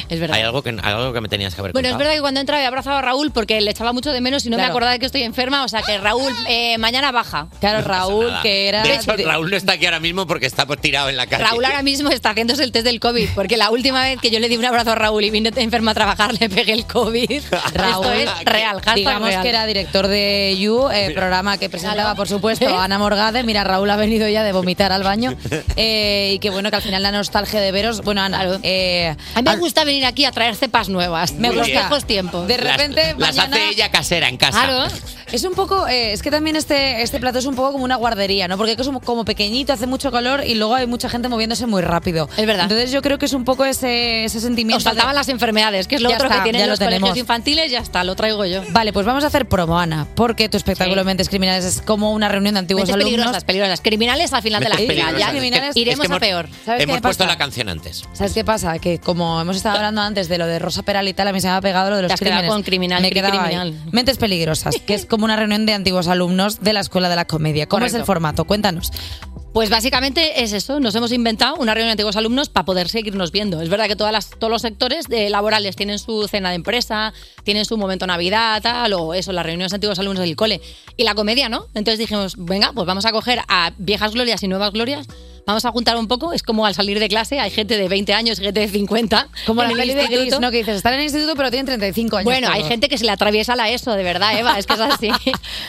Speaker 1: Es verdad.
Speaker 3: Hay algo que, algo que me tenías que haber
Speaker 8: Bueno, es
Speaker 3: contado.
Speaker 8: verdad que cuando entraba he abrazado a Raúl porque le echaba mucho de menos y no me
Speaker 3: Claro.
Speaker 8: acordaba de que estoy enferma. O sea que Raúl, eh, mañana baja.
Speaker 1: Claro, Raúl,
Speaker 3: Nada.
Speaker 8: que era-
Speaker 3: De hecho, Raúl no está aquí ahora mismo porque está pues, tirado en la calle.
Speaker 8: Raúl ahora mismo está haciéndose el test del COVID, porque la última vez que yo le di un abrazo a Raúl y vine enferma a trabajar, le pegué el COVID.
Speaker 1: Raúl,
Speaker 8: Esto es real, hashtag
Speaker 1: digamos
Speaker 8: real.
Speaker 1: que era director de You, eh, programa que presentaba, por supuesto,
Speaker 8: ¿Eh?
Speaker 1: Ana Morgade. Mira, Raúl ha venido ya de vomitar al baño. Eh, y que bueno, que al final la nostalgia de veros. Bueno, Ana, eh,
Speaker 8: A mí me gusta venir aquí a traer cepas nuevas. Me
Speaker 1: Me gusta.
Speaker 8: gusta. Viejos tiempos.
Speaker 1: De repente,
Speaker 3: las, las
Speaker 1: mañana-
Speaker 3: hace ella casera en casa.
Speaker 1: Claro. Es un poco, eh, es que también este, este plato es un poco como una guardería, ¿no? Porque es como, como pequeñito, hace mucho calor y luego hay mucha gente moviéndose muy rápido. Es verdad. Entonces yo creo que es un poco ese, ese sentimiento. Os faltaban
Speaker 8: las enfermedades, que es lo otro que tienen los colegios infantiles, ya está, lo traigo yo.
Speaker 1: Vale, pues vamos a hacer promo, Ana, porque tu espectáculo Mentes Criminales es como una reunión de antiguos
Speaker 8: Mentes
Speaker 1: alumnos.
Speaker 8: peligrosas, peligrosas. Criminales al final
Speaker 3: de la Mentes fila, ya peligrosas. criminales. Es que-
Speaker 1: iremos
Speaker 3: es que
Speaker 1: a
Speaker 3: hemos-
Speaker 1: peor. ¿Sabes qué
Speaker 3: Hemos
Speaker 1: me
Speaker 3: puesto
Speaker 1: pasa?
Speaker 3: la canción antes.
Speaker 1: ¿Sabes qué pasa? Que como hemos estado hablando antes de lo de Rosa Peral y tal, a mí se me ha pegado lo de los
Speaker 8: Te has quedado
Speaker 1: crímenes.
Speaker 8: con criminal,
Speaker 1: me he
Speaker 8: cri-
Speaker 1: quedado ahí.
Speaker 8: criminal.
Speaker 1: Mentes peligrosas, que es como una reunión de antiguos alumnos de la Escuela de la Comedia. ¿Cómo es
Speaker 8: Correcto.
Speaker 1: el formato? Cuéntanos.
Speaker 8: Pues básicamente es eso, nos hemos inventado una reunión de antiguos alumnos para poder seguirnos viendo. Es verdad que todas las, todos los sectores eh, laborales tienen su cena de empresa, tienen su momento Navidad, tal, o eso, las reuniones de antiguos alumnos del cole. Y la comedia, ¿no? Entonces dijimos, venga, pues vamos a coger a viejas glorias y nuevas glorias, vamos a juntar un poco, es como al salir de clase, hay gente de 20 años, gente de 50.
Speaker 1: Como
Speaker 8: en
Speaker 1: la
Speaker 8: el
Speaker 1: peli de
Speaker 8: instituto.
Speaker 1: Gris, ¿no? Que dices, están en el instituto pero tienen 35 años.
Speaker 8: Bueno, hay
Speaker 1: todos.
Speaker 8: gente que se le atraviesa la ESO, de verdad, Eva, es que es así.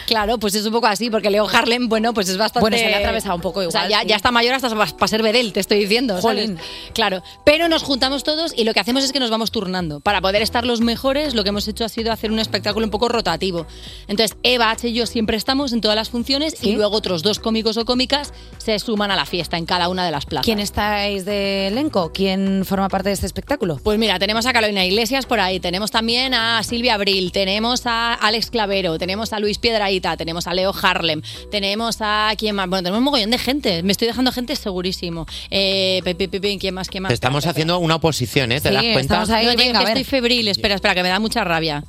Speaker 8: claro, pues es un poco así, porque Leo Harlem, bueno, pues es bastante...
Speaker 1: Bueno, se le ha atravesado un poco
Speaker 8: O sea,
Speaker 1: igual,
Speaker 8: ya,
Speaker 1: sí.
Speaker 8: ya está mayor hasta para ser Bedel, te estoy diciendo. ¿sabes?
Speaker 1: Jolín.
Speaker 8: Claro, pero nos juntamos todos y lo que hacemos es que nos vamos turnando. Para poder estar los mejores, lo que hemos hecho ha sido hacer un espectáculo un poco rotativo. Entonces, Eva, H y yo siempre estamos en todas las funciones y luego otros dos cómicos o cómicas se suman a la fiesta en cada una de las plazas.
Speaker 1: ¿Quién estáis de elenco? ¿Quién forma parte de este espectáculo?
Speaker 8: Pues mira, tenemos a Carolina Iglesias por ahí, tenemos también a Silvia Abril, tenemos a Alex Clavero, tenemos a Luis Piedraíta, tenemos a Leo Harlem, tenemos a quién más, bueno, tenemos un mogollón de gente, me estoy dejando gente segurísimo. Eh, pe, pe, pe, pe, ¿quién más, quién más?
Speaker 3: Te estamos haciendo una oposición, ¿eh? ¿Te das cuenta?
Speaker 8: No, tío, que estoy febril, espera, espera, que me da mucha rabia.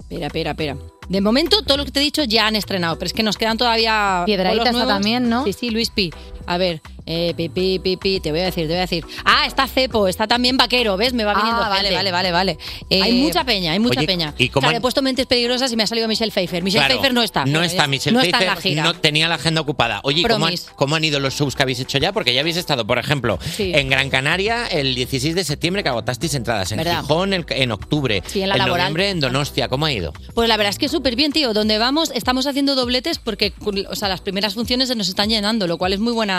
Speaker 8: Espera, espera, espera. De momento, todo lo que te he dicho ya han estrenado, pero es que nos quedan todavía.
Speaker 1: Piedrahíta
Speaker 8: bolos
Speaker 1: está
Speaker 8: nuevos.
Speaker 1: también, ¿no?
Speaker 8: Sí, sí, Luis Pi. A ver, eh, pi, pi, pi, pi, te voy a decir, te voy a decir. Ah, está Cepo, está también Vaquero, ¿ves? Me va viniendo.
Speaker 1: Ah, vale,
Speaker 8: gente.
Speaker 1: vale, vale, vale.
Speaker 8: Hay
Speaker 1: Eh,
Speaker 8: mucha peña, hay mucha
Speaker 3: Oye,
Speaker 8: peña.
Speaker 3: ¿y cómo han-
Speaker 8: Claro, he puesto mentes peligrosas y me ha salido Michelle Pfeiffer. Michelle
Speaker 3: Claro,
Speaker 8: Pfeiffer no está.
Speaker 3: No está Michelle
Speaker 8: no
Speaker 3: Pfeiffer.
Speaker 8: Está en la gira.
Speaker 3: No tenía la agenda ocupada. Oye, ¿y ¿cómo han,
Speaker 8: Promis.
Speaker 3: cómo han ido los subs que habéis hecho ya? Porque ya habéis estado, por ejemplo,
Speaker 8: Sí.
Speaker 3: en Gran Canaria el 16 de septiembre que agotasteis entradas. En
Speaker 8: ¿Verdad?
Speaker 3: Gijón el- en octubre.
Speaker 8: Sí, en la laboral.
Speaker 3: noviembre en Donostia. ¿Cómo ha ido?
Speaker 8: Pues la verdad es que súper bien, tío. Donde vamos, estamos haciendo dobletes porque o sea, las primeras funciones se nos están llenando, lo cual es muy buena.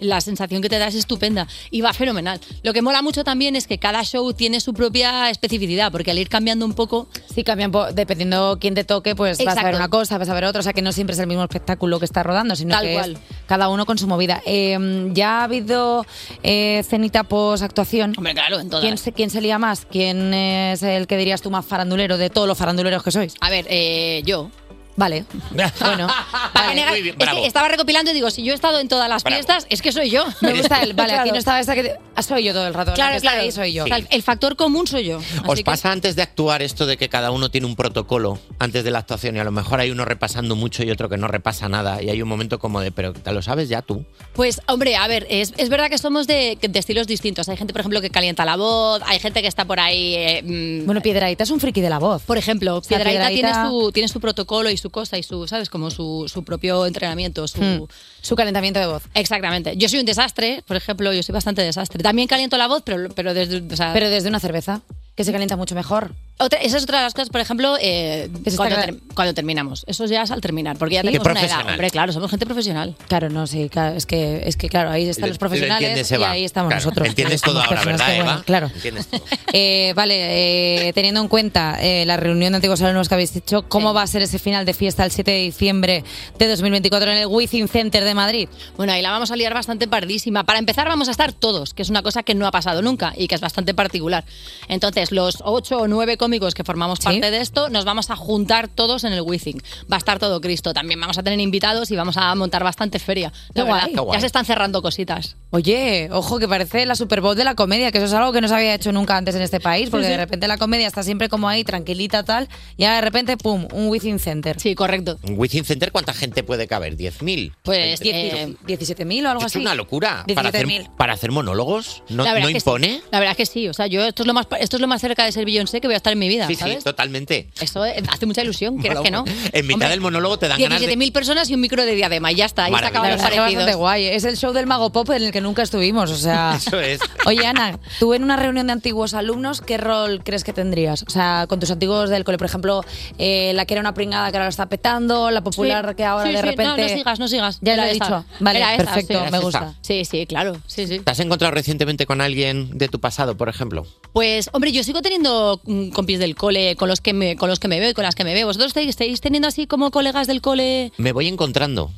Speaker 8: La sensación que te da es estupenda y va fenomenal. Lo que mola mucho también es que cada show tiene su propia especificidad, porque al ir cambiando un poco.
Speaker 1: Sí, cambian dependiendo quién te toque, pues vas a ver
Speaker 8: Exacto.
Speaker 1: una cosa, vas a ver otra. O sea, que no siempre es el mismo espectáculo que está rodando, sino
Speaker 8: Tal
Speaker 1: que
Speaker 8: cual.
Speaker 1: es cada uno con su movida. Eh, ya ha habido eh, cenita post-actuación.
Speaker 8: Hombre, claro, en todas.
Speaker 1: ¿Quién se, ¿Quién se lía más? ¿Quién es el que dirías tú más farandulero de todos los faranduleros que sois?
Speaker 8: A ver, eh, yo.
Speaker 1: Vale. Bueno.
Speaker 8: Para
Speaker 1: Vale.
Speaker 8: negar-
Speaker 1: Muy bien,
Speaker 8: es que
Speaker 1: bravo.
Speaker 8: estaba recopilando y digo, si yo he estado en todas las
Speaker 1: Bravo.
Speaker 8: fiestas, es que soy yo.
Speaker 1: Me gusta el. Vale, aquí no estaba esta que. te- ah, soy yo todo el rato. la que
Speaker 8: Claro,
Speaker 1: está
Speaker 8: claro.
Speaker 1: ahí soy yo.
Speaker 8: O sea, el- el factor común soy yo.
Speaker 3: ¿Os
Speaker 8: Así que-
Speaker 3: pasa antes de actuar esto de que cada uno tiene un protocolo antes de la actuación y a lo mejor hay uno repasando mucho y otro que no repasa nada y hay un momento como de, pero te lo sabes ya tú?
Speaker 8: Pues, hombre, a ver, es, es verdad que somos de, de estilos distintos. Hay gente, por ejemplo, que calienta la voz, hay gente que está por ahí. eh, mm,
Speaker 1: Bueno, Piedraita es un friki de la voz.
Speaker 8: Por ejemplo,
Speaker 1: sea,
Speaker 8: Piedrahíta tiene
Speaker 1: Piedrahíta-
Speaker 8: su, tiene su protocolo y su cosa y su, ¿sabes? Como su, su propio entrenamiento, su,
Speaker 1: Mm, su calentamiento de voz.
Speaker 8: Exactamente. Yo soy un desastre, por ejemplo, yo soy bastante desastre. También caliento la voz, pero, pero desde... o sea,
Speaker 1: Pero desde una cerveza, que se calienta mucho mejor.
Speaker 8: otra- esa es otra de las cosas, por ejemplo, eh,
Speaker 1: Pues está
Speaker 8: cuando,
Speaker 1: gra-
Speaker 8: ter- cuando terminamos. Eso ya es al terminar, porque ya
Speaker 1: Sí.
Speaker 8: tenemos
Speaker 1: Qué
Speaker 8: una edad.
Speaker 1: profesional.
Speaker 8: Hombre, claro, somos gente profesional.
Speaker 1: Claro, no, sí, claro, es que, es que claro, ahí están
Speaker 3: Lo-
Speaker 1: los
Speaker 3: lo
Speaker 1: profesionales
Speaker 3: entiendes,
Speaker 1: y
Speaker 3: Eva.
Speaker 1: ahí estamos
Speaker 3: Claro,
Speaker 1: nosotros.
Speaker 3: Entiendes
Speaker 1: Somos
Speaker 3: todo ahora,
Speaker 1: personas
Speaker 3: ¿verdad,
Speaker 1: que, bueno,
Speaker 3: Eva?
Speaker 1: claro.
Speaker 3: Entiendes
Speaker 1: Eh, vale, eh, teniendo en cuenta eh, la reunión de antiguos alumnos que habéis hecho, ¿cómo va a ser ese final de fiesta el 7 de diciembre de 2024 en el Within Center de Madrid?
Speaker 8: Bueno, ahí la vamos a liar bastante pardísima. Para empezar, vamos a estar todos, que es una cosa que no ha pasado nunca y que es bastante particular. Entonces, los ocho o nueve cómicos que formamos parte de esto, nos vamos a juntar todos en el Withing. Va a estar todo Cristo. También vamos a tener invitados y vamos a montar bastante feria.
Speaker 1: Qué
Speaker 8: La verdad,
Speaker 1: guay. Qué guay.
Speaker 8: Ya se están cerrando cositas.
Speaker 1: Oye, ojo que parece la Super Bowl de la comedia, que eso es algo que no se había hecho nunca antes en este país, porque
Speaker 8: Sí, sí.
Speaker 1: de repente la comedia está siempre como ahí, tranquilita, tal, y ahora de repente, pum, un Within Center.
Speaker 8: Sí, correcto.
Speaker 3: ¿En Within Center cuánta gente puede caber? ¿10.000?
Speaker 8: Pues eh,
Speaker 1: 17.000 o algo
Speaker 3: es
Speaker 1: así.
Speaker 3: una locura. Para hacer,
Speaker 1: 17.000.
Speaker 3: para hacer monólogos, ¿no,
Speaker 8: La verdad
Speaker 3: no
Speaker 8: es que
Speaker 3: impone?
Speaker 8: sí. La verdad es que sí. O sea, yo esto es lo más, esto es lo más cerca de ser Beyoncé que voy a estar en mi vida,
Speaker 3: Sí, sí,
Speaker 8: ¿sabes?
Speaker 3: totalmente.
Speaker 8: Eso eh, hace mucha ilusión, ¿crees
Speaker 3: Mola
Speaker 8: que no?
Speaker 3: un- En mitad del monólogo te dan ganas de...
Speaker 8: 17.000 personas y un micro de diadema, y ya está, ahí se acaban los
Speaker 1: La verdad que bastante
Speaker 8: parecidos.
Speaker 1: guay. Es el show del Mago Pop en el que nunca estuvimos, o sea...
Speaker 3: Eso es.
Speaker 1: Oye, Ana, tú en una reunión de antiguos alumnos, ¿qué rol crees que tendrías? O sea, con tus antiguos del cole, por ejemplo, eh, la que era una pringada que ahora lo está petando, la popular
Speaker 8: Sí,
Speaker 1: que ahora
Speaker 8: sí,
Speaker 1: de
Speaker 8: sí.
Speaker 1: repente...
Speaker 8: No, no sigas, no sigas.
Speaker 1: Ya lo
Speaker 8: Era
Speaker 1: he
Speaker 8: esa.
Speaker 1: dicho. Vale,
Speaker 8: Era esa,
Speaker 1: perfecto,
Speaker 8: sí.
Speaker 1: me
Speaker 3: Era
Speaker 1: gusta.
Speaker 3: esa.
Speaker 8: Sí, sí, claro. Sí, sí.
Speaker 3: ¿Te has encontrado recientemente con alguien de tu pasado, por ejemplo?
Speaker 8: Pues, hombre, yo sigo teniendo mm, compis del cole con los que me, con los que me veo y con las que me veo. ¿Vosotros estáis, estáis teniendo así como colegas del cole?
Speaker 3: Me voy encontrando.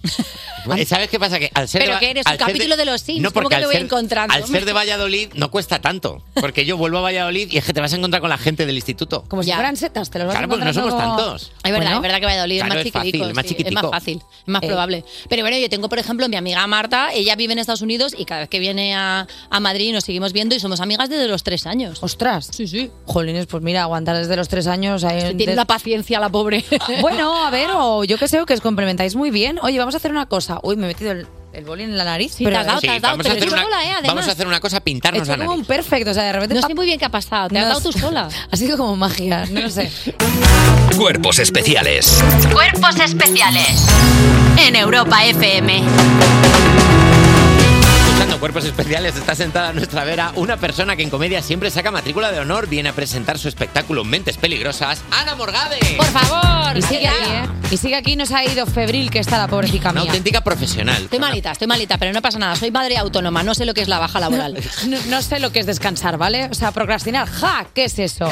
Speaker 3: ¿Sabes qué pasa? Que al ser
Speaker 8: Pero
Speaker 3: de,
Speaker 8: que eres un
Speaker 3: al ser
Speaker 8: capítulo de los Sims,
Speaker 3: No,
Speaker 8: ¿cómo
Speaker 3: porque
Speaker 8: que
Speaker 3: al
Speaker 8: me voy
Speaker 3: ser-
Speaker 8: encontrando?
Speaker 3: Al ser de Valladolid no cuesta tanto. Porque yo vuelvo a Valladolid y es que te vas a encontrar con la gente del instituto.
Speaker 1: Como si fueran setas, te los vas
Speaker 3: Claro, porque no
Speaker 1: encontrando
Speaker 3: somos
Speaker 1: como-
Speaker 3: tantos.
Speaker 8: Es verdad,
Speaker 3: Bueno.
Speaker 8: es verdad que Valladolid
Speaker 3: Claro,
Speaker 8: es más
Speaker 3: es fácil,
Speaker 8: chiquitico.
Speaker 3: es más
Speaker 8: sí, Es
Speaker 3: chiquitico.
Speaker 8: más fácil, es más
Speaker 3: Eh.
Speaker 8: probable. Pero bueno, yo tengo, por ejemplo, mi amiga Marta, ella vive en Estados Unidos y cada vez que viene a, a Madrid nos seguimos viendo y somos amigas desde los tres años.
Speaker 1: ¡Ostras!
Speaker 8: Sí, sí.
Speaker 1: Jolines, pues mira, aguantar desde los tres años... ahí en-
Speaker 8: Tiene
Speaker 1: de-
Speaker 8: la paciencia la pobre.
Speaker 1: Bueno, a ver, o yo que sé, o que os complementáis muy bien. Oye, vamos a hacer una cosa. Uy, me he metido el, el boli en la nariz.
Speaker 8: Sí, te has dado, te has dado,
Speaker 3: vamos, a
Speaker 8: pero
Speaker 3: hacer
Speaker 8: tú
Speaker 3: una,
Speaker 8: sola, eh, además.
Speaker 3: vamos a hacer una cosa, pintarnos
Speaker 1: Estoy
Speaker 3: la
Speaker 1: como
Speaker 3: nariz.
Speaker 1: un perfecto, o sea, de repente...
Speaker 8: No sé muy bien qué ha pasado, te has dado tú sola.
Speaker 1: Ha sido como magia, no lo sé.
Speaker 5: Cuerpos especiales.
Speaker 6: Cuerpos especiales en Europa FM.
Speaker 3: Escuchando Cuerpos Especiales está sentada a nuestra vera una persona que en comedia siempre saca matrícula de honor, viene a presentar su espectáculo Mentes Peligrosas. Ah, ¡Ana Morgade!
Speaker 1: Por
Speaker 8: favor,
Speaker 1: y sigue aquí, ¿eh? Y sigue aquí, nos ha ido febril que está la pobrecita
Speaker 3: Una
Speaker 1: mía.
Speaker 3: auténtica profesional.
Speaker 8: Estoy malita, estoy malita, pero no pasa nada. Soy madre autónoma, no sé lo que es la baja laboral.
Speaker 1: No, no sé lo que es descansar, ¿vale? O sea, procrastinar, ¡ja! ¿Qué es eso?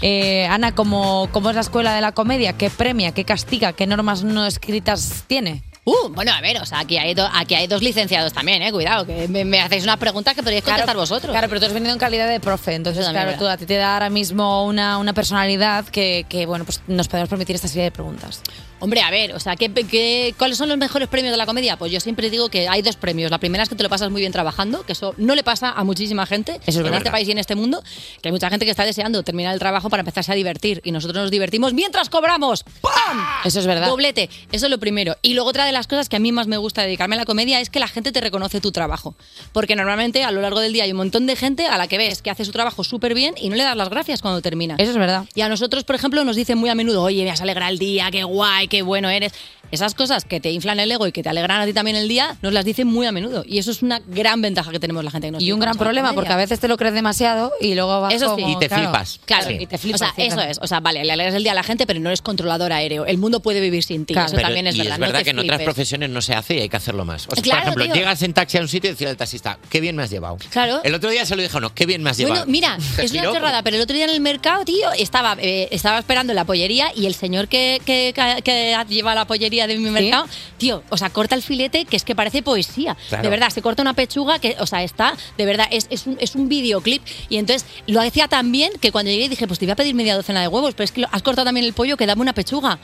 Speaker 1: Eh, Ana, ¿cómo, ¿cómo es la escuela de la comedia? ¿Qué premia? ¿Qué castiga? ¿Qué normas no escritas tiene?
Speaker 8: Uh, bueno, a ver, o sea, aquí hay, do- aquí hay dos licenciados también, eh, cuidado, que me, me hacéis unas preguntas que podríais contestar vosotros.
Speaker 1: Claro, pero tú has venido en calidad de profe, entonces,
Speaker 8: también
Speaker 1: claro,
Speaker 8: es
Speaker 1: tú a ti te da ahora mismo una, una personalidad que, que, bueno, pues nos podemos permitir esta serie de preguntas.
Speaker 8: Hombre, a ver, o sea, ¿qué, qué, cuáles son los mejores premios de la comedia? Pues yo siempre digo que hay dos premios. La primera es que te lo pasas muy bien trabajando, que eso no le pasa a muchísima gente
Speaker 1: es
Speaker 8: en
Speaker 1: verdad.
Speaker 8: este país y en este mundo, que hay mucha gente que está deseando terminar el trabajo para empezarse a divertir y nosotros nos divertimos mientras cobramos. ¡Pam!
Speaker 1: Eso es verdad.
Speaker 8: Doblete, eso es lo primero. Y luego otra de las cosas que a mí más me gusta de dedicarme a la comedia es que la gente te reconoce tu trabajo. Porque normalmente a lo largo del día hay un montón de gente a la que ves que hace su trabajo súper bien y no le das las gracias cuando termina.
Speaker 1: Eso es verdad.
Speaker 8: Y a nosotros, por ejemplo, nos dicen muy a menudo, oye, me has alegrado el día, qué guay, qué bueno eres. Esas cosas que te inflan el ego y que te alegran a ti también el día, nos las dicen muy a menudo. Y eso es una gran ventaja que tenemos la gente. Que nos
Speaker 1: Y un gran problema, porque a veces te lo crees demasiado y luego vas
Speaker 8: Eso sí.
Speaker 1: como, claro,
Speaker 8: Claro,
Speaker 1: y te flipas.
Speaker 8: O sea, eso
Speaker 1: fíjate.
Speaker 8: es. O sea, vale, le alegras el día a la gente, pero no eres controlador aéreo. El mundo puede vivir sin ti. Eso
Speaker 3: Pero-
Speaker 8: también es
Speaker 3: y
Speaker 8: verdad.
Speaker 3: es
Speaker 8: no
Speaker 3: verdad
Speaker 8: te
Speaker 3: que en otras
Speaker 8: flipes.
Speaker 3: profesiones no se hace y hay que hacerlo más. O sea,
Speaker 8: Claro,
Speaker 3: por ejemplo,
Speaker 8: tío.
Speaker 3: llegas en taxi a un sitio y decir al taxista, qué bien me has llevado.
Speaker 8: Claro.
Speaker 3: El otro día se lo dije, no, qué bien me has
Speaker 8: Bueno,
Speaker 3: llevado.
Speaker 8: mira,
Speaker 3: Se
Speaker 8: es una
Speaker 3: giró,
Speaker 8: chorrada, pero el otro día en el mercado, tío, estaba, eh, estaba esperando en la pollería y el señor que, que, que- que lleva la pollería de mi mercado, tío, o sea, corta el filete que es que parece poesía.
Speaker 9: Claro.
Speaker 8: De verdad, se corta una pechuga que, o sea, está, de verdad, es, es un, es un videoclip. Y entonces lo hacía tan bien que cuando llegué dije, pues te voy a pedir media docena de huevos, pero es que lo- has cortado también el pollo, que dame una pechuga.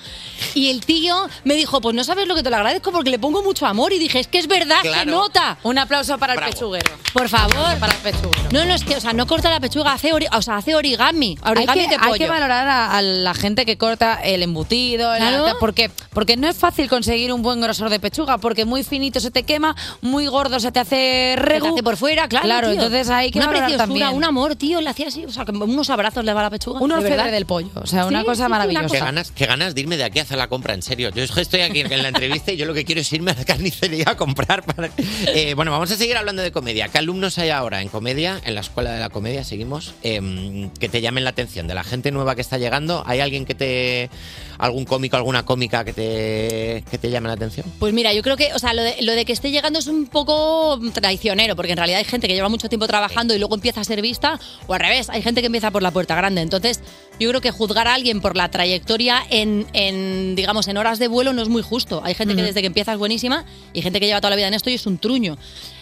Speaker 8: Y el tío me dijo, pues no sabes lo que te lo agradezco porque le pongo mucho amor. Y dije, es que es verdad, se
Speaker 1: Claro.
Speaker 8: nota.
Speaker 1: Un aplauso para el pechuguero.
Speaker 8: Por favor.
Speaker 1: Para el pechuguero.
Speaker 8: No, no, es que, o sea, no corta la pechuga, hace, ori- o sea, hace origami. Origami
Speaker 1: hay que,
Speaker 8: de pollo.
Speaker 1: hay que valorar a, a la gente que corta el embutido, el-
Speaker 8: Claro.
Speaker 1: porque, porque no es fácil conseguir un buen grosor de pechuga, porque muy finito se te quema, muy gordo se te hace regu.
Speaker 8: hace por fuera, claro, tío.
Speaker 1: entonces hay que
Speaker 8: Una
Speaker 1: valorar
Speaker 8: preciosura,
Speaker 1: también.
Speaker 8: un amor, tío, le hacía así, o sea, como unos abrazos le daba la pechuga.
Speaker 1: Un
Speaker 8: de
Speaker 1: orfebre
Speaker 8: verdad.
Speaker 1: del pollo, o sea, una
Speaker 8: Sí,
Speaker 1: cosa
Speaker 8: sí, sí, una
Speaker 1: maravillosa.
Speaker 3: ¿Qué ganas, qué ganas de irme de aquí a hacer la compra, en serio. Yo es que estoy aquí en la entrevista y yo lo que quiero es irme a la carnicería a comprar. para- Eh, bueno, vamos a seguir hablando de comedia. ¿Qué alumnos hay ahora en comedia, en la escuela de la comedia? Seguimos. Em, que te llamen la atención. De la gente nueva que está llegando, ¿hay alguien que te. algún cómico, alguna cómica que te, que te llame la atención?
Speaker 8: Pues mira, yo creo que, o sea, lo de, lo de que esté llegando es un poco traicionero, porque en realidad hay gente que lleva mucho tiempo trabajando y luego empieza a ser vista, o al revés, hay gente que empieza por la puerta grande. Entonces, yo creo que juzgar a alguien por la trayectoria en, en, digamos, en horas de vuelo no es muy justo. Hay gente que
Speaker 12: Ujú.
Speaker 8: desde que empieza es buenísima y gente que lleva toda la vida en esto y es un truño.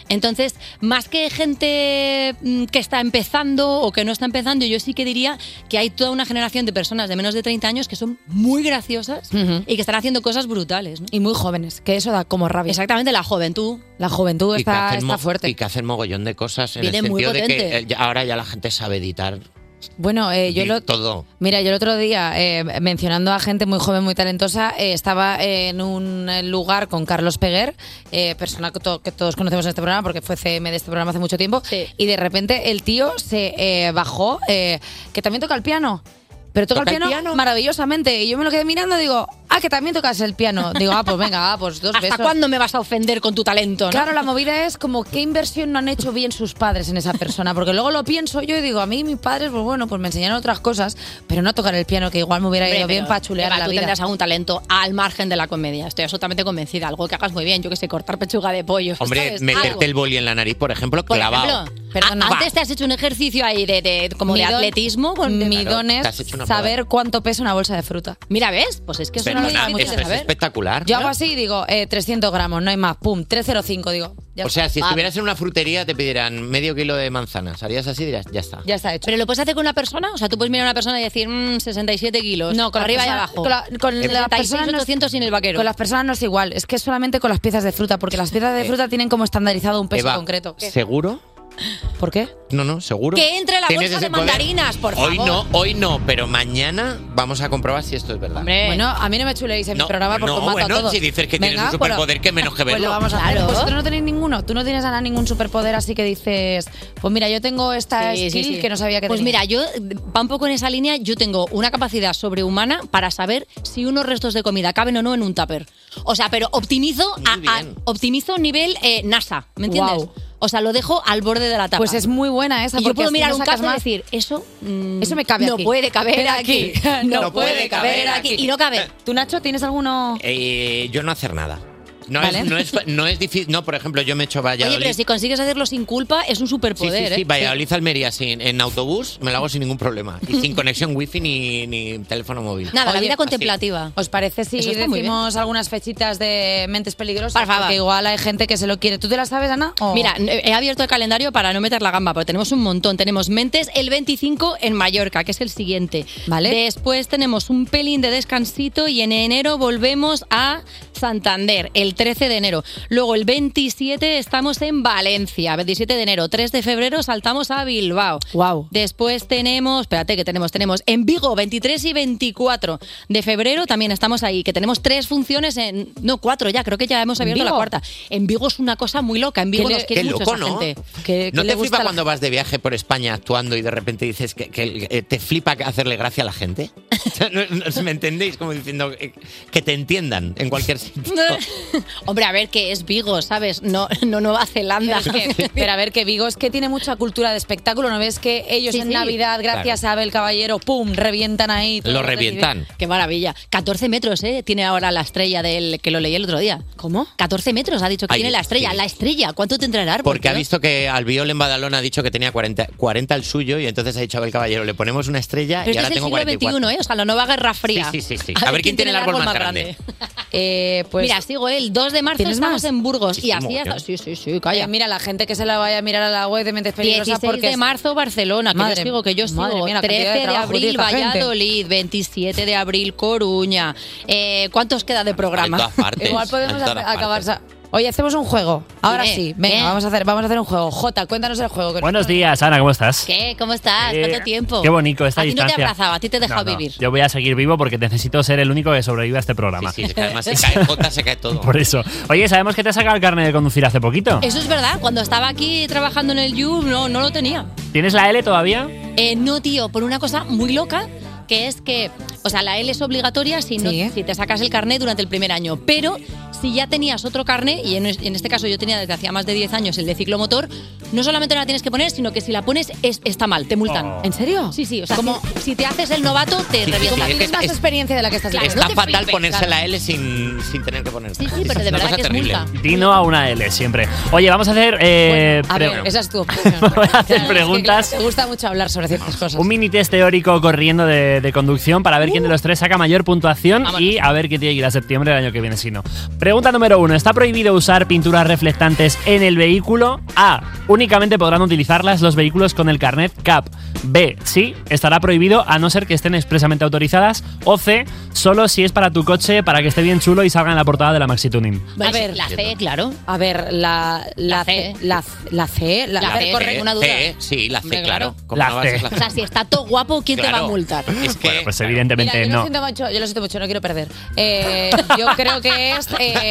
Speaker 8: Entonces, más que gente mm, que está empezando o que no está empezando, yo sí que diría que hay toda una generación de personas de menos de 30 años que son muy graciosas y que están haciendo cosas brutales.
Speaker 1: Y muy jóvenes, que eso da como rabia.
Speaker 8: Exactamente, la juventud.
Speaker 1: La juventud
Speaker 3: Y que
Speaker 1: está,
Speaker 3: hacen
Speaker 1: está
Speaker 3: mo-
Speaker 1: fuerte.
Speaker 3: Y que hacen mogollón de cosas en
Speaker 1: Viene
Speaker 3: el
Speaker 1: muy
Speaker 3: sentido de que
Speaker 1: potente.
Speaker 3: eh, ya- ahora ya la gente sabe editar
Speaker 1: Bueno, eh, yo lo,
Speaker 3: todo.
Speaker 1: Mira, yo el otro día, eh, mencionando a gente muy joven, muy talentosa, eh, estaba en un eh, lugar con Carlos Peguer, eh, persona que, to- que todos conocemos en este programa porque fue CM de este programa hace mucho tiempo, y de repente el tío se eh, bajó, eh, que también toca el piano. Pero toca,
Speaker 8: ¿Toca
Speaker 1: el,
Speaker 8: el
Speaker 1: piano maravillosamente. Y yo me lo quedé mirando y digo, ah, que también tocas el piano. Digo, ah, pues venga, ah, pues dos
Speaker 8: ¿Hasta
Speaker 1: besos.
Speaker 8: cuándo me vas a ofender con tu talento? no?
Speaker 1: Claro, la movida es como qué inversión no han hecho bien sus padres en esa persona, porque luego lo pienso yo y digo, a mí mis padres, pues bueno, pues me enseñaron otras cosas, pero no tocar el piano, que igual me hubiera
Speaker 8: Hombre,
Speaker 1: ido bien
Speaker 8: pero,
Speaker 1: para chulear
Speaker 8: Eva,
Speaker 1: la
Speaker 8: tú
Speaker 1: vida.
Speaker 8: tendrás algún talento al margen de la comedia. Estoy absolutamente convencida. Algo que hagas muy bien, yo que sé, cortar pechuga de pollo.
Speaker 3: Hombre,
Speaker 8: ¿sabes?
Speaker 3: meterte
Speaker 8: Algo.
Speaker 3: el boli en la nariz, por ejemplo,
Speaker 8: Por
Speaker 3: clavado.
Speaker 8: ejemplo, a- antes te has hecho un ejercicio ahí de, de- como
Speaker 1: Mi
Speaker 8: de
Speaker 1: don-
Speaker 8: atletismo. Con,
Speaker 1: pues, Mi don es
Speaker 3: te has hecho una
Speaker 1: saber cuánto pesa una bolsa de fruta.
Speaker 8: Mira, ¿ves? Pues es que eso no lo
Speaker 3: Perdona,
Speaker 8: sabemos
Speaker 3: esto es espectacular.
Speaker 1: Yo hago así y digo, eh, 300 gramos, no hay más, pum, 305, digo. ya
Speaker 3: O sea,
Speaker 1: está.
Speaker 3: si
Speaker 1: Va,
Speaker 3: estuvieras en una frutería te pidieran medio kilo de manzanas. Harías así y dirás, ya está.
Speaker 1: Ya está hecho.
Speaker 8: Pero lo puedes hacer con una persona, o sea, tú puedes mirar a una persona y decir, mm, 67 kilos.
Speaker 1: No, con la
Speaker 8: arriba
Speaker 1: persona-
Speaker 8: y abajo.
Speaker 1: con la- con la
Speaker 8: 76,
Speaker 1: persona no-
Speaker 8: 800 sin el vaquero.
Speaker 1: Con las personas no es igual, es que solamente con las piezas de fruta, porque las piezas de fruta tienen como estandarizado un peso
Speaker 3: Eva,
Speaker 1: concreto. ¿Qué?
Speaker 3: ¿Seguro?
Speaker 1: ¿Por qué?
Speaker 3: No, no, seguro.
Speaker 1: Que entre la
Speaker 3: ¿Tienes
Speaker 1: bolsa
Speaker 3: ese
Speaker 1: de mandarinas, por
Speaker 3: Hoy
Speaker 1: favor.
Speaker 3: no, hoy no, pero mañana vamos a comprobar si esto es verdad.
Speaker 1: Bueno, a mí no me chuleéis en mi programa porque
Speaker 3: no,
Speaker 1: os mato
Speaker 3: bueno,
Speaker 1: a todos.
Speaker 3: si dices que tienes
Speaker 1: Venga,
Speaker 3: un
Speaker 1: pues lo-
Speaker 3: superpoder, que menos que
Speaker 1: Pues
Speaker 3: verlo.
Speaker 1: lo vamos a hacer.
Speaker 3: Claro.
Speaker 1: Vosotros no tenéis ninguno. Tú no tienes Ana ningún superpoder así que dices, pues mira, yo tengo esta
Speaker 8: Sí, sí,
Speaker 1: skill
Speaker 8: sí.
Speaker 1: que no sabía que
Speaker 8: Pues
Speaker 1: tenía.
Speaker 8: mira, yo eh, va un poco en esa línea. Yo tengo una capacidad sobrehumana para saber si unos restos de comida caben o no en un tupper. O sea, pero optimizo a, a- optimizo nivel eh, NASA, ¿me entiendes?
Speaker 1: Guau.
Speaker 8: O sea, lo dejo al borde de la tapa.
Speaker 1: Pues es muy buena esa.
Speaker 8: Y yo
Speaker 1: porque
Speaker 8: puedo
Speaker 1: así
Speaker 8: mirar
Speaker 1: no
Speaker 8: un
Speaker 1: sacas
Speaker 8: caso y
Speaker 1: más.
Speaker 8: decir, eso, mm,
Speaker 1: Eso me cabe
Speaker 8: no
Speaker 1: aquí.
Speaker 8: puede caber aquí. No puede caber aquí. Y no cabe.
Speaker 1: ¿Tú, Nacho, tienes alguno...?
Speaker 3: Eh, yo no hacer nada. No,
Speaker 8: Vale.
Speaker 3: es, no, es, no es difícil. No, por ejemplo, yo me he hecho
Speaker 8: Oye,
Speaker 3: Valladolid.
Speaker 8: pero si consigues hacerlo sin culpa, es un
Speaker 3: Sí,
Speaker 8: superpoder.
Speaker 3: sí, sí,
Speaker 8: ¿eh?
Speaker 3: Valladolid Almería sin, en autobús me lo hago sin ningún problema. Y sin conexión wifi ni, ni teléfono móvil.
Speaker 8: Nada, la
Speaker 3: Oye,
Speaker 8: vida
Speaker 3: así.
Speaker 8: contemplativa.
Speaker 1: ¿Os parece si
Speaker 8: Eso está muy bien.
Speaker 1: decimos algunas fechitas de mentes peligrosas? Porque igual hay gente que se lo quiere. ¿Tú te las sabes, Ana? o-
Speaker 8: Mira, he abierto el calendario para no meter la gamba, porque tenemos un montón. Tenemos Mentes el 25 en Mallorca, que es el siguiente.
Speaker 1: Vale.
Speaker 8: Después tenemos un pelín de descansito y en enero volvemos a Santander, el 13 de enero. Luego el 27 estamos en Valencia, 27 de enero. 3 de febrero saltamos a Bilbao.
Speaker 1: Wow.
Speaker 8: Después tenemos, espérate que tenemos, tenemos en Vigo 23 y 24 de febrero también estamos ahí, que tenemos tres funciones en, no, cuatro ya, creo que ya hemos
Speaker 1: ¿En
Speaker 8: abierto la
Speaker 1: Vigo?
Speaker 8: cuarta. En Vigo es una cosa muy loca, en Vigo
Speaker 3: Qué
Speaker 8: nos
Speaker 3: le-
Speaker 8: quiere
Speaker 3: qué
Speaker 8: mucho
Speaker 3: loco,
Speaker 8: esa
Speaker 3: ¿no?
Speaker 8: gente.
Speaker 3: ¿No te flipa cuando vas de viaje por España actuando y de repente dices que, que, eh, te flipa hacerle gracia a la gente? O sea, no- no- ¿Me entendéis? Como diciendo eh, que te entiendan en cualquier sitio.
Speaker 8: Hombre, a ver, que es Vigo, ¿sabes? No, no Nueva Zelanda.
Speaker 1: Pero, es que- pero a ver, que Vigo es que tiene mucha cultura de espectáculo. ¿No ves que ellos
Speaker 8: Sí,
Speaker 1: en
Speaker 8: sí.
Speaker 1: Navidad, gracias a Abel Caballero, pum, revientan ahí?
Speaker 3: Lo revientan.
Speaker 8: Qué maravilla. 14 metros, ¿eh? Tiene ahora la estrella del que lo leí el otro día. ¿Cómo? 14 metros, ha dicho que
Speaker 3: Ay,
Speaker 8: tiene la estrella.
Speaker 3: sí.
Speaker 8: La estrella, ¿cuánto tendrá el árbol?
Speaker 3: Porque ha
Speaker 8: tío?
Speaker 3: visto que Albiol en Badalona ha dicho que tenía 40, 40 al suyo y entonces ha dicho Abel Caballero, le ponemos una estrella
Speaker 8: Pero
Speaker 3: Ah, y
Speaker 8: este
Speaker 3: ahora
Speaker 8: es el
Speaker 3: tengo 44.
Speaker 8: siglo XXI, ¿eh? O sea, la nueva Guerra
Speaker 3: Sí,
Speaker 8: Fría.
Speaker 3: sí, sí, sí. A ver quién tiene el árbol más grande.
Speaker 1: pues-
Speaker 8: Mira, sigo ¿eh? el 2 de marzo
Speaker 1: ¿Tienes
Speaker 8: estamos en Burgos.
Speaker 1: Sí,
Speaker 8: y así
Speaker 1: mogollón.
Speaker 8: hasta... Sí, sí, sí, calla.
Speaker 1: Eh, mira, la gente que se la vaya a mirar a la web de Mentes Peligrosas
Speaker 8: 16
Speaker 1: porque...
Speaker 8: de marzo, Barcelona, que
Speaker 1: Madre-
Speaker 8: yo sigo, que yo sigo.
Speaker 1: madre mía, la cantidad de
Speaker 8: 13 de,
Speaker 1: trabajo que tiene
Speaker 8: abril,
Speaker 1: esta gente.
Speaker 8: Valladolid, 27 de abril, Coruña. Eh, ¿Cuántos queda de programa?
Speaker 1: En todas partes, Igual podemos en todas hacer- acabar- Oye, hacemos un juego. Ahora
Speaker 8: Dime,
Speaker 1: sí, venga,
Speaker 8: ¿qué?
Speaker 1: vamos a hacer vamos a hacer un juego. Jota, cuéntanos el juego. que
Speaker 4: Buenos días, Ana, ¿cómo estás?
Speaker 8: ¿Qué? ¿Cómo estás?
Speaker 4: Eh,
Speaker 8: ¿Tanto tiempo?
Speaker 4: Qué bonito esta
Speaker 8: a ti
Speaker 4: distancia.
Speaker 8: no te abrazaba, a ti te he dejado
Speaker 4: No, no,
Speaker 8: vivir.
Speaker 4: Yo voy a seguir vivo porque necesito ser el único que sobrevive a este programa.
Speaker 3: Sí, sí, que además se cae Jota, se cae todo.
Speaker 4: Por eso. Oye, sabemos que te has sacado el carnet de conducir hace poquito.
Speaker 8: Eso es verdad, cuando estaba aquí trabajando en el You, no, no lo tenía.
Speaker 4: ¿Tienes la L todavía?
Speaker 8: Eh, no, tío, por una cosa muy loca, que es que, o sea, la L es obligatoria si, no, si te sacas el carnet durante el primer año, pero si ya tenías otro carnet, y en, es- en este caso yo tenía desde hacía más de 10 años el de ciclomotor, no solamente no la tienes que poner, sino que si la pones es- está mal, te multan.
Speaker 1: ¿En serio?
Speaker 8: Sí, sí, o sea, como si, si te haces el novato, te
Speaker 3: Sí,
Speaker 8: revientan.
Speaker 3: sí, sí, es- Más es-
Speaker 1: experiencia de la que estás
Speaker 3: Está fatal ponerse la L sin, sin tener que ponerse. Sí, sí,
Speaker 8: pero de verdad que es
Speaker 4: Dino a una L siempre. Oye, vamos a hacer. eh,
Speaker 1: A
Speaker 4: pre-
Speaker 1: ver, esa es tu opinión.
Speaker 4: Voy a hacer
Speaker 1: Es que, claro,
Speaker 4: preguntas.
Speaker 1: te gusta mucho hablar sobre ciertas cosas.
Speaker 4: Un mini test teórico corriendo de, de conducción para ver ver quién de los tres saca mayor puntuación y a ver quién tiene que ir a septiembre del año que viene, si no. Pregunta número uno. ¿Está prohibido usar pinturas reflectantes en el vehículo? A. Únicamente podrán utilizarlas los vehículos con el carnet CAP. B. Sí, estará prohibido a no ser que estén expresamente autorizadas. O C. Solo si es para tu coche, para que esté bien chulo y salga en la portada de la Maxi Tuning.
Speaker 1: A ver, la C, claro. A ver, la, la, C. La, la C. La, a ver,
Speaker 3: C,
Speaker 1: corre, una duda.
Speaker 3: C, sí, la C,
Speaker 1: Hombre,
Speaker 3: claro.
Speaker 1: claro.
Speaker 3: ¿Cómo no va a ser
Speaker 1: O sea, si está todo guapo, ¿quién te va a
Speaker 3: Claro.
Speaker 1: multar?
Speaker 3: Es que,
Speaker 4: Bueno, pues evidentemente
Speaker 1: Mira, yo lo
Speaker 4: no.
Speaker 1: siento mucho, yo lo siento mucho, no quiero perder. Eh, yo creo que es. eh,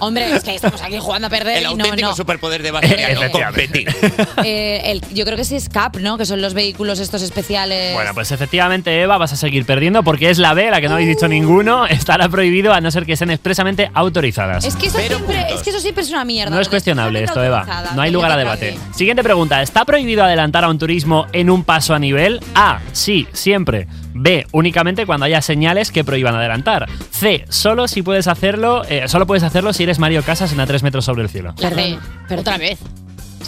Speaker 1: Hombre, es que estamos aquí jugando a perder
Speaker 3: El
Speaker 1: y no,
Speaker 3: auténtico
Speaker 1: no.
Speaker 3: superpoder de Bastián, competir.
Speaker 1: Eh, el- yo creo que sí es CAP, ¿no? Que son los vehículos estos especiales.
Speaker 4: Bueno, pues efectivamente, Eva, vas a seguir perdiendo porque es la B, la que no habéis dicho ninguno. Estará prohibido a no ser que estén expresamente autorizadas.
Speaker 1: es, que eso siempre, es que eso siempre es una mierda.
Speaker 4: No es cuestionable esto, Eva.
Speaker 1: autorizada,
Speaker 4: No hay
Speaker 1: que
Speaker 4: lugar a
Speaker 1: ya te
Speaker 4: debate. Siguiente pregunta. ¿Está prohibido adelantar a un turismo en un paso a nivel? A. Sí, siempre. B. Únicamente cuando haya señales que prohíban adelantar. C. Solo si puedes hacerlo, eh, solo puedes hacerlo si eres Mario Casas en a 3 metros sobre el cielo.
Speaker 8: Perdón, Otra vez.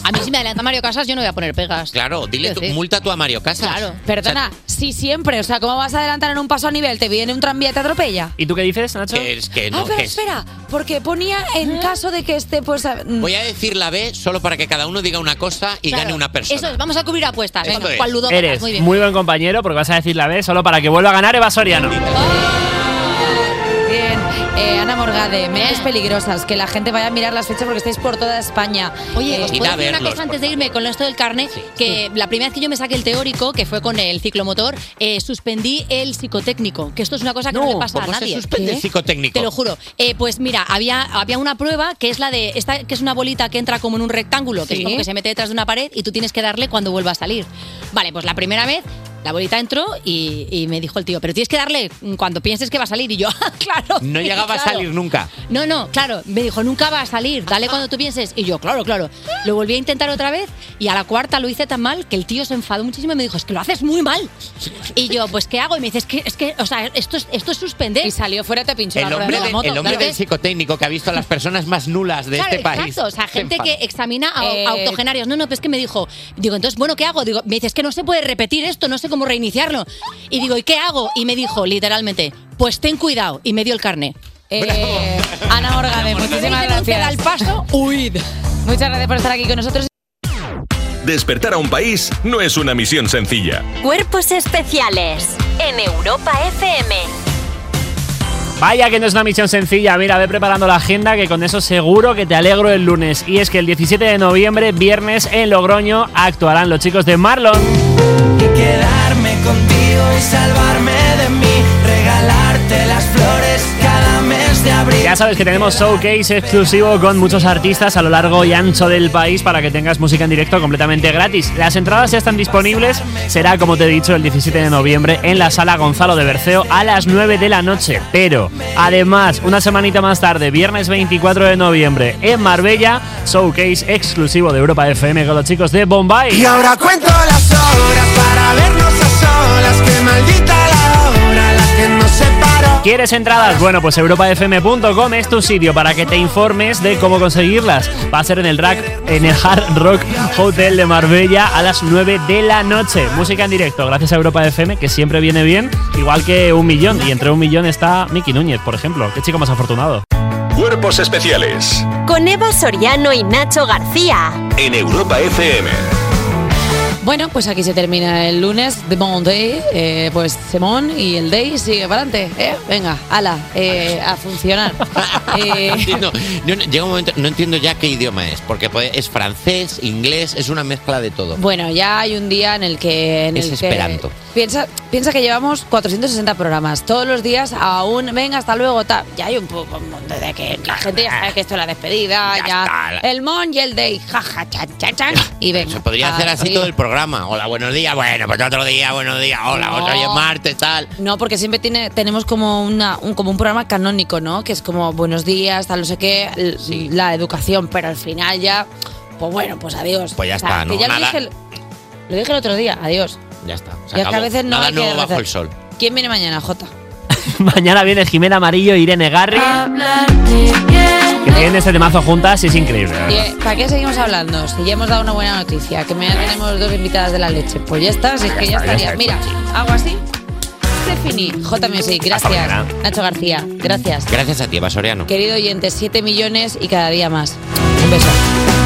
Speaker 8: A mí si me adelanta Mario Casas, yo no voy a poner pegas.
Speaker 3: Claro, dile
Speaker 8: Quiero
Speaker 3: tu,
Speaker 8: decir-
Speaker 3: multa tú a Mario Casas.
Speaker 1: Claro. Perdona, sí siempre. O sea, ¿cómo vas a adelantar en un paso a nivel? ¿Te viene un tranvía y te atropella?
Speaker 4: ¿Y tú qué dices, Nacho?
Speaker 3: Que es que
Speaker 1: ah,
Speaker 3: no,
Speaker 1: pero
Speaker 3: que es-
Speaker 1: espera, porque ponía en caso de que esté pues... a- mm.
Speaker 3: Voy a decir la B solo para que cada uno diga una cosa y
Speaker 1: Claro,
Speaker 3: gane una persona.
Speaker 8: Eso es, vamos a cubrir apuestas.
Speaker 3: Esto
Speaker 8: Venga,
Speaker 3: es.
Speaker 8: cual ludópata,
Speaker 4: Eres
Speaker 8: muy
Speaker 4: muy,
Speaker 8: bien.
Speaker 4: buen compañero porque vas a decir la B solo para que vuelva a ganar Eva Soriano.
Speaker 1: Bien, Eh, Ana Morgade, mentes peligrosas, que la gente vaya a mirar las fechas porque estáis por toda España.
Speaker 8: Oye,
Speaker 1: Eh,
Speaker 8: ¿os puedo decir una cosa antes de irme con esto del carne? Que la primera vez que yo me saqué el teórico, que fue con el ciclomotor, eh, suspendí el psicotécnico. Que esto es una cosa que no, le pasa a
Speaker 3: ¿Cómo se
Speaker 8: nadie.
Speaker 3: suspende el
Speaker 8: ¿Qué?
Speaker 3: psicotécnico?
Speaker 8: Te lo juro. Eh, pues mira, había, había una prueba que es la de esta, que es una bolita que entra como en un rectángulo, que es
Speaker 14: Sí.
Speaker 8: como que se mete detrás de una pared y tú tienes que darle cuando vuelva a salir. Vale, pues la primera vez la bolita entró y, y me dijo el tío, pero tienes que darle cuando pienses que va a salir. Y yo, "Ah, claro.
Speaker 3: No
Speaker 8: sí,
Speaker 3: llegaba a
Speaker 8: claro".
Speaker 3: salir nunca.
Speaker 8: No, no, claro, me dijo, nunca va a salir, dale cuando tú pienses. Y yo, claro, claro. Lo volví a intentar otra vez y a la cuarta lo hice tan mal que el tío se enfadó muchísimo y me dijo, es que lo haces muy mal. Y yo, pues, ¿qué hago? Y me dice, es que, es que o sea, esto es, esto es suspender. Y
Speaker 1: salió fuera, te pinchó
Speaker 3: El hombre, de- el hombre del psicotécnico que ha visto a las personas más nulas de este país.
Speaker 8: Exacto, o sea,
Speaker 3: Se
Speaker 8: gente que
Speaker 3: enfada.
Speaker 8: examina a,
Speaker 1: Eh,
Speaker 8: a octogenarios. No, no, pero es que me dijo, digo, entonces, bueno, ¿qué hago? Digo, me dices que no se puede repetir esto, no sé cómo reiniciarlo. Y digo, ¿y qué hago? Y me dijo, literalmente, pues ten cuidado. Y me dio el carné.
Speaker 1: Eh, Ana Morgade, muchísimas
Speaker 8: Dice, "Usted
Speaker 1: gracias.
Speaker 8: al paso, huid.
Speaker 1: Muchas gracias por estar aquí con nosotros.
Speaker 7: Despertar a un país no es una misión sencilla.
Speaker 6: Cuerpos especiales en Europa FM.
Speaker 4: Vaya que no es una misión sencilla, mira, ve preparando la agenda que con eso seguro que te alegro el lunes. Y es que el 17 de noviembre, viernes, en Logroño, actuarán los chicos de Marlon.
Speaker 10: Quedarme contigo y salvarme de mí, regalarte las flores cada mes de abril.
Speaker 4: Ya sabes que tenemos showcase exclusivo con muchos artistas a lo largo y ancho del país para que tengas música en directo completamente gratis. Las entradas ya están disponibles, será como te he dicho el 17 de noviembre en la sala Gonzalo de Berceo a las 9 de la noche. Pero además, una semanita más tarde, viernes 24 de noviembre, en Marbella, showcase exclusivo de Europa FM con los chicos de Bombay.
Speaker 10: Y ahora cuento las horas para vernos a solas. Que maldita la hora, la que nos separó.
Speaker 4: ¿Quieres entradas? Bueno, pues europafm.com es tu sitio para que te informes de cómo conseguirlas. Va a ser en el, rack, en el Hard Rock Hotel de Marbella a las 9 de la noche. Música en directo, gracias a Europa FM, que siempre viene bien, igual que un millón. Y entre un millón está Miki Núñez, por ejemplo. Qué chico más afortunado.
Speaker 7: Cuerpos especiales
Speaker 6: Con Eva Soriano y Nacho García.
Speaker 7: en Europa FM.
Speaker 1: Bueno, pues aquí se termina el lunes, The Monday, eh, pues Semón y el Day sigue para adelante. ¿eh? Venga, ala, eh, a funcionar. Eh,
Speaker 3: No entiendo. Yo no- llega un momento, no entiendo ya qué idioma es, porque puede- es francés, inglés, es una mezcla de todo.
Speaker 1: Bueno, ya hay un día en el que. en
Speaker 3: Es
Speaker 1: el que-
Speaker 3: esperanto.
Speaker 1: piensa, piensa que llevamos 460 programas. Todos los días aún. Venga, hasta luego. ta". Ya hay un poco. un montón de que la gente ya sabe que esto es la despedida. Ya. El mon y el day. Ja, ja, cha, cha, cha. Y venga.
Speaker 3: Se podría hacer así todo el programa. Hola, buenos días, bueno, pues otro día, buenos días, hola,
Speaker 1: No.
Speaker 3: otro día, martes, tal.
Speaker 1: No, porque siempre tiene, tenemos como, una, un, como un programa canónico, ¿no? Que es como buenos días, tal, no sé qué, l- la educación, pero al final ya, pues bueno, pues adiós.
Speaker 3: Pues ya
Speaker 1: O sea,
Speaker 3: está,
Speaker 1: que
Speaker 3: ¿no?
Speaker 1: ya lo
Speaker 3: Nada.
Speaker 1: dije, el- lo dije el otro día, adiós.
Speaker 3: Ya está.
Speaker 1: Ya que a veces no
Speaker 3: Nada
Speaker 1: hay que
Speaker 3: nuevo Ah, bajo
Speaker 1: rezar.
Speaker 3: el sol.
Speaker 1: ¿Quién viene mañana, Jota?
Speaker 4: Mañana viene Jimena Amarillo e Irene Garri.
Speaker 1: Ah.
Speaker 4: Que tienen este temazo juntas y es increíble. la verdad.
Speaker 1: Oye, ¿Para qué seguimos hablando? Si ya hemos dado una buena noticia, que mañana tenemos dos invitadas de la leche. Pues ya está, si es que ya
Speaker 4: está, ya
Speaker 1: estaría.
Speaker 4: está.
Speaker 1: Mira, hago así. Se fin. Tony, J Music, gracias.
Speaker 3: mañana.
Speaker 1: Nacho García, gracias.
Speaker 3: Gracias a ti, Eva Soriano.
Speaker 1: Querido oyente, 7 millones y cada día más. Un beso.